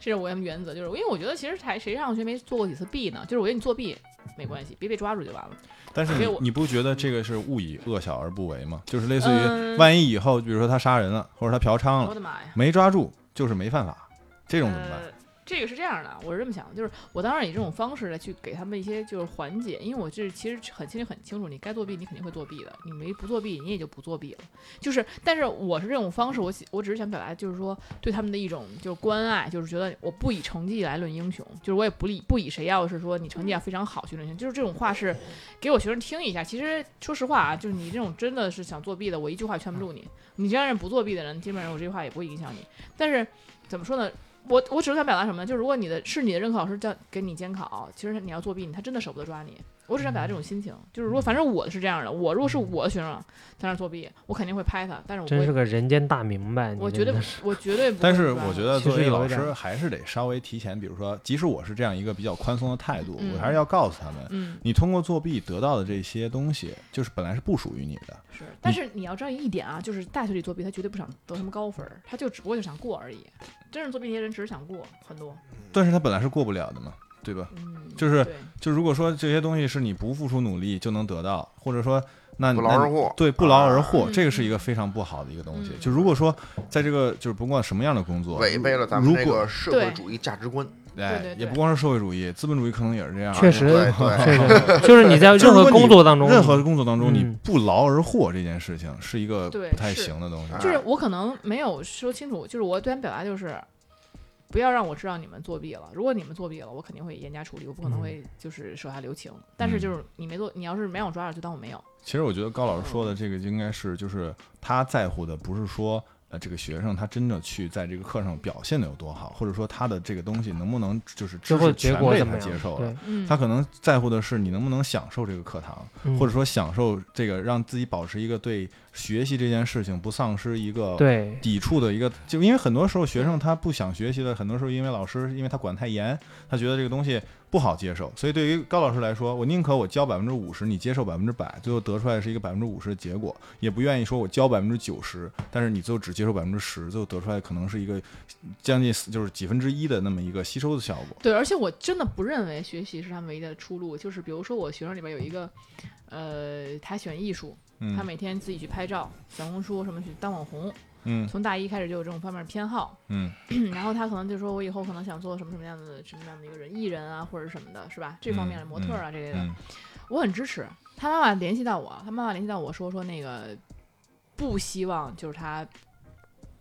[SPEAKER 2] 这是我的原则。就是因为我觉得其实才谁上学没做过几次弊呢？就是我觉得你作弊没关系，别被抓住就完了。
[SPEAKER 6] 但是
[SPEAKER 2] 所以
[SPEAKER 6] 你
[SPEAKER 2] 我
[SPEAKER 6] 你不觉得这个是勿以恶小而不为吗？就是类似
[SPEAKER 2] 嗯
[SPEAKER 6] 于万一以后，比如说他杀人了，或者他嫖娼
[SPEAKER 2] 我
[SPEAKER 6] 了，
[SPEAKER 2] 的妈呀！
[SPEAKER 6] 没抓住就是没犯法，这种怎么办？
[SPEAKER 2] 呃，这个是这样的，我是这么想的，就是我当然以这种方式来去给他们一些就是缓解，因为我这其实很心里很清楚，你该作弊你肯定会作弊的，你没不作弊你也就不作弊了。就是，但是我是这种方式，我喜我只是想表达就是说对他们的一种就是关爱，就是觉得我不以成绩来论英雄，就是我也不理不以谁要是说你成绩要非常好去论英雄，就是这种话是给我学生听一下。其实说实话啊，就是你这种真的是想作弊的，我一句话劝不住你。你这样不作弊的人，基本上我这句话也不会影响你。但是怎么说呢？我我只是想表达什么呢？就如果你的是你的任课老师叫给你监考，其实你要作弊，他真的舍不得抓你。我只想表达这
[SPEAKER 4] 嗯
[SPEAKER 2] 种心情，就是如果反正我是这样的，我如果是我的学生在那儿作弊，我肯定会拍他，但是我不
[SPEAKER 4] 真是
[SPEAKER 2] 会，
[SPEAKER 4] 个人间大明白。你
[SPEAKER 2] 我绝
[SPEAKER 4] 真
[SPEAKER 2] 对
[SPEAKER 4] 的
[SPEAKER 2] 不
[SPEAKER 4] 是
[SPEAKER 2] 我绝 对不会抓。
[SPEAKER 6] 但是我觉得
[SPEAKER 4] 其实
[SPEAKER 6] 作为
[SPEAKER 4] 有
[SPEAKER 6] 老
[SPEAKER 4] 一点
[SPEAKER 6] 师还是得稍微提前，比如说，即使我是这样一个比较宽松的态度，
[SPEAKER 2] 嗯
[SPEAKER 6] 我还是要告诉他们，
[SPEAKER 2] 嗯
[SPEAKER 6] 你通过作弊得到的这些东西，就是本来是不属于你的。
[SPEAKER 2] 是，但是你要知道一点啊，就是大学里作弊，他绝对不想得什么高分儿，他就只不过就想过而已。真正作弊那些人只是想过，很多。
[SPEAKER 6] 但是他本来是过不了的嘛，对吧？
[SPEAKER 2] 嗯，
[SPEAKER 6] 就是
[SPEAKER 2] 对
[SPEAKER 6] 就如果说这些东西是你不付出努力就能得到，或者说那
[SPEAKER 5] 不
[SPEAKER 6] 那
[SPEAKER 5] 劳而
[SPEAKER 6] 你
[SPEAKER 5] 获
[SPEAKER 6] 对，不劳而
[SPEAKER 5] 啊
[SPEAKER 6] 获，
[SPEAKER 2] 嗯
[SPEAKER 6] 这个是一个非常不好的一个东西。
[SPEAKER 2] 嗯
[SPEAKER 6] 就如果说在这个就是不管什么样的工作，
[SPEAKER 5] 违背了咱们
[SPEAKER 6] 如
[SPEAKER 5] 这
[SPEAKER 6] 果
[SPEAKER 5] 个社会主义价值观。
[SPEAKER 6] 哎
[SPEAKER 2] 对对，
[SPEAKER 6] 也不
[SPEAKER 2] 对
[SPEAKER 6] 光是社会主义，资本主义可能也是这样。
[SPEAKER 4] 确实
[SPEAKER 5] 对 对
[SPEAKER 4] 确实，就是你在
[SPEAKER 6] 就是
[SPEAKER 4] 任何
[SPEAKER 6] 如果你
[SPEAKER 4] 工作当中，
[SPEAKER 6] 任何工作当中，你
[SPEAKER 4] 嗯
[SPEAKER 6] 不劳而获这件事情是一个
[SPEAKER 2] 对
[SPEAKER 6] 不太
[SPEAKER 2] 是
[SPEAKER 6] 行的东西。
[SPEAKER 2] 就是
[SPEAKER 5] 哎
[SPEAKER 2] 我可能没有说清楚，就是我对他们表达就是，不要让我知道你们作弊了。如果你们作弊了，我肯定会严加处理，我不可能
[SPEAKER 4] 嗯
[SPEAKER 2] 会就是手下留情。但
[SPEAKER 6] 嗯
[SPEAKER 2] 是就是你没做，你要是没让我抓着，就当我没有。
[SPEAKER 6] 其实我觉得高老师说的这个应该是，就是他在乎的不是说，呃，这个学生他真的去在这个课上表现的有多好，或者说他的这个东西能不能就是知
[SPEAKER 4] 最后
[SPEAKER 6] 识
[SPEAKER 4] 结
[SPEAKER 6] 全
[SPEAKER 4] 果
[SPEAKER 6] 被
[SPEAKER 4] 怎
[SPEAKER 6] 他
[SPEAKER 4] 么样？
[SPEAKER 6] 接受了
[SPEAKER 4] 对。，
[SPEAKER 2] 嗯，
[SPEAKER 6] 他可能在乎的是你能不能享受这个课堂，
[SPEAKER 4] 嗯
[SPEAKER 6] 或者说享受这个让自己保持一个对学习这件事情不丧失一个
[SPEAKER 4] 嗯对
[SPEAKER 6] 抵触的一个，就因为很多时候学生他不想学习的，很多时候因为老师因为他管太严，他觉得这个东西不好接受，所以对于高老师来说，我宁可我教百分之五十，你接受百分之百，最后得出来是一个百分之五十的结果，也不愿意说我教百分之九十，但是你最后只接受百分之十，最后得出来可能是一个将近四就是几分之一的那么一个吸收的效果。
[SPEAKER 2] 对，而且我真的不认为学习是他们唯一的出路。就是比如说我学生里边有一个，呃，他喜欢艺术，
[SPEAKER 6] 嗯
[SPEAKER 2] 他每天自己去拍照，小红书什么去当网红，
[SPEAKER 6] 嗯
[SPEAKER 2] 从大一开始就有这种方面的偏好。
[SPEAKER 6] 嗯
[SPEAKER 2] 然后他可能就说我以后可能想做什么什么样的什么样的一个人，艺人啊或者什么的，是吧？这方面的
[SPEAKER 6] 嗯
[SPEAKER 2] 模特儿啊这类的，
[SPEAKER 6] 嗯
[SPEAKER 2] 我很支持。他妈妈联系到我，他妈妈联系到我说说那个不希望就是他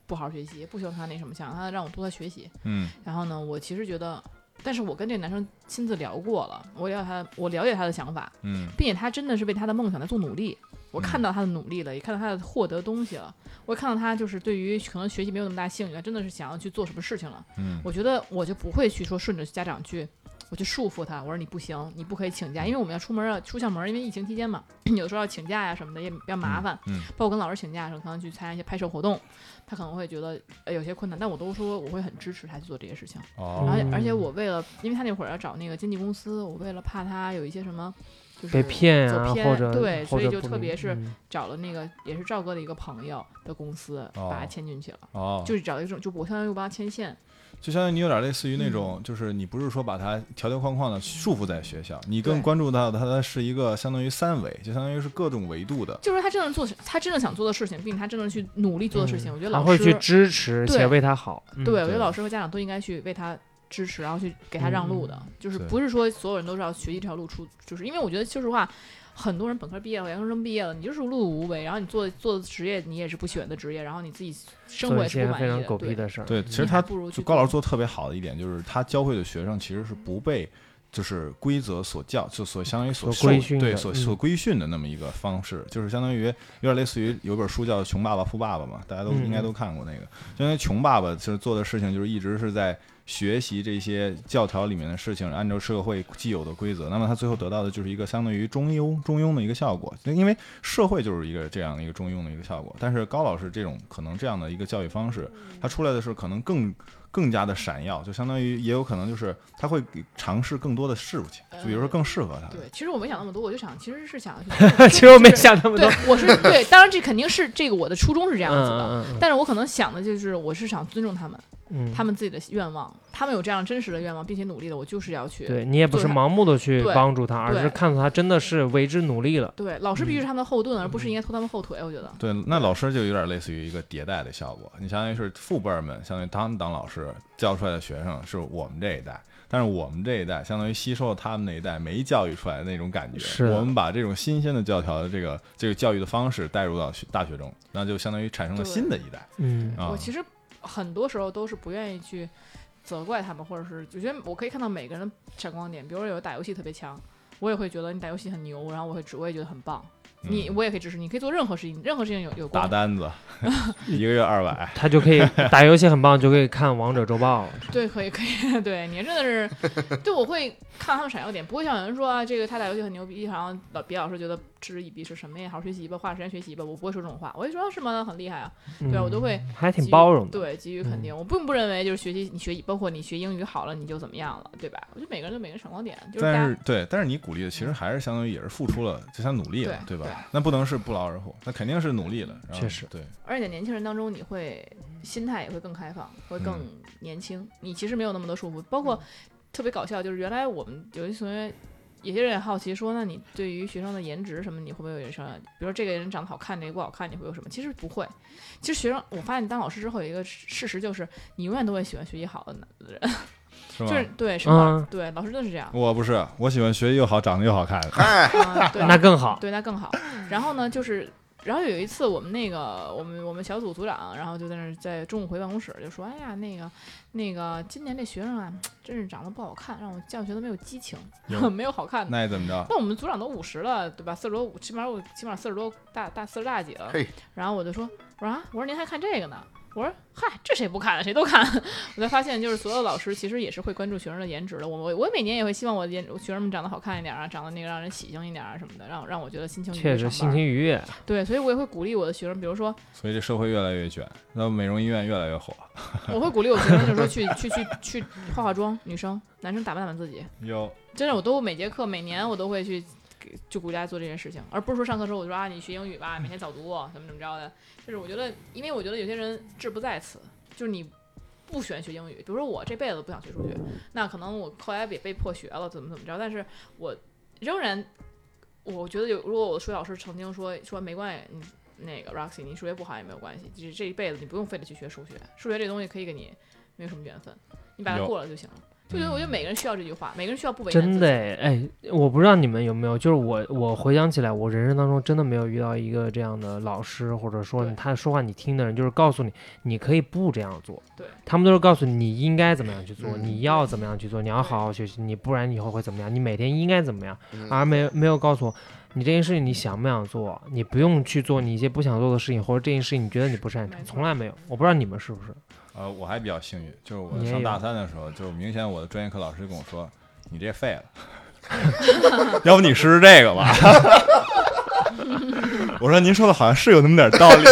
[SPEAKER 2] 不好好学习，不希望他那什么，想让他让我多学习。
[SPEAKER 6] 嗯
[SPEAKER 2] 然后呢，我其实觉得，但是我跟这个男生亲自聊过了，我了解他，我了解他的想法，
[SPEAKER 6] 嗯
[SPEAKER 2] 并且他真的是为他的梦想在做努力。我
[SPEAKER 6] 嗯
[SPEAKER 2] 看到他的努力了，也看到他的获得东西了，我也看到他就是对于可能学习没有那么大兴趣，他真的是想要去做什么事情了。
[SPEAKER 6] 嗯
[SPEAKER 2] 我觉得我就不会去说顺着家长去，我去束缚他。我说你不行，你不可以请假，因为我们要出门啊，出校门，因为疫情期间嘛， 有的时候要请假呀、什么的也比较麻烦。
[SPEAKER 6] 嗯
[SPEAKER 2] 包括跟老师请假的时候，可能去参加一些拍摄活动，他可能会觉得呃有些困难，但我都说我会很支持他去做这些事情。
[SPEAKER 6] 哦
[SPEAKER 2] 而且而且
[SPEAKER 4] 嗯
[SPEAKER 2] 我为了，因为他那会儿要找那个经纪公司，我为了怕他有一些什么。就是
[SPEAKER 4] 被骗啊，
[SPEAKER 2] 走偏
[SPEAKER 4] 或者
[SPEAKER 2] 对，所
[SPEAKER 4] 或
[SPEAKER 2] 以
[SPEAKER 4] 者
[SPEAKER 2] 就
[SPEAKER 4] 不
[SPEAKER 2] 特
[SPEAKER 4] 明
[SPEAKER 2] 别是
[SPEAKER 4] 嗯
[SPEAKER 2] 找了那个也是赵哥的一个朋友的公司，
[SPEAKER 6] 哦
[SPEAKER 2] 把他牵进去了，
[SPEAKER 6] 哦，
[SPEAKER 2] 就是找一种就我相当于我帮他牵线，
[SPEAKER 6] 就相当于你有点类似于那种，就是你不是说把它条条框框的束缚在学校，你更
[SPEAKER 2] 对
[SPEAKER 6] 关注到的它是一个相当于三维，就相当于是各种维度的。
[SPEAKER 2] 就是他真正做，他真正想做的事情，并且他真正去努力做的事情，
[SPEAKER 4] 嗯
[SPEAKER 2] 我觉得
[SPEAKER 4] 还
[SPEAKER 2] 老
[SPEAKER 4] 会
[SPEAKER 2] 师
[SPEAKER 4] 去支持
[SPEAKER 2] 对
[SPEAKER 4] 且为他好。嗯
[SPEAKER 2] 对，我觉
[SPEAKER 6] 对
[SPEAKER 2] 得老师和家长都应该去为他支持，然后去给他让路的，
[SPEAKER 4] 嗯
[SPEAKER 2] 就是
[SPEAKER 6] 对
[SPEAKER 2] 不是说所有人都知道学习这条路出，就是因为我觉得说实话，很多人本科毕业了，研究生毕业了，你就是碌碌无为，然后你做做的职业你也是不喜欢的职业，然后你自己生活
[SPEAKER 4] 做一
[SPEAKER 2] 也是
[SPEAKER 4] 些
[SPEAKER 2] 不满
[SPEAKER 4] 非
[SPEAKER 2] 意
[SPEAKER 4] 常狗
[SPEAKER 2] 的，
[SPEAKER 4] 屁
[SPEAKER 2] 对，
[SPEAKER 4] 的事儿。
[SPEAKER 6] 对，其实
[SPEAKER 2] 你
[SPEAKER 6] 他
[SPEAKER 2] 还不如
[SPEAKER 6] 就
[SPEAKER 2] 去
[SPEAKER 6] 高老师做得特别好的一点，就是他教会的学生其实是不被就是规则所教，就所相当于所
[SPEAKER 4] 所规
[SPEAKER 6] 受
[SPEAKER 4] 训
[SPEAKER 6] 对
[SPEAKER 4] 的
[SPEAKER 6] 所
[SPEAKER 4] 嗯
[SPEAKER 6] 所规训的那么一个方式，就是相当于有点类似于有本书叫《穷爸爸富爸爸》嘛，大家都
[SPEAKER 4] 嗯
[SPEAKER 6] 应该都看过那个。相当于穷爸爸就是做的事情，就是一直是在学习这些教条里面的事情，按照社会既有的规则，那么他最后得到的就是一个相当于中庸中庸的一个效果，因为社会就是一个这样的一个中庸的一个效果。但是高老师这种可能这样的一个教育方式，
[SPEAKER 2] 嗯
[SPEAKER 6] 他出来的时候可能更更加的闪耀，就相当于也有可能就是他会给尝试更多的事情，就比如说更适合他的。
[SPEAKER 2] 嗯对，其实我没想那么多，我就想其实是 想去，
[SPEAKER 4] 其实我没想那么
[SPEAKER 2] 对
[SPEAKER 4] 多。，
[SPEAKER 2] 我是对，当然这肯定是这个我的初衷是这
[SPEAKER 4] 这
[SPEAKER 2] 样子的。
[SPEAKER 4] 嗯嗯
[SPEAKER 2] 但是我可能想的就是，我是想尊重他们，
[SPEAKER 4] 嗯，
[SPEAKER 2] 他
[SPEAKER 4] 们
[SPEAKER 2] 们自己的愿望，他们有这样真实的愿望，并且努力的，我就是要去。
[SPEAKER 4] 对你也不
[SPEAKER 2] 做
[SPEAKER 4] 是
[SPEAKER 2] 他
[SPEAKER 4] 盲目的去
[SPEAKER 2] 对
[SPEAKER 4] 帮助他，而
[SPEAKER 2] 对
[SPEAKER 4] 是看到他真的是为之努力了。
[SPEAKER 2] 对老师
[SPEAKER 4] 嗯
[SPEAKER 2] 必须是他们的后盾，而不是应该拖他们后腿。我觉得，
[SPEAKER 6] 对，那老师就有点类似于一个迭代的效果。你相当于是父辈儿们，相当于他们当老师教出来的学生是我们这一代，但是我们这一代相当于吸收了他们那一代没教育出来的那种感觉。
[SPEAKER 4] 是
[SPEAKER 6] 我们把这种新鲜的教条的这个这个教育的方式带入到学大学中，那就相当于产生了
[SPEAKER 2] 对
[SPEAKER 6] 新的一代。
[SPEAKER 4] 嗯，
[SPEAKER 6] 啊
[SPEAKER 2] 我其实很多时候都是不愿意去责怪他们，或者是我觉得我可以看到每个人的闪光点。比如说有人打游戏特别强，我也会觉得你打游戏很牛，然后我会只我也觉得很棒。你
[SPEAKER 6] 嗯
[SPEAKER 2] 我也可以支持你，可以做任何事情，任何事情有有
[SPEAKER 6] 打
[SPEAKER 2] 关。
[SPEAKER 6] 单子，一个月二百，
[SPEAKER 4] 他就可 以打游戏很棒，就可以看王者周报。
[SPEAKER 2] 对，可以可以， 对你真的是，对我会看他们闪耀点，不会像有人说啊，这个他打游戏很牛逼，好像老别老是觉得嗤之以鼻，是什么呀？好好学习吧，花时间学习吧，我不会说这种话，我会说啊是吗？很厉害啊，
[SPEAKER 4] 对
[SPEAKER 2] 啊我都会
[SPEAKER 4] 嗯还
[SPEAKER 2] 给
[SPEAKER 4] 挺
[SPEAKER 2] 予
[SPEAKER 4] 包容的。嗯
[SPEAKER 2] 对，给予肯定。我并不认为就是学习，你学包括你学英语好了，你就怎么样了，对吧？我觉得每个人都每个人闪光点， 就是大
[SPEAKER 6] 但
[SPEAKER 2] 家
[SPEAKER 6] 是对，但是你鼓励的其实还是相当于也是付出了，就像努力了，
[SPEAKER 2] 对
[SPEAKER 6] 对
[SPEAKER 2] 对
[SPEAKER 6] 吧？那不能是不劳而获，那肯定是努力了。然后
[SPEAKER 4] 确实
[SPEAKER 6] 对，
[SPEAKER 2] 而且年轻人当中，你会心态也会更开放，会更年轻。你其实没有那么多束缚，包括特别搞笑，就是原来我们有些同学，有些人也好奇说，那你对于学生的颜值什么，你会不会有点商量？比如说这个人长得好看，这个不好看，你会有什么？其实不会。其实学生，我发现当老师之后有一个事实就是，你永远都会喜欢学习好的人，
[SPEAKER 6] 是
[SPEAKER 2] 就
[SPEAKER 6] 吗？
[SPEAKER 2] 是对，是吧？
[SPEAKER 4] 嗯
[SPEAKER 2] 对，老师都是这样。
[SPEAKER 6] 我不是，我喜欢学习又好，长得又好看。
[SPEAKER 5] 嗨，
[SPEAKER 2] 啊， 对，
[SPEAKER 4] 那更好，
[SPEAKER 2] 对，那更好。然后呢，就是，然后有一次我们那个我们我们小组组长，然后就在那儿在中午回办公室就说，哎呀，那个那个今年这学生啊，真是长得不好看，让我教学都没有激情，
[SPEAKER 6] 哟
[SPEAKER 2] 没有好看的。
[SPEAKER 6] 那你怎么着？
[SPEAKER 2] 那我们组长都五十了，对吧？四十多，起码我起码四十多大大四十大几了
[SPEAKER 5] 嘿。
[SPEAKER 2] 然后我就说，我说啊，我说您还看这个呢？我说嗨，这谁不看啊？谁 都看。我才发现，就是所有老师其实也是会关注学生的颜值的。我我我每年也会希望我的颜我学生们长得好看一点啊，长得那个让人喜庆一点啊什么的，让让我觉得心情愉悦
[SPEAKER 4] 确
[SPEAKER 2] 上
[SPEAKER 4] 实
[SPEAKER 2] 班
[SPEAKER 4] 心情愉悦。
[SPEAKER 2] 对，所以我也会鼓励我的学生，比如说
[SPEAKER 6] 所以这社会越来越卷，那美容医院越来越火。
[SPEAKER 2] 我会鼓励我学生，就是说去去去去化化妆，女生男生打扮打扮自己。
[SPEAKER 6] 哟，
[SPEAKER 2] 真的，我都每节课每年我都会去给就鼓励大家做这件事情，而不是说上课时候我就说啊你学英语吧，每天早读啊怎么怎么着的。就是我觉得，因为我觉得有些人志不在此，就是你不喜欢学英语，比如说我这辈子都不想学数学，那可能我后来也被迫学了，怎么怎么着，但是我仍然我觉得有，如果我的数学老师曾经说说没关系，你那个 Roxy 你数学不好也没有关系，就是这一辈子你不用非得去学数学，数学这东西可以给你没有什么缘分，你把它
[SPEAKER 6] 有
[SPEAKER 2] 过了就行了。就觉得我觉得每个人需要这句话，每个人需要不为难自己。
[SPEAKER 4] 真的哎，哎我不知道你们有没有，就是我我回想起来，我人生当中真的没有遇到一个这样的老师，或者说
[SPEAKER 2] 对
[SPEAKER 4] 他说话你听的人，就是告诉你你可以不这样做，
[SPEAKER 2] 对
[SPEAKER 4] 他们都是告诉你你应该怎么样去做，
[SPEAKER 5] 嗯
[SPEAKER 4] 你要怎么样去做，你要好好学习，你不然以后会怎么样，你每天应该怎么样，
[SPEAKER 5] 嗯
[SPEAKER 6] 啊
[SPEAKER 4] 而没有没有告诉我。你这件事情你想不想做？你不用去做你一些不想做的事情，或者这件事情你觉得你不擅
[SPEAKER 2] 没
[SPEAKER 4] 长，
[SPEAKER 2] 错
[SPEAKER 4] 从来没有。我不知道你们是不 是？
[SPEAKER 6] 呃，我还比较幸运，就是我
[SPEAKER 4] 你也
[SPEAKER 6] 上大
[SPEAKER 4] 有
[SPEAKER 6] 三的时候，就是明显我的专业课老师跟我说：“你这废了， 要不你试试这个吧。” 我说：“您说的好像是有那么点道理。”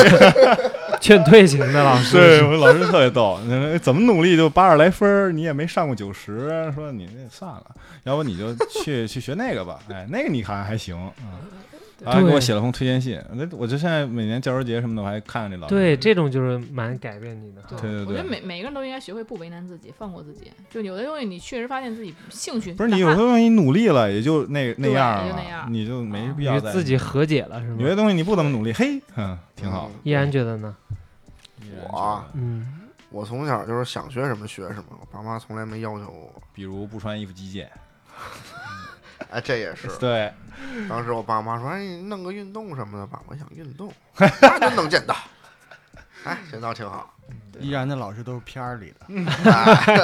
[SPEAKER 4] 劝退型的老 师，
[SPEAKER 6] 对，我老师特别逗，那哎怎么努力就八十来分儿，你也没上过九十，说你那算了，要不你就去去学那个吧，哎，那个你好像还行啊。然后还给我写了封推荐信，那我就现在每年教师节什么的，我还看看这老师。
[SPEAKER 4] 对，这种就是蛮改变你的哈。
[SPEAKER 6] 对对
[SPEAKER 2] 我觉得
[SPEAKER 6] 对
[SPEAKER 2] 每每个人都应该学会不为难自己，放过自己。就有的东西，你确实发现自己兴趣
[SPEAKER 6] 不是你有
[SPEAKER 2] 哪
[SPEAKER 6] 时
[SPEAKER 2] 怕
[SPEAKER 6] 候你努力了，也就那那
[SPEAKER 2] 对
[SPEAKER 6] 样儿
[SPEAKER 2] 也就
[SPEAKER 6] 了
[SPEAKER 2] 那样儿
[SPEAKER 6] 你就没必要
[SPEAKER 4] 与
[SPEAKER 6] 再
[SPEAKER 4] 自己和解了是
[SPEAKER 6] 有些
[SPEAKER 4] 吗？
[SPEAKER 6] 东西你不怎么努力，嘿，嗯，挺好。
[SPEAKER 4] 依然觉得呢？
[SPEAKER 5] 我啊
[SPEAKER 4] 嗯，
[SPEAKER 5] 我从小就是想学什么学什么，我爸妈从来没要求我。
[SPEAKER 6] 比如不穿衣服击剑，
[SPEAKER 5] 哎，这也是，
[SPEAKER 6] 对，
[SPEAKER 5] 当时我爸妈说：“哎，你弄个运动什么的吧。”我想运 动，那就能剑道。哎，剑道挺好。哎
[SPEAKER 3] 依然的老师都是片儿里的，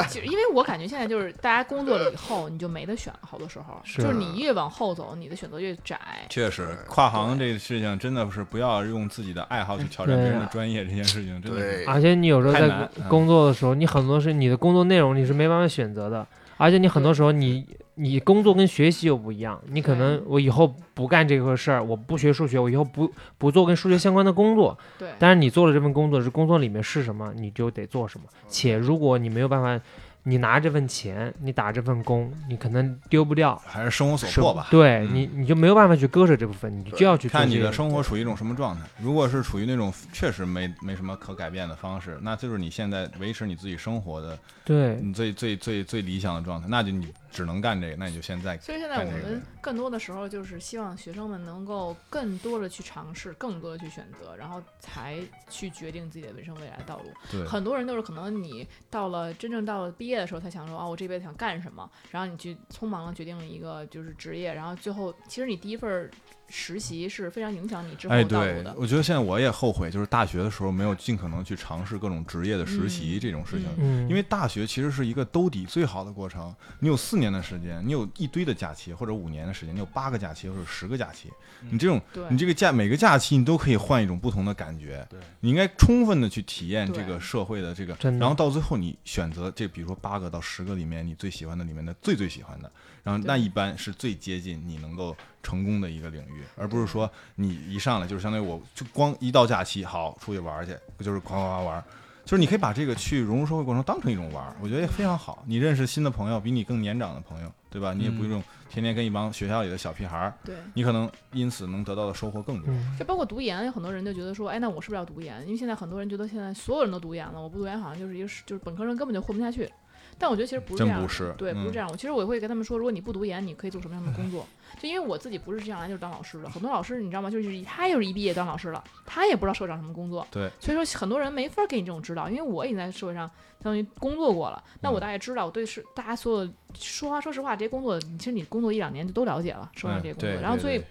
[SPEAKER 2] 其实因为我感觉现在就是大家工作了以后，你就没得选了，好多时候
[SPEAKER 4] 是
[SPEAKER 2] 就是你越往后走，你的选择越窄。
[SPEAKER 6] 确实，跨行这个事情真的是不要用自己的爱好去挑战别人的
[SPEAKER 4] 对
[SPEAKER 6] 专业，这件事情真的是
[SPEAKER 5] 对，
[SPEAKER 4] 而且你有时候
[SPEAKER 6] 哎太
[SPEAKER 4] 在
[SPEAKER 6] 难嗯
[SPEAKER 4] 工工作的时候，你很多是你的工作内容你是没办法选择的，而且你很多时候你你工作跟学习又不一样，你可能我以后不干这个事儿，我不学数学，我以后不不做跟数学相关的工作，
[SPEAKER 2] 对，
[SPEAKER 4] 但是你做了这份工作，是工作里面是什么，你就得做什么。
[SPEAKER 6] 嗯
[SPEAKER 4] 且如果你没有办法，你拿这份钱，你打这份工，你可能丢不掉，
[SPEAKER 6] 还是生活所
[SPEAKER 4] 是
[SPEAKER 6] 迫吧。
[SPEAKER 4] 对
[SPEAKER 6] 嗯
[SPEAKER 4] 你，你就没有办法去割舍这部分，你就
[SPEAKER 5] 对
[SPEAKER 4] 要去做
[SPEAKER 6] 看你
[SPEAKER 4] 这
[SPEAKER 6] 的
[SPEAKER 4] 个
[SPEAKER 6] 生活处于一种什么状态。如果是处于那种确实没没什么可改变的方式，那就是你现在维持你自己生活的
[SPEAKER 4] 对
[SPEAKER 6] 你最最最最理想的状态，那就你只能干这个，那你就现在
[SPEAKER 2] 所以现在我们更多的时候就是希望学生们能够更多的去尝试，更多的去选择，然后才去决定自己的人生未来的道路。
[SPEAKER 6] 对
[SPEAKER 2] 很多人都是可能你到了真正到了毕业的时候才想说啊，我这辈子想干什么，然后你去匆忙的决定了一个就是职业，然后最后其实你第一份实习是非常影响你之后
[SPEAKER 6] 哎，
[SPEAKER 2] 道路
[SPEAKER 6] 对
[SPEAKER 2] 的，。
[SPEAKER 6] 我觉得现在我也后悔，就是大学的时候没有尽可能去尝试各种职业的实习
[SPEAKER 2] 嗯
[SPEAKER 6] 这种事情，
[SPEAKER 4] 嗯，
[SPEAKER 6] 因为大学其实是一个兜底最好的过程。你有四年的时间，你有一堆的假期，或者五年的时间，你有八个假期或者十个假期。你这种，
[SPEAKER 2] 对
[SPEAKER 6] 你这个假每个假期你都可以换一种不同的感觉。
[SPEAKER 3] 对
[SPEAKER 6] 你应该充分的去体验这
[SPEAKER 2] 对
[SPEAKER 6] 个社会的这个，
[SPEAKER 4] 真的
[SPEAKER 6] 然后到最后你选择这，比如说八个到十个里面你最喜欢的里面的最最喜欢的，然后
[SPEAKER 2] 对
[SPEAKER 6] 那一般是最接近你能够成功的一个领域，而不是说你一上来就是相当于我就光一到假期好出去玩儿去，就是夸夸夸玩儿。就是你可以把这个去融入社会过程当成一种玩儿，我觉得也非常好。你认识新的朋友，比你更年长的朋友，对吧？你也不
[SPEAKER 4] 嗯
[SPEAKER 6] 用天天跟一帮学校里的小屁孩儿，
[SPEAKER 2] 对，
[SPEAKER 6] 你可能因此能得到的收获更多。
[SPEAKER 4] 嗯
[SPEAKER 2] 就包括读研，有很多人就觉得说，哎，那我是不是要读研？因为现在很多人觉得现在所有人都读研了，我不读研好像就是一个就是本科生根本就混不下去。但我觉得其实不是这
[SPEAKER 6] 真
[SPEAKER 2] 样的，
[SPEAKER 6] 不是
[SPEAKER 2] 对，不是
[SPEAKER 6] 嗯
[SPEAKER 2] 这样。我其实我会跟他们说，如果你不读研，你可以做什么样的工作？就因为我自己不是这样来就是当老师的，很多老师你知道吗？就是一他就是一毕业当老师了，他也不知道社会上什么工作，
[SPEAKER 6] 对，
[SPEAKER 2] 所以说很多人没法给你这种指导，因为我已经在社会上相当于工作过了，那我
[SPEAKER 6] 嗯
[SPEAKER 2] 大概知道，我对是大家所有的说话，说实话，这些工作，其实你工作一两年就都了解了，社会上
[SPEAKER 6] 嗯
[SPEAKER 2] 这些工作，
[SPEAKER 6] 对
[SPEAKER 2] 然后
[SPEAKER 6] 对
[SPEAKER 2] 所以
[SPEAKER 6] 对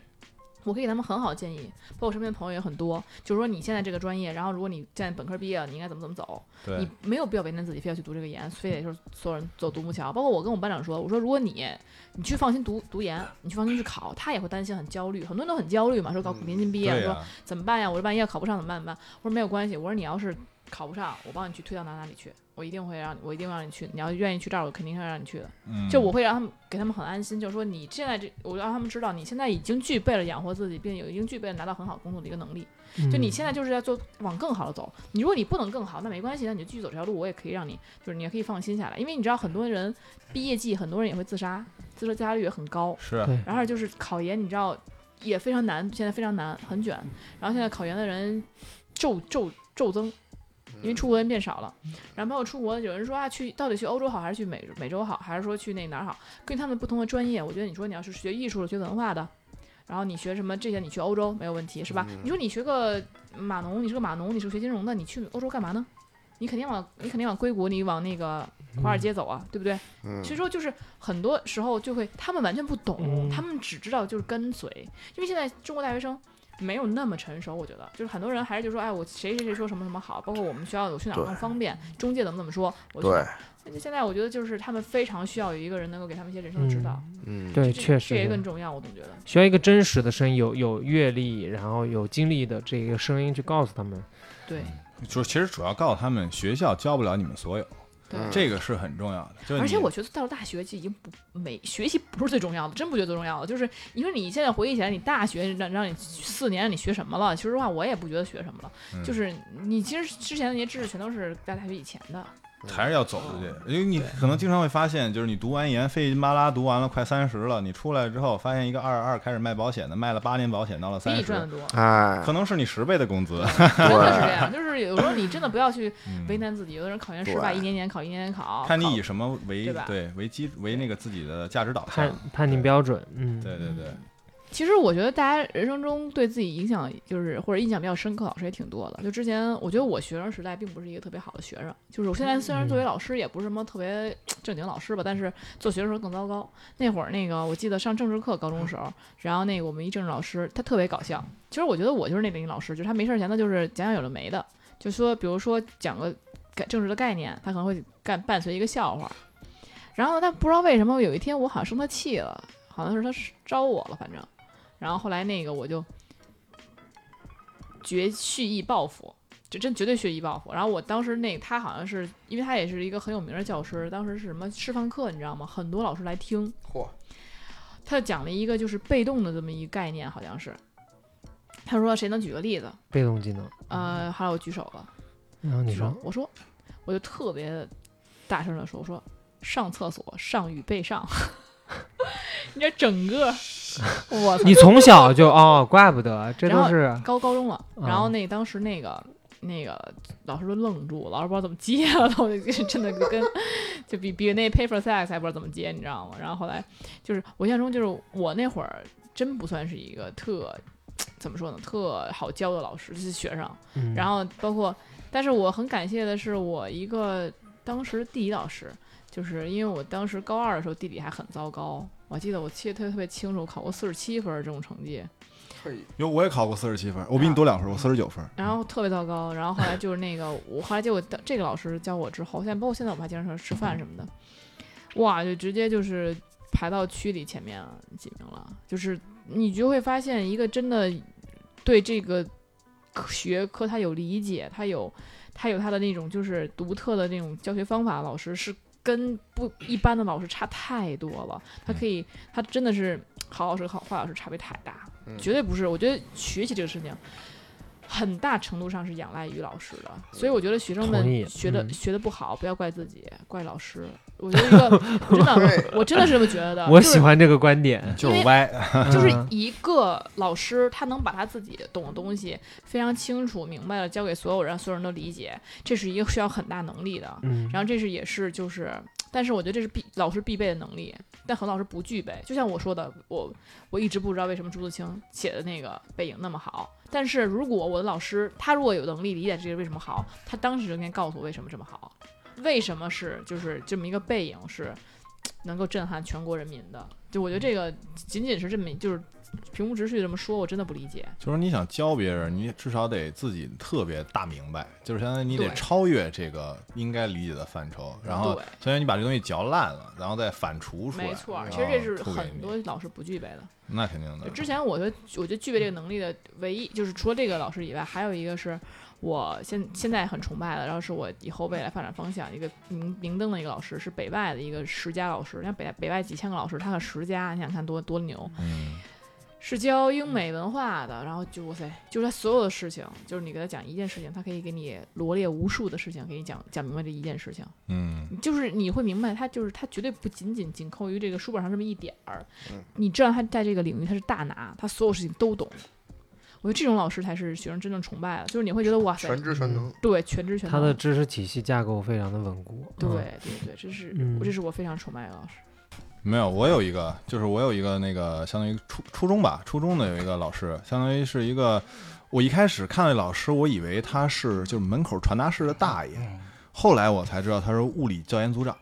[SPEAKER 2] 我可以给他们很好的建议，包括我身边的朋友也很多，就是说你现在这个专业，然后如果你现在本科毕业了，你应该怎么怎么走，
[SPEAKER 6] 对
[SPEAKER 2] 你没有必要为难自己，非要去读这个研，非得就是所有人走独木桥。包括我跟我们班长说，我说如果你你去放心读读研，你去放心去考，他也会担心很焦虑，很多人都很焦虑嘛，说搞临近毕业，
[SPEAKER 6] 对
[SPEAKER 2] 说
[SPEAKER 6] 呀、
[SPEAKER 2] 怎么办呀？我这万一要考不上怎么办？怎么办？我说没有关系，我说你要是考不上，我帮你去推到哪哪里去，我一定会让你，我一定让你去。你要愿意去这儿，我肯定会让你去的。
[SPEAKER 6] 嗯
[SPEAKER 2] 就我会让他们给他们很安心，就是说你现在这，我让他们知道你现在已经具备了养活自己，并有已经具备了拿到很好工作的一个能力。
[SPEAKER 4] 嗯
[SPEAKER 2] 就你现在就是在做往更好的走。你如果你不能更好，那没关系，那你就继续走这条路，我也可以让你，就是你也可以放心下来。因为你知道很多人毕业季，很多人也会自杀，自杀自杀率也很高。
[SPEAKER 6] 是
[SPEAKER 4] 对
[SPEAKER 2] 然后就是考研，你知道也非常难，现在非常难，很卷。然后现在考研的人骤骤骤增，
[SPEAKER 5] 嗯
[SPEAKER 2] 因为出国人变少了。然后包括出国，有人说啊，去到底去欧洲好，还是去美美洲好，还是说去那哪儿好？根据他们不同的专业，我觉得你说你要是学艺术的、学文化的，然后你学什么这些，你去欧洲没有问题，是吧？
[SPEAKER 5] 嗯
[SPEAKER 2] 你说你学个码农，你是个码农，你是个学金融的，你去欧洲干嘛呢？你肯定往你肯定往硅谷，你往那个华尔街走啊，对不对？
[SPEAKER 5] 嗯，
[SPEAKER 2] 所以说就是很多时候就会，他们完全不懂，
[SPEAKER 4] 嗯
[SPEAKER 2] 他们只知道就是跟随，因为现在中国大学生没有那么成熟，我觉得就是很多人还是就说，哎，我谁谁谁说什么什么好，包括我们学校有去哪儿
[SPEAKER 5] 对
[SPEAKER 2] 更方便，中介怎么怎么说，我去哪
[SPEAKER 5] 对
[SPEAKER 2] 儿。，但是现在我觉得就是他们非常需要有一个人能够给他们一些人生的指导，
[SPEAKER 5] 嗯，
[SPEAKER 4] 对，
[SPEAKER 2] 这
[SPEAKER 4] 确
[SPEAKER 2] 这也
[SPEAKER 4] 实
[SPEAKER 2] 更
[SPEAKER 4] 是
[SPEAKER 2] 重要，我总觉得。
[SPEAKER 4] 需要一个真实的声音，有有阅历，然后有经历的这个声音去告诉他们。
[SPEAKER 2] 对，
[SPEAKER 6] 就其实主要告诉他们，学校教不了你们所有，
[SPEAKER 2] 对
[SPEAKER 5] 嗯
[SPEAKER 6] 这个是很重要的。就
[SPEAKER 2] 而且
[SPEAKER 6] 你
[SPEAKER 2] 我觉得到了大学就已经不没学习不是最重要的，真不觉得最重要的。就是因为你现在回忆起来，你大学让让你四年你学什么了？其实实话我也不觉得学什么了，
[SPEAKER 6] 嗯
[SPEAKER 2] 就是你其实之前的那些知识全都是在大学以前的。
[SPEAKER 5] 嗯
[SPEAKER 6] 还是要走出去，因为你可能经常会发现，就是你读完研费劲巴拉读完了快三十了，你出来之后发现一个二十二开始卖保险的，卖了八年保险到了
[SPEAKER 2] 比你
[SPEAKER 6] 三
[SPEAKER 2] 赚的
[SPEAKER 6] 十，
[SPEAKER 2] 多，
[SPEAKER 5] 哎
[SPEAKER 6] 可，能是你十倍的工资。
[SPEAKER 2] 真的是这 样。就是有时候你真的不要去
[SPEAKER 6] 嗯
[SPEAKER 2] 为难自己，有的人考研失败，一年年考，一年年考，
[SPEAKER 6] 看你
[SPEAKER 2] 考
[SPEAKER 6] 以什么为
[SPEAKER 2] 对吧
[SPEAKER 6] 对为基为那个自己的价值导向
[SPEAKER 4] 判。判定标准，嗯，
[SPEAKER 6] 对对对，
[SPEAKER 2] 其实我觉得大家人生中对自己影响就是或者印象比较深刻的老师也挺多的。就之前我觉得我学生时代并不是一个特别好的学生，就是我现在虽然作为老师也不是什么特别正经老师吧，但是做学生时候更糟糕。那会儿那个我记得上政治课，高中时候，然后那个我们一政治老师他特别搞笑。其实我觉得我就是那种老师，就是他没事儿闲的，就是讲讲有的没的，就说比如说讲个概政治的概念，他可能会干伴随一个笑话。然后呢，但不知道为什么有一天我好像生他气了，好像是他招我了，反正。然后后来那个我就绝蓄意报复，这真绝对蓄意报复。然后我当时那他好像是因为他也是一个很有名的教师，当时是什么示范课你知道吗？很多老师来听，
[SPEAKER 5] 嚯，
[SPEAKER 2] 他就讲了一个就是被动的这么一个概念，好像是。他说谁能举个例子？
[SPEAKER 4] 被动技能。
[SPEAKER 2] 呃，后来我举手了，
[SPEAKER 4] 然嗯后你
[SPEAKER 2] 举手
[SPEAKER 4] 说，
[SPEAKER 2] 我说，我就特别大声的说，我说上厕所上与被上， 你这整 个，我操！
[SPEAKER 4] 你从小就哦，怪不得这
[SPEAKER 2] 然
[SPEAKER 4] 都
[SPEAKER 2] 后
[SPEAKER 4] 是
[SPEAKER 2] 高高中了，
[SPEAKER 4] 嗯
[SPEAKER 2] 然后那当时那个那个老师都愣住， 老师不知道怎么接了，我就真的就跟就比比那 paper sex 还不知道怎么接，你知道吗？然后后来就是我印象中就是我那会儿真不算是一个特怎么说呢，特好教的老师，就是学生。
[SPEAKER 4] 嗯
[SPEAKER 2] 然后包括，但是我很感谢的是我一个当时地理老师，就是因为我当时高二的时候地理还很糟糕，我记得我记得特别特别清楚，考过四十七分儿这种成绩。
[SPEAKER 6] 因为我也考过四十七分，我比你多两分，我四十九分。
[SPEAKER 2] 然后特别糟糕，然后后来就是那个，我后来结果这个老师教我之后，现在包括现在我们还经常说吃饭什么的，哇，就直接就是排到区里前面了几名了，就是你就会发现一个真的对这个科学科他有理解，他有他有他的那种就是独特的那种教学方法，老师是跟不一般的老师差太多了，
[SPEAKER 4] 嗯
[SPEAKER 2] 他可以他真的是好老师和好坏老师差别太大，
[SPEAKER 5] 嗯
[SPEAKER 2] 绝对不是，我觉得学习这个事情。很大程度上是仰赖于老师的，所以我觉得学生
[SPEAKER 4] 嗯同意
[SPEAKER 2] 们学的、
[SPEAKER 4] 嗯
[SPEAKER 2] 学的不好，不要怪自己，怪老师。我觉得一个真的，
[SPEAKER 5] 对
[SPEAKER 2] 我真的是这么觉得的。
[SPEAKER 4] 我
[SPEAKER 2] 就是
[SPEAKER 4] 喜欢这个观点，
[SPEAKER 6] 就是歪，
[SPEAKER 2] 就是
[SPEAKER 4] 嗯
[SPEAKER 2] 一个老师，他能把他自己懂的东西非常清楚、明白了教给所有人，所有人都理解，这是一个需要很大能力的。
[SPEAKER 4] 嗯，
[SPEAKER 2] 然后这是也是就是，但是我觉得这是必老师必备的能力，但很多老师不具备。就像我说的，我我一直不知道为什么朱自清写的那个《背影》那么好，但是如果我的老师他如果有能力理解这个为什么好，他当时就应该告诉我为什么这么好，为什么是就是这么一个背影是能够震撼全国人民的。就我觉得这个仅仅是这么一就是平铺直叙这么说，我真的不理解。
[SPEAKER 6] 就是你想教别人，你至少得自己特别大明白，就是相当于你得
[SPEAKER 2] 对
[SPEAKER 6] 超越这个应该理解的范畴，然后
[SPEAKER 2] 对
[SPEAKER 6] 相当于你把这东西嚼烂了，然后再反刍出来。
[SPEAKER 2] 没错儿，
[SPEAKER 6] 然
[SPEAKER 2] 其
[SPEAKER 6] 后
[SPEAKER 2] 实这是
[SPEAKER 6] 吐给
[SPEAKER 2] 很
[SPEAKER 6] 你
[SPEAKER 2] 多老师不具备的。
[SPEAKER 6] 那肯定的。
[SPEAKER 2] 之前我觉得我觉得具备这个能力的唯一就是除了这个老师以外，还有一个是我现现在很崇拜的，然后是我以后未来发展方向一个明明灯的一个老师，是北外的一个十佳老师。你看北北外几千个老师，他可十佳，你想看多多牛，
[SPEAKER 6] 嗯，
[SPEAKER 2] 是教英美文化的。然后就哇塞，就是他所有的事情，就是你给他讲一件事情，他可以给你罗列无数的事情，给你讲讲明白这一件事情。
[SPEAKER 6] 嗯，
[SPEAKER 2] 就是你会明白，他就是他绝对不仅仅紧扣于这个书本上这么一点儿
[SPEAKER 5] 嗯，
[SPEAKER 2] 你知道他在这个领域他是大拿，他所有事情都懂。我觉得这种老师才是学生真正崇拜的，就是你会觉得哇塞，
[SPEAKER 5] 全知全能，
[SPEAKER 2] 对，全知全
[SPEAKER 4] 他
[SPEAKER 2] 能。
[SPEAKER 4] 的嗯知识体系架构非常的稳固，
[SPEAKER 2] 对
[SPEAKER 4] 嗯
[SPEAKER 2] 对对，这是、
[SPEAKER 4] 嗯
[SPEAKER 2] 这是我非常崇拜的老师。
[SPEAKER 6] 没有，我有一个，就是我有一个那个，相当于初初中吧，初中的有一个老师，相当于是一个，我一开始看那老师，我以为他是就是门口传达室的大爷，后来我才知道他是物理教研组长，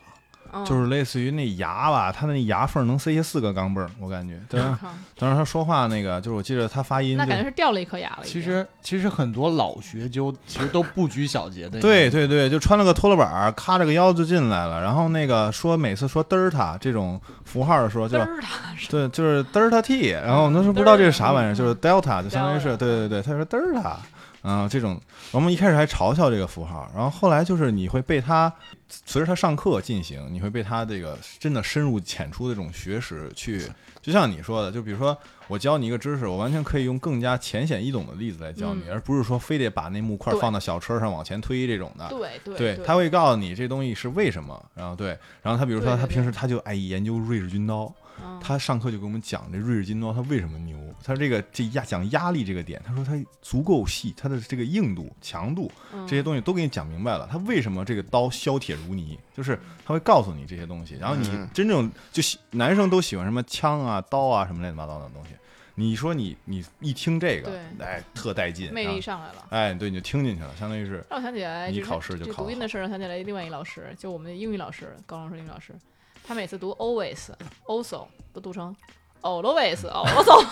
[SPEAKER 2] 嗯、
[SPEAKER 6] 就是类似于那牙吧，他那牙缝能塞下四个钢镚儿，我感觉。对
[SPEAKER 2] 我
[SPEAKER 6] 吧，
[SPEAKER 2] 靠
[SPEAKER 6] 当时他说话那个，就是我记得他发音
[SPEAKER 2] 那
[SPEAKER 6] 就
[SPEAKER 2] 感觉。是掉了一颗牙了已经。
[SPEAKER 3] 其实其实很多老学究其实都不拘小节的。
[SPEAKER 6] 对，对对，就穿了个拖拉板儿，咔着个腰就进来了。然后那个说每次说嘚儿他这种符号的时候，就
[SPEAKER 2] 嘚
[SPEAKER 6] 把
[SPEAKER 2] 儿他是
[SPEAKER 6] 对，就是德尔塔 T，然后我们是不知道这是啥玩意儿，
[SPEAKER 2] 嗯
[SPEAKER 6] 就是 delta，就相当于是
[SPEAKER 2] delta
[SPEAKER 6] 对对对，他说德尔塔，啊，这种我们一开始还嘲笑这个符号，然后后来就是你会被他随着他上课进行，你会被他这个真的深入浅出的这种学识去，就像你说的，就比如说我教你一个知识，我完全可以用更加浅显易懂的例子来教你，
[SPEAKER 2] 嗯
[SPEAKER 6] 而不是说非得把那木块
[SPEAKER 2] 对
[SPEAKER 6] 放到小车上往前推这种的。
[SPEAKER 2] 对对
[SPEAKER 6] 对，他会告诉你这东西是为什么，然后对，然后他比如说
[SPEAKER 2] 对
[SPEAKER 6] 他
[SPEAKER 2] 对
[SPEAKER 6] 平时他就爱研究瑞士军刀，
[SPEAKER 2] 嗯
[SPEAKER 6] 他上课就给我们讲这瑞士金刀它为什么牛，他这个这压讲压力这个点，他说它足够细，它的这个硬度、强度
[SPEAKER 2] 嗯
[SPEAKER 6] 这些东西都给你讲明白了，他为什么这个刀削铁如泥，就是他会告诉你这些东西，然后你
[SPEAKER 5] 嗯
[SPEAKER 6] 真正就喜男生都喜欢什么枪啊、刀啊什么乱七八糟的东西，你说你你一听这个，
[SPEAKER 2] 对
[SPEAKER 6] 哎，特带劲，
[SPEAKER 2] 魅
[SPEAKER 6] 然
[SPEAKER 2] 力
[SPEAKER 6] 后
[SPEAKER 2] 上来了。
[SPEAKER 6] 哎，对，你就听进去了，相当于是
[SPEAKER 2] 让我想起来，
[SPEAKER 6] 你
[SPEAKER 2] 就是
[SPEAKER 6] 考试就
[SPEAKER 2] 这
[SPEAKER 6] 考
[SPEAKER 2] 读音
[SPEAKER 6] 好
[SPEAKER 2] 的事儿，让我想起来另外一老师，就我们的英语老师，高中时候英语老师，他每次读 always、also 都读成 always、also，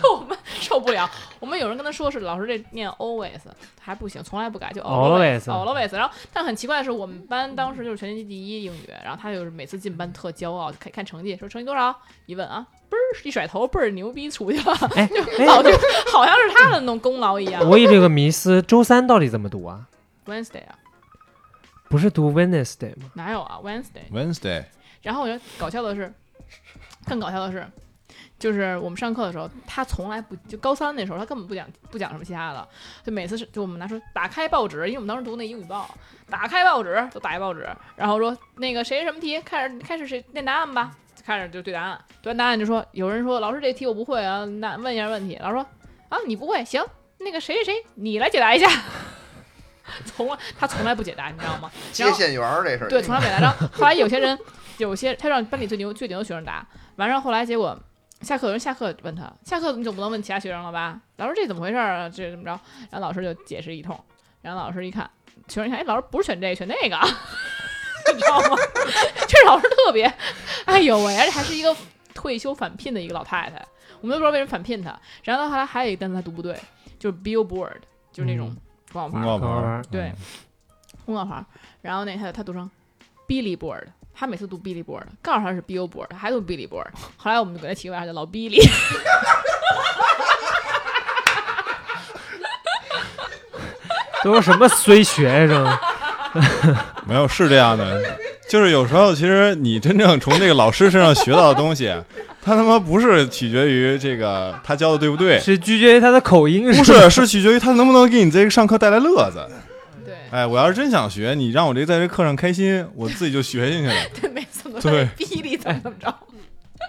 [SPEAKER 2] 就我们受不了。我们有人跟他说是老师这念 always 还不行，从来不改，就
[SPEAKER 4] Always
[SPEAKER 2] always always。然后，但很奇怪的是，我们班当时就是全年级第一英语，然后他就是每次进班特骄傲，看看成绩，说成绩多少，一问啊。嘣儿一甩头，倍儿牛逼，出去了，
[SPEAKER 4] 哎
[SPEAKER 2] 就老就好像是他的那种功劳一样。
[SPEAKER 4] 我一直有个迷思，周三到底怎么读啊？
[SPEAKER 2] Wednesday 啊，
[SPEAKER 4] 不是读 Wednesday 吗？
[SPEAKER 2] 哪有啊 Wednesday？
[SPEAKER 6] Wednesday，
[SPEAKER 2] 然后我觉得搞笑的是，更搞笑的是，就是我们上课的时候，他从来不就高三那时候，他根本不讲不讲什么其他的，就每次是就我们拿出打开报纸，因为我们当时读那英语报，打开报纸就打开报纸，然后说那个谁什么题，开始开始谁念答案吧，开始就对答案，对完答案就说有人说老师这题我不会啊，那问一下问题，老师说啊你不会行，那个谁谁谁你来解答一下， 从来他从来不解答，你知道吗？然
[SPEAKER 5] 接
[SPEAKER 2] 后
[SPEAKER 5] 线员儿这事儿，
[SPEAKER 2] 对，从来没来。然后后来有些人，有些他让班里最牛最牛的学生答，完上后来结果下课有人下课问他，下课你总不能问其他学生了吧？老师这怎么回事儿啊？这怎么着？然后老师就解释一通，然后老师一看，学生一看，哎，老师不是选这个，选那个，啊 你知道吗？ 这老师特别，哎呦喂，而且还是一个退休返聘的一个老太太，我们都不知道为什么反骗他。然后后来还有一个单词他读不对，就是 billboard，就是那种
[SPEAKER 4] 嗯
[SPEAKER 2] 广告
[SPEAKER 6] 公
[SPEAKER 2] 牌儿。
[SPEAKER 6] 告
[SPEAKER 4] 公告牌儿
[SPEAKER 6] 牌，
[SPEAKER 2] 对，公告牌儿。然后那他他读成 Billy Board，他每次读 Billy Board，告诉他是 Billboard，他还读 Billy Board。后来我们就给他起个外号叫老 Billy。
[SPEAKER 4] 都是什么衰学生？
[SPEAKER 6] 没有是这样的，就是有时候其实你真正从这个老师身上学到的东西，他他妈不是取决于这个他教的对不对，
[SPEAKER 4] 是取决于他的口音
[SPEAKER 6] 不
[SPEAKER 4] 是吧
[SPEAKER 6] 是是取决于他能不能给你这个上课带来乐子。
[SPEAKER 2] 对，
[SPEAKER 6] 哎，我要是真想学，你让我这在这课上开心，我自己就学进去了。
[SPEAKER 2] 对，每次都
[SPEAKER 6] 对
[SPEAKER 2] 在 Billy 怎么怎么着。
[SPEAKER 4] 哎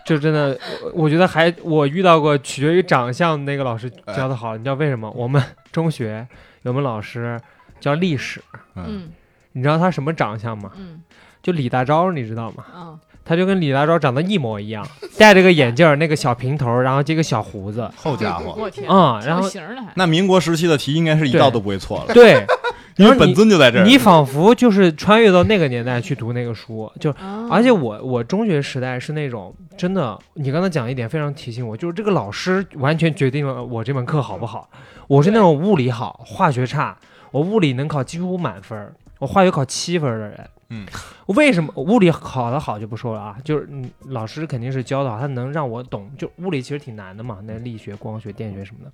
[SPEAKER 4] 就真的，我我觉得还我遇到过取决于长相那个老师
[SPEAKER 6] 哎
[SPEAKER 4] 教的好，你知道为什么？我们中学有我们老师教历史，
[SPEAKER 6] 嗯，
[SPEAKER 2] 嗯
[SPEAKER 4] 你知道他什么长相吗？
[SPEAKER 2] 嗯
[SPEAKER 4] 就李大钊，你知道吗？
[SPEAKER 2] 嗯，
[SPEAKER 4] 他就跟李大钊长得一模一样，戴着个眼镜儿，那个小平头儿，然后这个小胡子，
[SPEAKER 6] 好家伙，
[SPEAKER 2] 我天，
[SPEAKER 4] 啊、然
[SPEAKER 2] 成
[SPEAKER 4] 后
[SPEAKER 2] 型儿了还。
[SPEAKER 6] 那民国时期的题应该是一
[SPEAKER 4] 对
[SPEAKER 6] 道都不会错了，
[SPEAKER 4] 对
[SPEAKER 6] 因
[SPEAKER 4] 然后
[SPEAKER 6] 为
[SPEAKER 4] 你
[SPEAKER 6] 本尊就在这儿。
[SPEAKER 4] 你仿佛就是穿越到那个年代去读那个书，就
[SPEAKER 2] 啊
[SPEAKER 4] 嗯而且我我中学时代是那种真的，你刚才讲一点非常提醒我，就是这个老师完全决定了我这门课好不好。我是那种物理好，化学差，我物理能考几乎满分儿，我化学考七分儿的人。
[SPEAKER 6] 嗯，
[SPEAKER 4] 为什么物理考得好就不说了啊？就是嗯老师肯定是教的好，他能让我懂，就物理其实挺难的嘛，那力学、光学、电学什么的，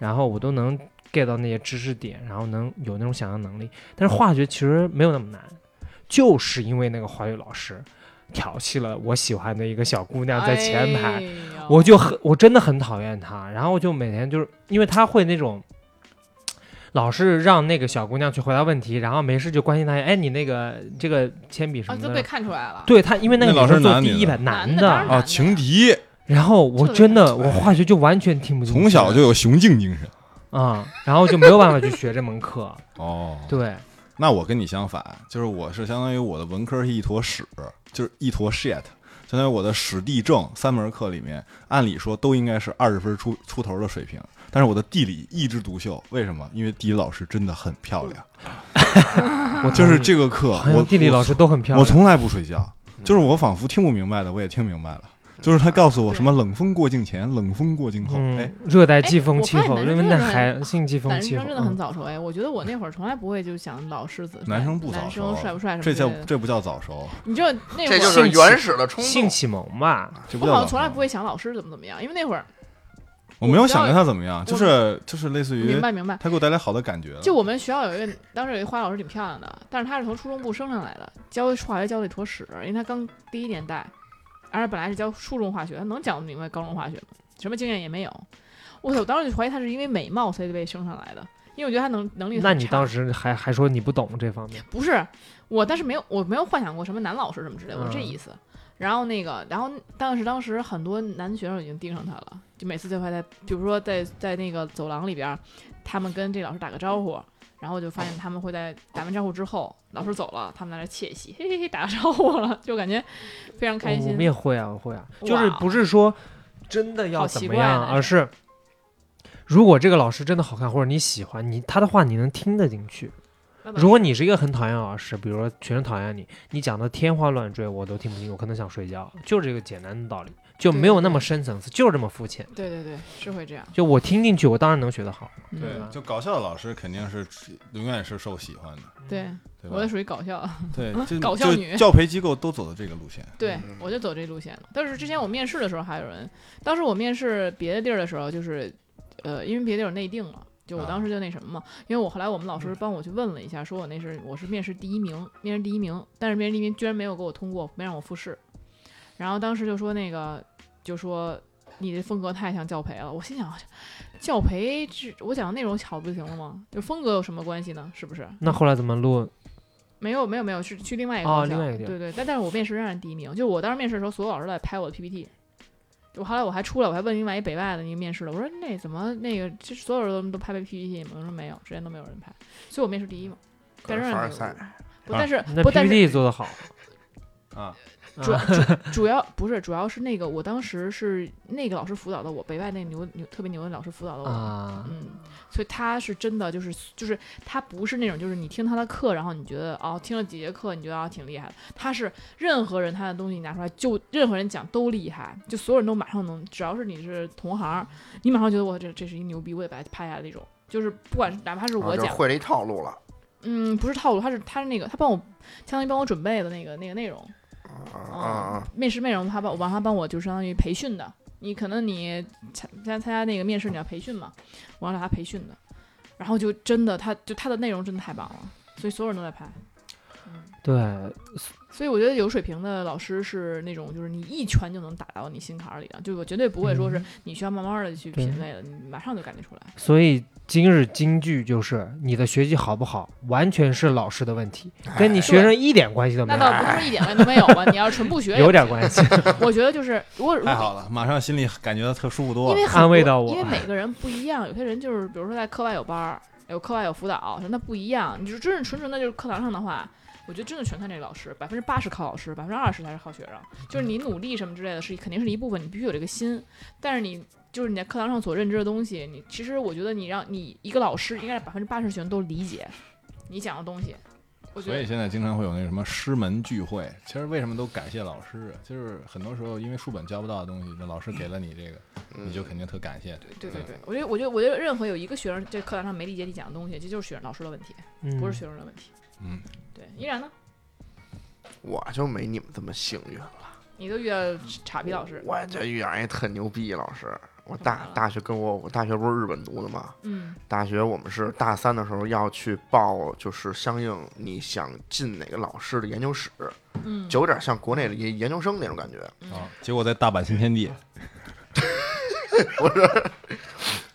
[SPEAKER 4] 然后我都能 get 到那些知识点，然后能有那种想象能力。但是化学其实没有那么难，就是因为那个化学老师调戏了我喜欢的一个小姑娘在前
[SPEAKER 2] 哎
[SPEAKER 4] 排，
[SPEAKER 2] 呦
[SPEAKER 4] 我就很我真的很讨厌她，然后我就每天就是因为她会那种。老是让那个小姑娘去回答问题，然后没事就关心她，哎，你那个这个铅笔什
[SPEAKER 2] 啊
[SPEAKER 4] 么
[SPEAKER 2] 都
[SPEAKER 4] 的，
[SPEAKER 2] 被看出来了。
[SPEAKER 4] 对他，因为那个
[SPEAKER 6] 那老
[SPEAKER 4] 女生
[SPEAKER 6] 师
[SPEAKER 4] 坐
[SPEAKER 6] 男
[SPEAKER 4] 第
[SPEAKER 6] 女
[SPEAKER 4] 一
[SPEAKER 6] 的
[SPEAKER 4] 排，男
[SPEAKER 2] 男的当然
[SPEAKER 6] 啊，情敌
[SPEAKER 4] 然后我
[SPEAKER 2] 这
[SPEAKER 4] 真的，我化学就完全听不进去，
[SPEAKER 6] 从小就有雄竞精神。
[SPEAKER 4] 啊、然后就没有办法去学这门课。
[SPEAKER 6] 哦，
[SPEAKER 4] 对，
[SPEAKER 6] 那我跟你相反，就是我是相当于我的文科是一坨屎，就是一坨 shit，相当于我的史地政三门课里面，按理说都应该是二十分出出头的水平，但是我的地理一枝独秀，为什么？因为地理老师真的很漂亮，
[SPEAKER 4] 我
[SPEAKER 6] 就是
[SPEAKER 4] 个，
[SPEAKER 6] 这个课
[SPEAKER 4] 嗯好，
[SPEAKER 6] 我
[SPEAKER 4] 像地理老师都很漂
[SPEAKER 6] 我
[SPEAKER 4] 亮。嗯
[SPEAKER 6] 从来不睡觉，就是我仿佛听不明白的，我也听明白了。就是他告诉我什么冷风过境前，冷风过境后，哎
[SPEAKER 4] 嗯，，热带季风
[SPEAKER 2] 我
[SPEAKER 4] 气
[SPEAKER 2] 发现
[SPEAKER 4] 候，
[SPEAKER 2] 男
[SPEAKER 4] 因为
[SPEAKER 2] 生
[SPEAKER 4] 那
[SPEAKER 2] 真的
[SPEAKER 4] 还性季风
[SPEAKER 2] 男
[SPEAKER 4] 气
[SPEAKER 2] 生
[SPEAKER 4] 候，
[SPEAKER 2] 真的很
[SPEAKER 4] 嗯
[SPEAKER 2] 早熟哎，我觉得我那会儿从来不会就想老狮子，
[SPEAKER 6] 男生不早
[SPEAKER 2] 男
[SPEAKER 6] 熟
[SPEAKER 2] 生帅不帅什么
[SPEAKER 6] 这
[SPEAKER 2] 之
[SPEAKER 6] 叫
[SPEAKER 2] 类的。
[SPEAKER 6] 这不叫早熟，
[SPEAKER 2] 你知道那会
[SPEAKER 5] 这
[SPEAKER 2] 儿
[SPEAKER 5] 就是原始的冲
[SPEAKER 4] 性
[SPEAKER 5] 动。
[SPEAKER 4] 启蒙吧，
[SPEAKER 6] 这不
[SPEAKER 2] 我
[SPEAKER 6] 叫
[SPEAKER 2] 好像
[SPEAKER 6] 早熟。
[SPEAKER 2] 从来不会想老师怎么怎么样，因为那会儿
[SPEAKER 6] 我没有想跟他怎么样，就是就是类似于
[SPEAKER 2] 明白明白。
[SPEAKER 6] 他给我带来好的感觉了。
[SPEAKER 2] 就我们学校有一个，当时有一个化学老师挺漂亮的，但是她是从初中部升上来的，教化学教的一坨屎，因为她刚第一年带，而且本来是教初中化学，她能讲明白高中化学吗？什么经验也没有。我操！我当时就怀疑她是因为美貌所以被升上来的，因为我觉得她能能力很
[SPEAKER 4] 那你
[SPEAKER 2] 差
[SPEAKER 4] 当时还还说你不懂这方面，
[SPEAKER 2] 不是我，但是没有我没有幻想过什么男老师什么之类的，我是这
[SPEAKER 4] 嗯
[SPEAKER 2] 意思。然后那个，然后但是当时很多男学生已经盯上他了，就每次就会在，比如说在在那个走廊里边儿，他们跟这老师打个招呼，然后就发现他们会在打完招呼之后，老师走了，他们在那窃喜，嘿嘿嘿，打个招呼了，就感觉非常开
[SPEAKER 4] 我
[SPEAKER 2] 心
[SPEAKER 4] 们。也会啊，我会啊，就是
[SPEAKER 2] 哇
[SPEAKER 4] 不是说真的要
[SPEAKER 2] 好
[SPEAKER 4] 怎
[SPEAKER 2] 奇
[SPEAKER 4] 么
[SPEAKER 2] 怪啊
[SPEAKER 4] 样，
[SPEAKER 2] 呢
[SPEAKER 4] 而是如果这个老师真的好看，或者你喜欢你他的话，你能听得进去。
[SPEAKER 2] 那倒
[SPEAKER 4] 如果你是一个很讨厌的老师，比如说学生讨厌你，你讲的天花乱坠，我都听不进，我可能想睡觉，就是这个简单的道理，就没有那么深层次，就是这么肤浅。
[SPEAKER 2] 对对对，是会这样。
[SPEAKER 4] 就我听进去，我当然能学得好。
[SPEAKER 2] 嗯、
[SPEAKER 6] 对，啊就搞笑的老师肯定是永远是受喜欢的，
[SPEAKER 2] 对，
[SPEAKER 6] 对
[SPEAKER 2] 我的
[SPEAKER 6] 吧？
[SPEAKER 2] 属于搞笑。
[SPEAKER 6] 对， 就
[SPEAKER 2] 搞笑女
[SPEAKER 6] 就教培机构都走的这个路线。
[SPEAKER 2] 对
[SPEAKER 5] 嗯，
[SPEAKER 2] 我就走这路线了。但是之前我面试的时候还有人，当时我面试别的地儿的时候，就是，呃，因为别的地儿有内定了，就我
[SPEAKER 6] 啊
[SPEAKER 2] 当时就那什么嘛。因为我后来我们老师帮我去问了一下，说我那是我是面试第一名，面试第一名，但是面试第一名居然没有给我通过，没让我复试。然后当时就说那个，就说你的风格太像教培了。我心想，教培这我讲的内容好不就行了吗？就风格有什么关系呢？是不是？
[SPEAKER 4] 那后来怎么录？
[SPEAKER 2] 没有没有没有，是去另外一个
[SPEAKER 4] 哦
[SPEAKER 2] 方向
[SPEAKER 4] 另外一个地儿
[SPEAKER 2] 对对，但但是我面试仍然第一名，就是我当时面试的时候，所有老师都在拍我的 PPT。我后来我还出来，我还问另外一北外的那个面试的，我说那怎么那个，这所有人都拍拍 PPT 吗？我说没有，之前都没有人拍，所以我面试第一嘛。但
[SPEAKER 5] 可
[SPEAKER 2] 是
[SPEAKER 5] 是凡尔
[SPEAKER 2] 仍然
[SPEAKER 5] 赛
[SPEAKER 2] 不，但是
[SPEAKER 4] 啊那
[SPEAKER 2] 不，但是
[SPEAKER 4] PPT 做得好，
[SPEAKER 6] 啊，
[SPEAKER 2] 主主 主要不是，主要是那个，我当时是那个老师辅导的我，北外那牛牛特别牛的老师辅导的我，
[SPEAKER 4] 啊，
[SPEAKER 2] 嗯，所以他是真的就是就是他不是那种就是你听他的课，然后你觉得哦听了几节课你觉得啊挺厉害的，他是任何人他的东西你拿出来就任何人讲都厉害，就所有人都马上能，只要是你是同行，你马上觉得我这这是一牛逼，我得把它拍下来那种，就是不管是哪怕是
[SPEAKER 5] 啊
[SPEAKER 2] 我
[SPEAKER 5] 就
[SPEAKER 2] 讲，
[SPEAKER 5] 会了一套路了
[SPEAKER 2] 嗯，不是套路，他是他是那个他帮我相当于帮我准备的那个那个内容，
[SPEAKER 5] 啊啊！
[SPEAKER 2] 面试内容他帮我帮他帮我就相当于培训的，你可能你参参参加那个面试你要培训嘛，我让他培训的，然后就真的他就他的内容真的太棒了，所以所有人都在拍。
[SPEAKER 4] 对，
[SPEAKER 2] 所以我觉得有水平的老师是那种，就是你一拳就能打到你心坎儿里的，就是我绝对不会说是你需要慢慢的去
[SPEAKER 4] 嗯对
[SPEAKER 2] 品味的，你马上就感觉出来。
[SPEAKER 4] 所以今日金句就是你的学习好不好，完全是老师的问题，跟
[SPEAKER 5] 哎
[SPEAKER 4] 你学生一点关系都没
[SPEAKER 2] 那
[SPEAKER 4] 有
[SPEAKER 2] 倒，不是说一点问题都没有吧？你要是纯 不学也不
[SPEAKER 4] 有点
[SPEAKER 2] 行
[SPEAKER 4] 关系。
[SPEAKER 2] 我觉得就是如果如
[SPEAKER 6] 太
[SPEAKER 2] 果
[SPEAKER 6] 哎好了，马上心里感觉到特舒服多
[SPEAKER 2] 因
[SPEAKER 6] 了。
[SPEAKER 2] 为很
[SPEAKER 4] 安慰
[SPEAKER 2] 多
[SPEAKER 4] 到我
[SPEAKER 2] 因为每个人不一样，有些人就是比如说在课外有班儿，有课外有辅导，那不一样。你就真是纯纯的，就是课堂上的话，我觉得真的全看这个老师，百分之八十靠老师，百分之二十才是靠学生。就是你努力什么之类的是肯定是一部分，你必须有这个心。但是你就是你在课堂上所认知的东西，你其实我觉得你让你一个老师应该是百分之八十学生都理解你讲的东西。我觉
[SPEAKER 6] 所以
[SPEAKER 2] 得
[SPEAKER 6] 现在经常会有那什么师门聚会，其实为什么都感谢老师？就是很多时候因为书本教不到的东西，那老师给了你这个，
[SPEAKER 5] 嗯
[SPEAKER 6] 你就肯定特感谢。
[SPEAKER 2] 对对对，我觉得我觉得我觉得任何有一个学生在课堂上没理解你讲的东西，这就是学生老师的问题，
[SPEAKER 4] 嗯
[SPEAKER 2] 不是学生的问题。
[SPEAKER 6] 嗯，
[SPEAKER 2] 对，依然呢？
[SPEAKER 5] 我就没你们这么幸运了。
[SPEAKER 2] 你都遇到傻逼老师，嗯
[SPEAKER 5] 我这遇上一特牛逼老师。我
[SPEAKER 2] 干嘛
[SPEAKER 5] 大
[SPEAKER 2] 了
[SPEAKER 5] 大学跟我我大学不是日本读的吗？
[SPEAKER 2] 嗯
[SPEAKER 5] 大学我们是大三的时候要去报，就是相应你想进哪个老师的研究室，
[SPEAKER 2] 嗯，
[SPEAKER 5] 就有点像国内的研研究生那种感觉。
[SPEAKER 6] 啊，结果在大阪新天地，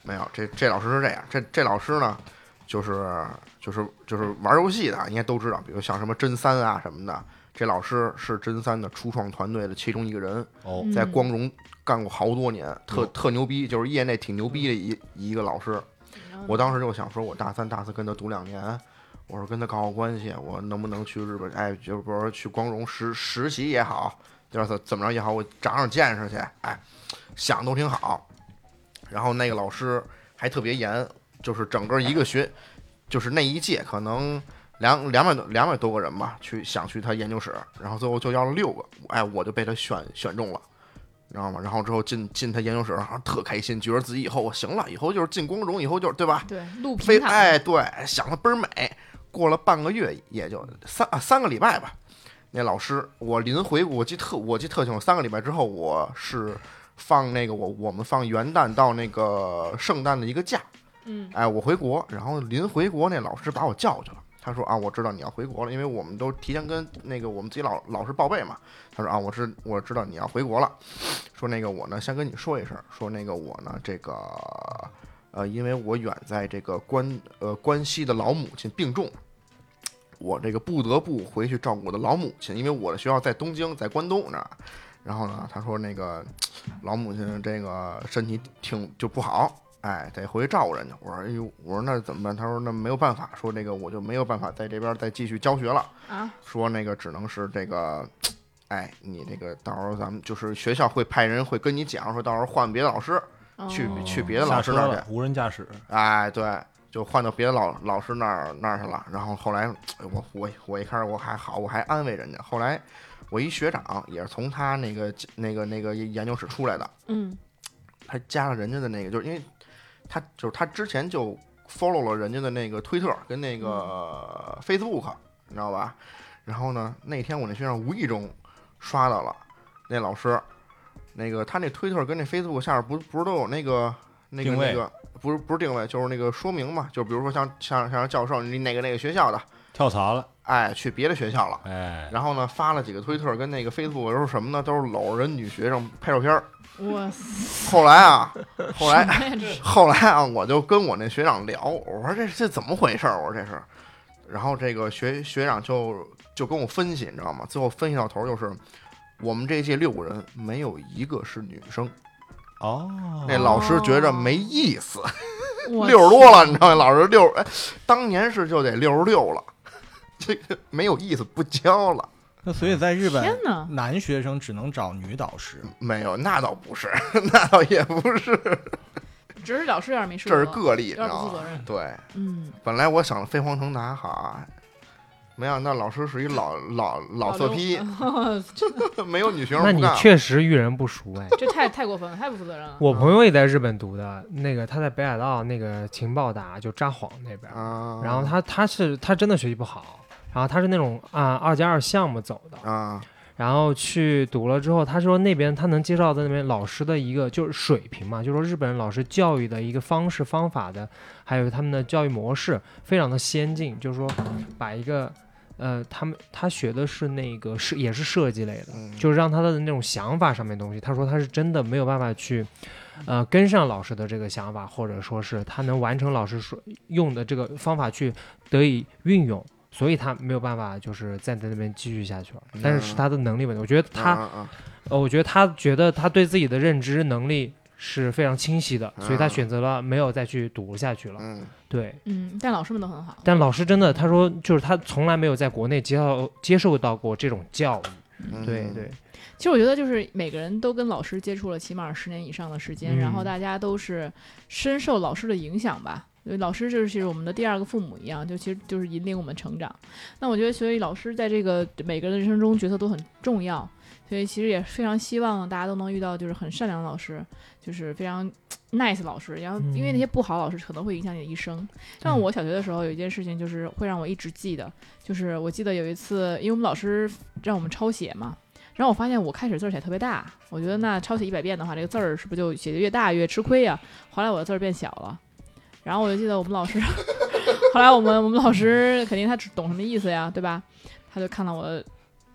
[SPEAKER 5] 没有，这这老师是这样，这这老师呢，就是就是就是玩游戏的啊，应该都知道，比如像什么真三啊什么的，这老师是真三的初创团队的其中一个人，
[SPEAKER 6] 哦，
[SPEAKER 2] 嗯
[SPEAKER 5] 在光荣干过好多年，特特牛逼，就是业内挺牛逼的一一个老师。
[SPEAKER 2] 然后呢
[SPEAKER 5] 我当时就想说，我大三、大四跟他读两年，我说跟他搞好关系，我能不能去日本？哎，就比如说去光荣实实习也好，就是怎怎么着也好，我长长见识去。哎，想都挺好。然后那个老师还特别严，就是整个一个学，就是那一届可能两两百多两百多个人吧，去想去他研究室，然后最后就要了六个，哎，我就被他选选中了。你知道吗？然后之后进进他研究室，然后特开心，觉得自己以后我行了，以后就是进光荣，以后就是对吧？
[SPEAKER 2] 对录
[SPEAKER 5] 非
[SPEAKER 2] 平躺，
[SPEAKER 5] 哎，对，想的倍儿美。过了半个月，也就三啊三个礼拜吧。那老师，我临回，我记特我记特清，楚，三个礼拜之后，我是放那个我我们放元旦到那个圣诞的一个假，
[SPEAKER 2] 嗯
[SPEAKER 5] 哎，我回国，然后临回国那老师把我叫去了。他说啊，我知道你要回国了，因为我们都提前跟那个我们自己老老师报备嘛。他说啊，我知我知道你要回国了，说那个我呢先跟你说一声，说那个我呢这个呃，因为我远在这个关呃关西的老母亲病重，我这个不得不回去照顾我的老母亲，因为我的学校在东京，在关东那儿。然后呢，他说那个老母亲这个身体挺就不好，哎，得回去照顾人家。我说，哎呦，我说那怎么办？他说那没有办法，说那个我就没有办法在这边再继续教学了，
[SPEAKER 2] 啊，
[SPEAKER 5] 说那个只能是这个，哎，你这个到时候咱们就是学校会派人会跟你讲，说到时候换别的老师，
[SPEAKER 2] 哦
[SPEAKER 5] 去
[SPEAKER 6] 哦
[SPEAKER 5] 去别的老师那
[SPEAKER 6] 下
[SPEAKER 5] 儿
[SPEAKER 6] 车
[SPEAKER 5] 去
[SPEAKER 6] 了，无人驾驶，
[SPEAKER 5] 哎，对，就换到别的老老师那儿那儿去了。然后后来哎我我我一开始我还好，我还安慰人家。后来我一学长也是从他那个那个那个研究室出来的，
[SPEAKER 2] 嗯
[SPEAKER 5] 他加了人家的那个，就是因为他就是他之前就 follow 了人家的那个推特跟那
[SPEAKER 6] 嗯
[SPEAKER 5] 个 Facebook，你知道吧？然后呢，那天我那学生无意中刷到了那老师，那个他那推特跟那 Facebook 下面不不是都有那个那个
[SPEAKER 6] 定位
[SPEAKER 5] 那个不是不是定位，就是那个说明嘛，就比如说像像像教授你哪个哪个学校的，
[SPEAKER 6] 跳槽了，
[SPEAKER 5] 哎，去别的学校了。
[SPEAKER 6] 哎，
[SPEAKER 5] 然后呢，发了几个推特跟那个 Facebook 都是什么呢？都是搂着人女学生拍照片儿。
[SPEAKER 2] 哇塞，
[SPEAKER 5] 后来啊，后来
[SPEAKER 2] 哎呀 这是
[SPEAKER 5] 后来啊，我就跟我那学长聊，我说这这怎么回事儿？我说这是，然后这个学学长就就跟我分析，你知道吗？最后分析到头儿就是，我们这一届六个人没有一个是女生，
[SPEAKER 6] 哦，
[SPEAKER 5] 那老师觉着没意思，
[SPEAKER 2] 我
[SPEAKER 5] 六十多了，你知道吗？老师六 哎，当年是就得六十六了，这个没有意思，不教了。
[SPEAKER 3] 那所以在日
[SPEAKER 2] 天
[SPEAKER 3] 本，
[SPEAKER 2] 哪，
[SPEAKER 3] 男学生只能找女导师。
[SPEAKER 5] 没有，那倒不是， 那倒也不是，
[SPEAKER 2] 只是老师有点没说，
[SPEAKER 5] 这是个啊例，你
[SPEAKER 2] 有
[SPEAKER 5] 知
[SPEAKER 2] 点不
[SPEAKER 5] 道
[SPEAKER 2] 负责
[SPEAKER 5] 吗？
[SPEAKER 2] 任。
[SPEAKER 5] 对，
[SPEAKER 2] 嗯，
[SPEAKER 5] 本来我想飞黄腾达，哈，没想到老师是一 老老老色批，
[SPEAKER 2] 刘
[SPEAKER 5] 没有女学
[SPEAKER 4] 那
[SPEAKER 5] 生不
[SPEAKER 4] 你
[SPEAKER 5] 干。
[SPEAKER 4] 确实遇人不淑 哎。
[SPEAKER 2] 这太太过分了，太不负责任了。
[SPEAKER 4] 我朋友也在日本读的，那个他在北海道那个情报打就札幌那边，
[SPEAKER 5] 啊，
[SPEAKER 4] 然后他他是他真的学习不好，然后他是那种啊二加二项目走的，
[SPEAKER 5] 啊，
[SPEAKER 4] 然后去读了之后，他说那边他能介绍在那边老师的一个就是水平嘛，就是说日本人老师教育的一个方式方法的，还有他们的教育模式非常的先进，就是说把一个呃他们他学的是那个设也是设计类的，
[SPEAKER 5] 嗯
[SPEAKER 4] 就是让他的那种想法上面的东西，他说他是真的没有办法去。呃，跟上老师的这个想法，或者说是他能完成老师说用的这个方法去得以运用，所以他没有办法就是再在那边继续下去了。但是是他的能力问题，我觉得他，
[SPEAKER 5] 嗯啊啊啊
[SPEAKER 4] 呃，我觉得他觉得他对自己的认知能力是非常清晰的，所以他
[SPEAKER 5] 嗯
[SPEAKER 4] 选择了没有再去读下去了。
[SPEAKER 5] 嗯
[SPEAKER 4] 对，
[SPEAKER 2] 嗯，但老师们都很好。
[SPEAKER 4] 但老师真的他说就是他从来没有在国内接受接受到过这种教育。
[SPEAKER 5] 嗯，
[SPEAKER 4] 对对，
[SPEAKER 2] 其实我觉得，就是每个人都跟老师接触了起码十年以上的时间，
[SPEAKER 4] 嗯
[SPEAKER 2] 然后大家都是深受老师的影响吧。因为老师就是我们的第二个父母一样，就其实就是引领我们成长。那我觉得，所以老师在这个每个人的人生中角色都很重要。所以其实也非常希望大家都能遇到就是很善良的老师，就是非常 nice 老师。然后因为那些不好老师可能会影响你的一生。像我小学的时候有一件事情，就是会让我一直记得，就是我记得有一次，因为我们老师让我们抄写嘛，然后我发现我开始字儿写特别大，我觉得那抄写一百遍的话，这个字儿是不是就写的越大越吃亏呀、啊后来我的字儿变小了，然后我就记得我们老师， 后来我们我们老师肯定他只懂什么意思呀，对吧？他就看到我的，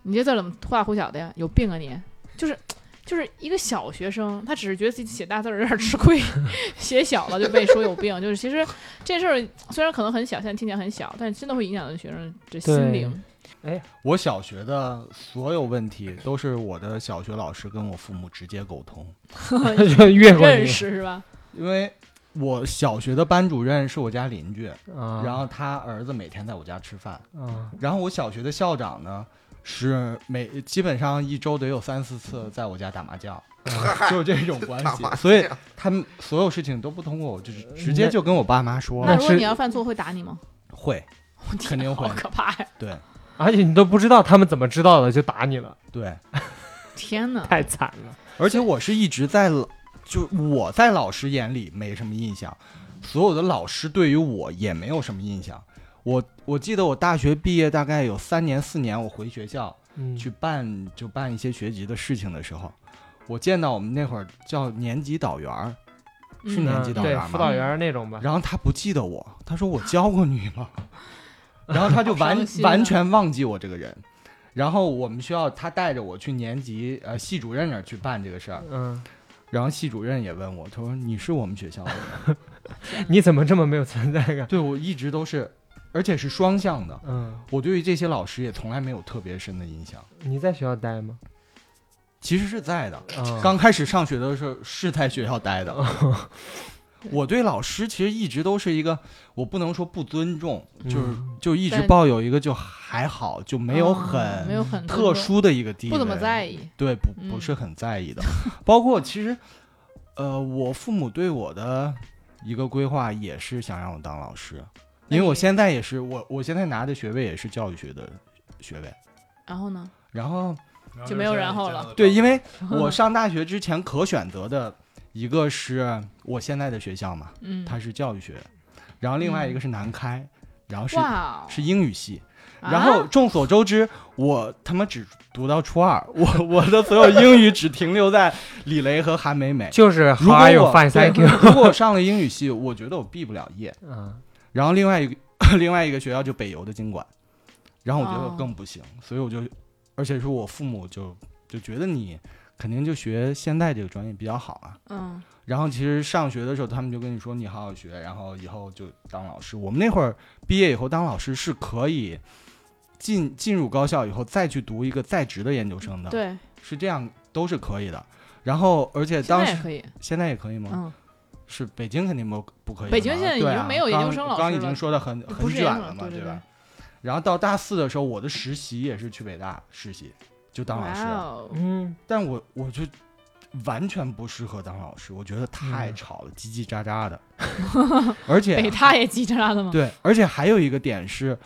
[SPEAKER 2] 你这字儿怎么忽大忽小的呀？有病啊你！就是就是一个小学生，他只是觉得自己写大字儿有点吃亏， 写小了就被说有病。就是其实这事儿虽然可能很小，现在听起来很小，但是真的会影响学生这心
[SPEAKER 4] 对
[SPEAKER 2] 灵。
[SPEAKER 3] 我小学的所有问题都是我的小学老师跟我父母直接沟通，
[SPEAKER 4] 就越过
[SPEAKER 2] 认
[SPEAKER 4] 你
[SPEAKER 2] 识是吧？
[SPEAKER 3] 因为我小学的班主任是我家邻居，
[SPEAKER 4] 啊，
[SPEAKER 3] 然后他儿子每天在我家吃饭，
[SPEAKER 4] 啊，
[SPEAKER 3] 然后我小学的校长呢是每基本上一周得有三四次在我家打麻将，就这种关系，所以他们所有事情都不通过我，就是直接就跟我爸妈说
[SPEAKER 2] 那
[SPEAKER 4] 那
[SPEAKER 2] 如果
[SPEAKER 4] 是
[SPEAKER 2] 你要犯错，会打你吗？
[SPEAKER 3] 会，
[SPEAKER 2] 我天
[SPEAKER 3] 肯定会
[SPEAKER 2] 好可怕呀！
[SPEAKER 3] 对
[SPEAKER 4] 而且你都不知道他们怎么知道的，就打你了，
[SPEAKER 3] 对，
[SPEAKER 2] 天哪！
[SPEAKER 4] 太惨了。
[SPEAKER 3] 而且我是一直在老，就我在老师眼里没什么印象，所有的老师对于我也没有什么印象。我我记得我大学毕业大概有三年四年，我回学校
[SPEAKER 4] 嗯，
[SPEAKER 3] 去办就办一些学籍的事情的时候，我见到我们那会儿叫年级导员儿，是
[SPEAKER 2] 嗯
[SPEAKER 3] 年级导
[SPEAKER 4] 对
[SPEAKER 3] 员嘛
[SPEAKER 4] 辅导员儿那种吧。
[SPEAKER 3] 然后他不记得我，他说我教过你吗？ 然后他就
[SPEAKER 2] 好
[SPEAKER 3] 完
[SPEAKER 2] 伤心啊
[SPEAKER 3] 完全忘记我这个人。然后我们学校他带着我去年级呃系主任那儿去办这个事儿，
[SPEAKER 4] 嗯，
[SPEAKER 3] 然后系主任也问我，他说你是我们学校的吗？
[SPEAKER 4] 你怎么这么没有存在感？
[SPEAKER 3] 对我一直都是，而且是双向的。
[SPEAKER 4] 嗯，
[SPEAKER 3] 我对于这些老师也从来没有特别深的印象，
[SPEAKER 4] 你在学校待吗？
[SPEAKER 3] 其实是在的。
[SPEAKER 4] 啊，
[SPEAKER 3] 刚开始上学的时候是在学校待的。我对老师其实一直都是一个，我不能说不尊重，就是
[SPEAKER 4] 嗯
[SPEAKER 3] 就一直
[SPEAKER 2] 但
[SPEAKER 3] 抱有一个就还好，就没有
[SPEAKER 2] 哦
[SPEAKER 3] 很
[SPEAKER 2] 没有很
[SPEAKER 3] 特，殊的一个地位，
[SPEAKER 2] 不怎么在意。
[SPEAKER 3] 对，不
[SPEAKER 2] 嗯
[SPEAKER 3] 不是很在意的。包括其实，呃，我父母对我的一个规划也是想让我当老师，因为我
[SPEAKER 2] 哎
[SPEAKER 3] 现在也是我我现在拿的学位也是教育学的学位。
[SPEAKER 2] 然后呢？
[SPEAKER 3] 然后嗯
[SPEAKER 2] 就没有然后了
[SPEAKER 3] 对，因为 我上大学之前可选择的一个是我现在的学校嘛，
[SPEAKER 2] 嗯，
[SPEAKER 3] 它是教育学，然后另外一个是南开，然后是
[SPEAKER 2] 哇哦，
[SPEAKER 3] 是英语系。
[SPEAKER 2] 啊
[SPEAKER 3] 然后众所周知，我他妈只读到初二， 我我的所有英语只停留在李雷和韩美美。
[SPEAKER 4] 就是 How
[SPEAKER 3] 如果
[SPEAKER 4] are you?
[SPEAKER 3] 我
[SPEAKER 4] Fine,
[SPEAKER 3] 对
[SPEAKER 4] thank you。
[SPEAKER 3] 如果我上了英语系，我觉得我毕不了业。
[SPEAKER 4] 嗯，
[SPEAKER 3] 然后另外一个 另外一个学校就北邮的经管，然后我觉得
[SPEAKER 2] 哦
[SPEAKER 3] 我更不行，所以我就，而且是我父母就就觉得你肯定就学现在这个专业比较好啊。
[SPEAKER 2] 嗯，
[SPEAKER 3] 然后其实上学的时候，他们就跟你说你好好学，然后以后就当老师。我们那会儿毕业以后当老师是可以进进入高校以后再去读一个在职的研究生的，，
[SPEAKER 2] 对，
[SPEAKER 3] 是这样都是可以的。然后而且
[SPEAKER 2] 现在
[SPEAKER 3] 当
[SPEAKER 2] 也
[SPEAKER 3] 时
[SPEAKER 2] 可以。
[SPEAKER 3] 现在也可以吗？
[SPEAKER 2] 嗯，
[SPEAKER 3] 是北京肯定不不可以的嘛，
[SPEAKER 2] 北京现在已
[SPEAKER 3] 对
[SPEAKER 2] 经
[SPEAKER 3] 啊
[SPEAKER 2] 没有研究生老师
[SPEAKER 3] 刚刚已
[SPEAKER 2] 了
[SPEAKER 3] 经说的很
[SPEAKER 2] 不
[SPEAKER 3] 很
[SPEAKER 2] 是
[SPEAKER 3] 卷
[SPEAKER 2] 研究
[SPEAKER 3] 了
[SPEAKER 2] 生
[SPEAKER 3] 嘛，
[SPEAKER 2] 对对
[SPEAKER 3] 吧？然后到大四的时候，我的实习也是去北大实习，就当老师。
[SPEAKER 2] 哇哦，
[SPEAKER 4] 嗯，
[SPEAKER 3] 但我我就完全不适合当老师，我觉得太吵了，叽叽喳喳 的，而且
[SPEAKER 2] 嗯北大也急着拉的吗？
[SPEAKER 3] 啊对，而且还有一个点是，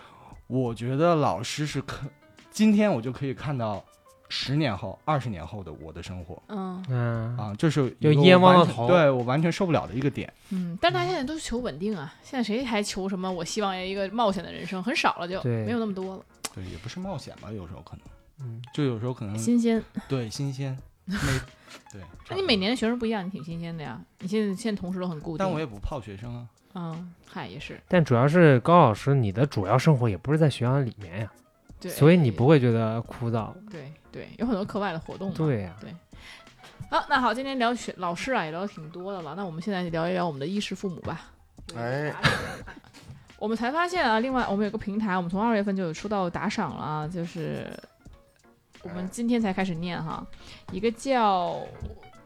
[SPEAKER 3] 我觉得老师是可，今天我就可以看到十年后、二十年后的我的生活
[SPEAKER 2] 嗯
[SPEAKER 4] 嗯，
[SPEAKER 3] 啊，这是
[SPEAKER 4] 就
[SPEAKER 3] 一个
[SPEAKER 4] 一眼
[SPEAKER 3] 我
[SPEAKER 4] 望
[SPEAKER 3] 完
[SPEAKER 4] 到
[SPEAKER 3] 全
[SPEAKER 4] 头
[SPEAKER 3] 对我完全受不了的一个点。
[SPEAKER 2] 嗯，但是大家现在都求稳定啊，现在谁还求什么？我希望一个冒险的人生很少了就，
[SPEAKER 4] 对
[SPEAKER 2] 没有那么多了，
[SPEAKER 3] 对，也不是冒险吧，有时候可能，
[SPEAKER 4] 嗯
[SPEAKER 3] 就有时候可能
[SPEAKER 2] 新鲜。
[SPEAKER 3] 对 新鲜，每对，
[SPEAKER 2] 那你每年的学生不一样，你挺新鲜的呀。你现在现在同事都很固定，
[SPEAKER 3] 但我也不泡学生啊，
[SPEAKER 2] 嗯，嗨也是，
[SPEAKER 4] 但主要是高老师，你的主要生活也不是在学校里面呀，
[SPEAKER 2] 对，
[SPEAKER 4] 所以你不会觉得枯燥。
[SPEAKER 2] 对对，有很多课外的活动嘛。
[SPEAKER 4] 对呀，
[SPEAKER 2] 好，那好，今天聊学老师啊，也聊的挺多的了。那我们现在聊一聊我们的衣食父母吧。
[SPEAKER 5] 哎，
[SPEAKER 2] 我们才发现啊，另外我们有个平台，我们从二月份就有收到打赏了啊，就是我们今天才开始念哈，一个叫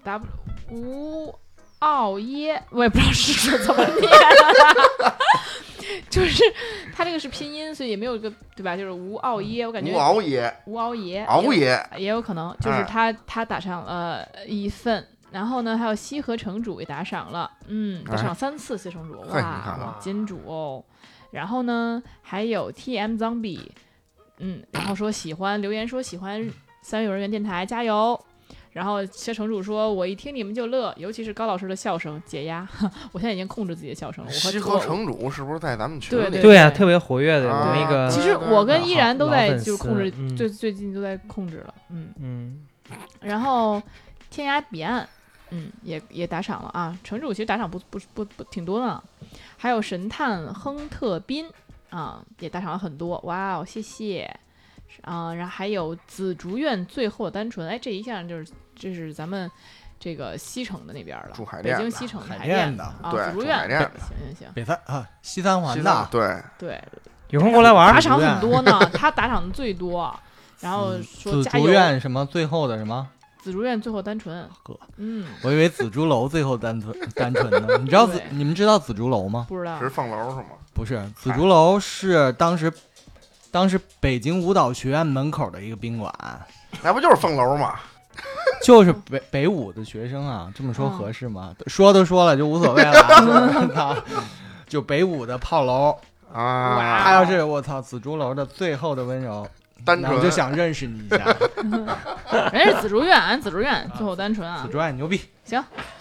[SPEAKER 2] W 吴奥耶，我也不知道是说怎么念、啊 就是他这个是拼音，所以也没有一个对吧？就是吴奥耶，我感觉
[SPEAKER 5] 无熬夜，
[SPEAKER 2] 吴熬爷，
[SPEAKER 5] 熬夜，
[SPEAKER 2] 也有可能，就是
[SPEAKER 5] 哎
[SPEAKER 2] 他、他打赏了一份，然后呢，还有西河城主也打赏了，嗯，打赏三次西城主，
[SPEAKER 5] 哎嘿你看啊
[SPEAKER 2] 哇
[SPEAKER 5] 看，
[SPEAKER 2] 金主哦，然后呢，还有 T M Zombie，嗯，然后说喜欢留言说喜欢三位幼儿园电台，加油。然后西河城主说：“我一听你们就乐，尤其是高老师的笑声解压。 我现在已经控制自己的笑声了。我和
[SPEAKER 5] 西
[SPEAKER 2] 我
[SPEAKER 5] 河城主是不是在咱们群
[SPEAKER 2] 对
[SPEAKER 5] 里？
[SPEAKER 2] 对
[SPEAKER 4] 对呀，特别活跃的
[SPEAKER 5] 啊
[SPEAKER 4] 我们一个，
[SPEAKER 2] 其实我跟依然都
[SPEAKER 4] 嗯老
[SPEAKER 2] 在
[SPEAKER 4] 粉丝
[SPEAKER 2] 就是控制，
[SPEAKER 4] 嗯
[SPEAKER 2] 最最近都在控制了，嗯。”
[SPEAKER 4] 嗯，
[SPEAKER 2] 然后天涯彼岸，嗯，也也打赏了啊。城主其实打赏不不不不挺多呢，还有神探亨特宾啊，也打赏了很多，哇哦，谢谢。啊，然后还有紫竹院最后的单纯，哎，这一下就是这是咱们这个西城的那边了，
[SPEAKER 5] 住海
[SPEAKER 2] 北
[SPEAKER 5] 淀
[SPEAKER 2] 京
[SPEAKER 5] 的
[SPEAKER 2] 西城
[SPEAKER 3] 海
[SPEAKER 2] 海
[SPEAKER 3] 淀
[SPEAKER 2] 淀
[SPEAKER 3] 的
[SPEAKER 2] 啊，
[SPEAKER 5] 对
[SPEAKER 2] 紫竹
[SPEAKER 5] 住
[SPEAKER 2] 院
[SPEAKER 5] 海淀的
[SPEAKER 2] 行行行，
[SPEAKER 6] 北三啊，西三环
[SPEAKER 5] 西藏
[SPEAKER 6] 的，
[SPEAKER 5] 对，
[SPEAKER 2] 对，
[SPEAKER 4] 有空过来玩
[SPEAKER 2] 打
[SPEAKER 4] 儿。啊
[SPEAKER 2] 赏
[SPEAKER 3] 院嗯
[SPEAKER 2] 很多呢，他打赏的最多，然后哦说
[SPEAKER 7] 紫
[SPEAKER 2] 加
[SPEAKER 7] 竹
[SPEAKER 2] 油，
[SPEAKER 7] 院什么最后的什么？
[SPEAKER 2] 紫竹院最后单纯
[SPEAKER 7] 呵，
[SPEAKER 2] 嗯，
[SPEAKER 7] 我以为紫竹楼最后单纯单纯的，你知道紫
[SPEAKER 2] 对
[SPEAKER 7] 你们知道紫竹楼吗？
[SPEAKER 2] 不知道
[SPEAKER 5] 是凤楼是吗？
[SPEAKER 7] 不是，紫竹楼是当时当时北京舞蹈学院门口的一个宾馆，
[SPEAKER 5] 那不就是凤楼吗？
[SPEAKER 7] 就是北北舞的学生啊，这么
[SPEAKER 2] 嗯
[SPEAKER 7] 说合适吗？说都说了就无所谓 了， 操就北舞的炮楼，
[SPEAKER 5] 啊
[SPEAKER 2] 哇，
[SPEAKER 7] 他要是我操紫竹楼的最后的温柔，
[SPEAKER 5] 单
[SPEAKER 7] 那我
[SPEAKER 5] 纯
[SPEAKER 7] 就想认识你一 下，
[SPEAKER 2] 人家是紫竹院，俺紫竹院最后单纯啊
[SPEAKER 7] 紫。竹院牛逼。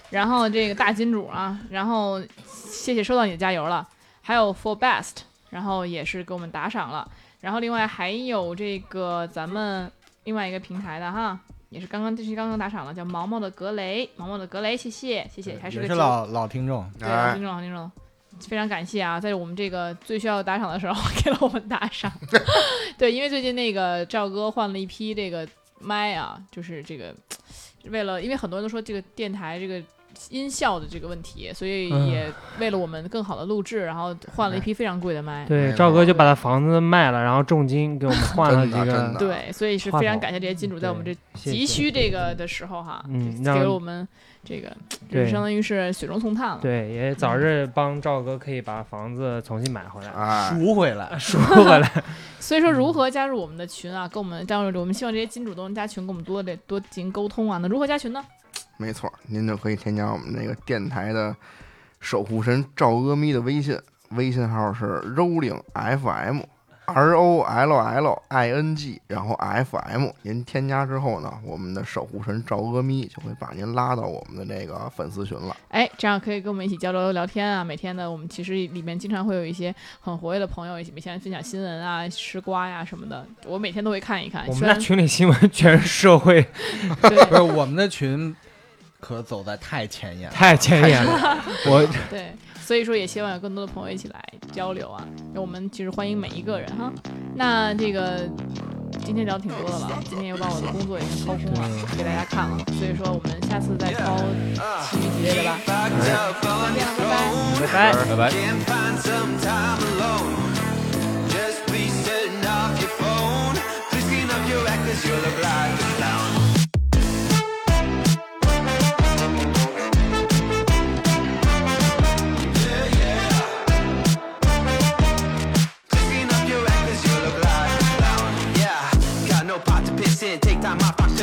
[SPEAKER 2] 然后这个大金主啊，然后谢谢收到你的加油了，还有 For Best，然后也是给我们打赏了，然后另外还有这个咱们另外一个平台的哈，也是刚刚这是刚刚打赏了，叫毛毛的格雷，毛毛的格雷，谢谢谢谢，还是
[SPEAKER 7] 也
[SPEAKER 2] 个
[SPEAKER 7] 是
[SPEAKER 2] 九
[SPEAKER 7] 老老听众，
[SPEAKER 2] 对老
[SPEAKER 5] 哎
[SPEAKER 2] 听，众老听众，非常感谢啊，在我们这个最需要打赏的时候 给了我们打赏， 对，因为最近那个赵哥换了一批这个麦啊，就是这个为了，因为很多人都说这个电台这个。音效的这个问题，所以
[SPEAKER 4] 嗯
[SPEAKER 2] 也为了我们更好的录制，然后换了一批非常贵的麦。
[SPEAKER 4] 哎对，
[SPEAKER 5] 哎
[SPEAKER 4] 赵哥就把他房子卖了，然后重金给我们换了
[SPEAKER 5] 真
[SPEAKER 4] 几
[SPEAKER 5] 的真的，
[SPEAKER 4] 个，
[SPEAKER 2] 对，所以是
[SPEAKER 4] 话
[SPEAKER 2] 非常
[SPEAKER 4] 筒
[SPEAKER 2] 感谢这些金主在我们这
[SPEAKER 4] 谢谢
[SPEAKER 2] 急需这个的时候哈，就
[SPEAKER 4] 嗯让
[SPEAKER 2] 给了我们这个，就是
[SPEAKER 4] 对
[SPEAKER 2] 相当于是雪中送炭了。
[SPEAKER 4] 对，也
[SPEAKER 2] 嗯
[SPEAKER 4] 早日帮赵哥可以把房子重新买回
[SPEAKER 2] 啊
[SPEAKER 4] 来，
[SPEAKER 5] 哎，
[SPEAKER 7] 赎回来，
[SPEAKER 4] 赎回来。
[SPEAKER 2] 所以说，如何加入我们的群啊？跟我们张入我们希望这些金主都能加群，跟我们多得多进行沟通啊。那如何加群呢？
[SPEAKER 5] 没错，您就可以添加我们那个电台的守护神赵阿咪的微信，微信号是 rolling fm。R O L L I N G，然后 F M，您添加之后呢，我们的守护神赵阿咪就会把您拉到我们的那个粉丝群了。
[SPEAKER 2] 哎，这样可以跟我们一起交流聊天啊。每天呢，我们其实里面经常会有一些很活跃的朋友，一起每天分享新闻啊、吃瓜呀、什么的。我每天都会看一看。
[SPEAKER 4] 我们
[SPEAKER 2] 虽
[SPEAKER 4] 那
[SPEAKER 2] 然
[SPEAKER 4] 群里新闻 全是社会，
[SPEAKER 7] 不
[SPEAKER 2] 对
[SPEAKER 7] 是我们的群可走在太前沿了。
[SPEAKER 4] 太 前沿了。我
[SPEAKER 2] 对，所以说也希望有更多的朋友一起来交流啊。那我们其实欢迎每一个人哈。那这个今天聊挺多的了，今天又把我的工作已经掏空了，给大家看了。所以说我们下次再掏情侣之类的吧。
[SPEAKER 1] Backed up on
[SPEAKER 2] 这
[SPEAKER 1] your
[SPEAKER 2] 样，拜拜。
[SPEAKER 6] 拜
[SPEAKER 4] 拜拜。
[SPEAKER 6] 拜。
[SPEAKER 1] Can't find some time alone. Just please turn off your phone. Please clean up your act cause you're the black clown. Yeah, yeah. Please clean up your act cause you're the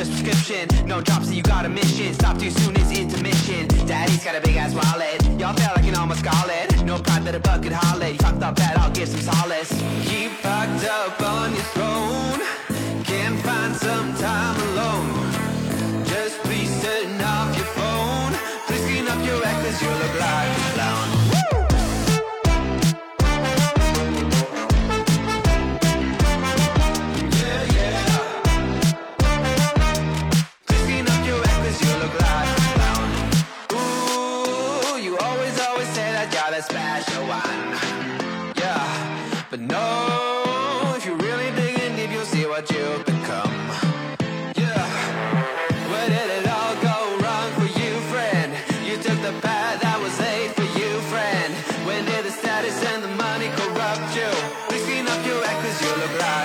[SPEAKER 1] subscription. No drops, so you got a mission. Stop too soon is intermission. Daddy's got a big ass wallet. Y'all feel like an almost scarlet. No pride that a buck could holler. You fucked up bad, I'll give some solace. You fucked up on your throne. Can't find some time alone. Just please turn off your phone. Please clean up your act 'cause you're a black clown. Clean up your act 'cause you look like a clown. Ooh, you always, always say that you're the special one. Yeah, but no, if you really dig in deep, you'll see what you've become. Yeah, where did it all go wrong for you, friend? You took the path that was laid for you, friend. When did the status and the money corrupt you? Please clean up your act 'cause you look like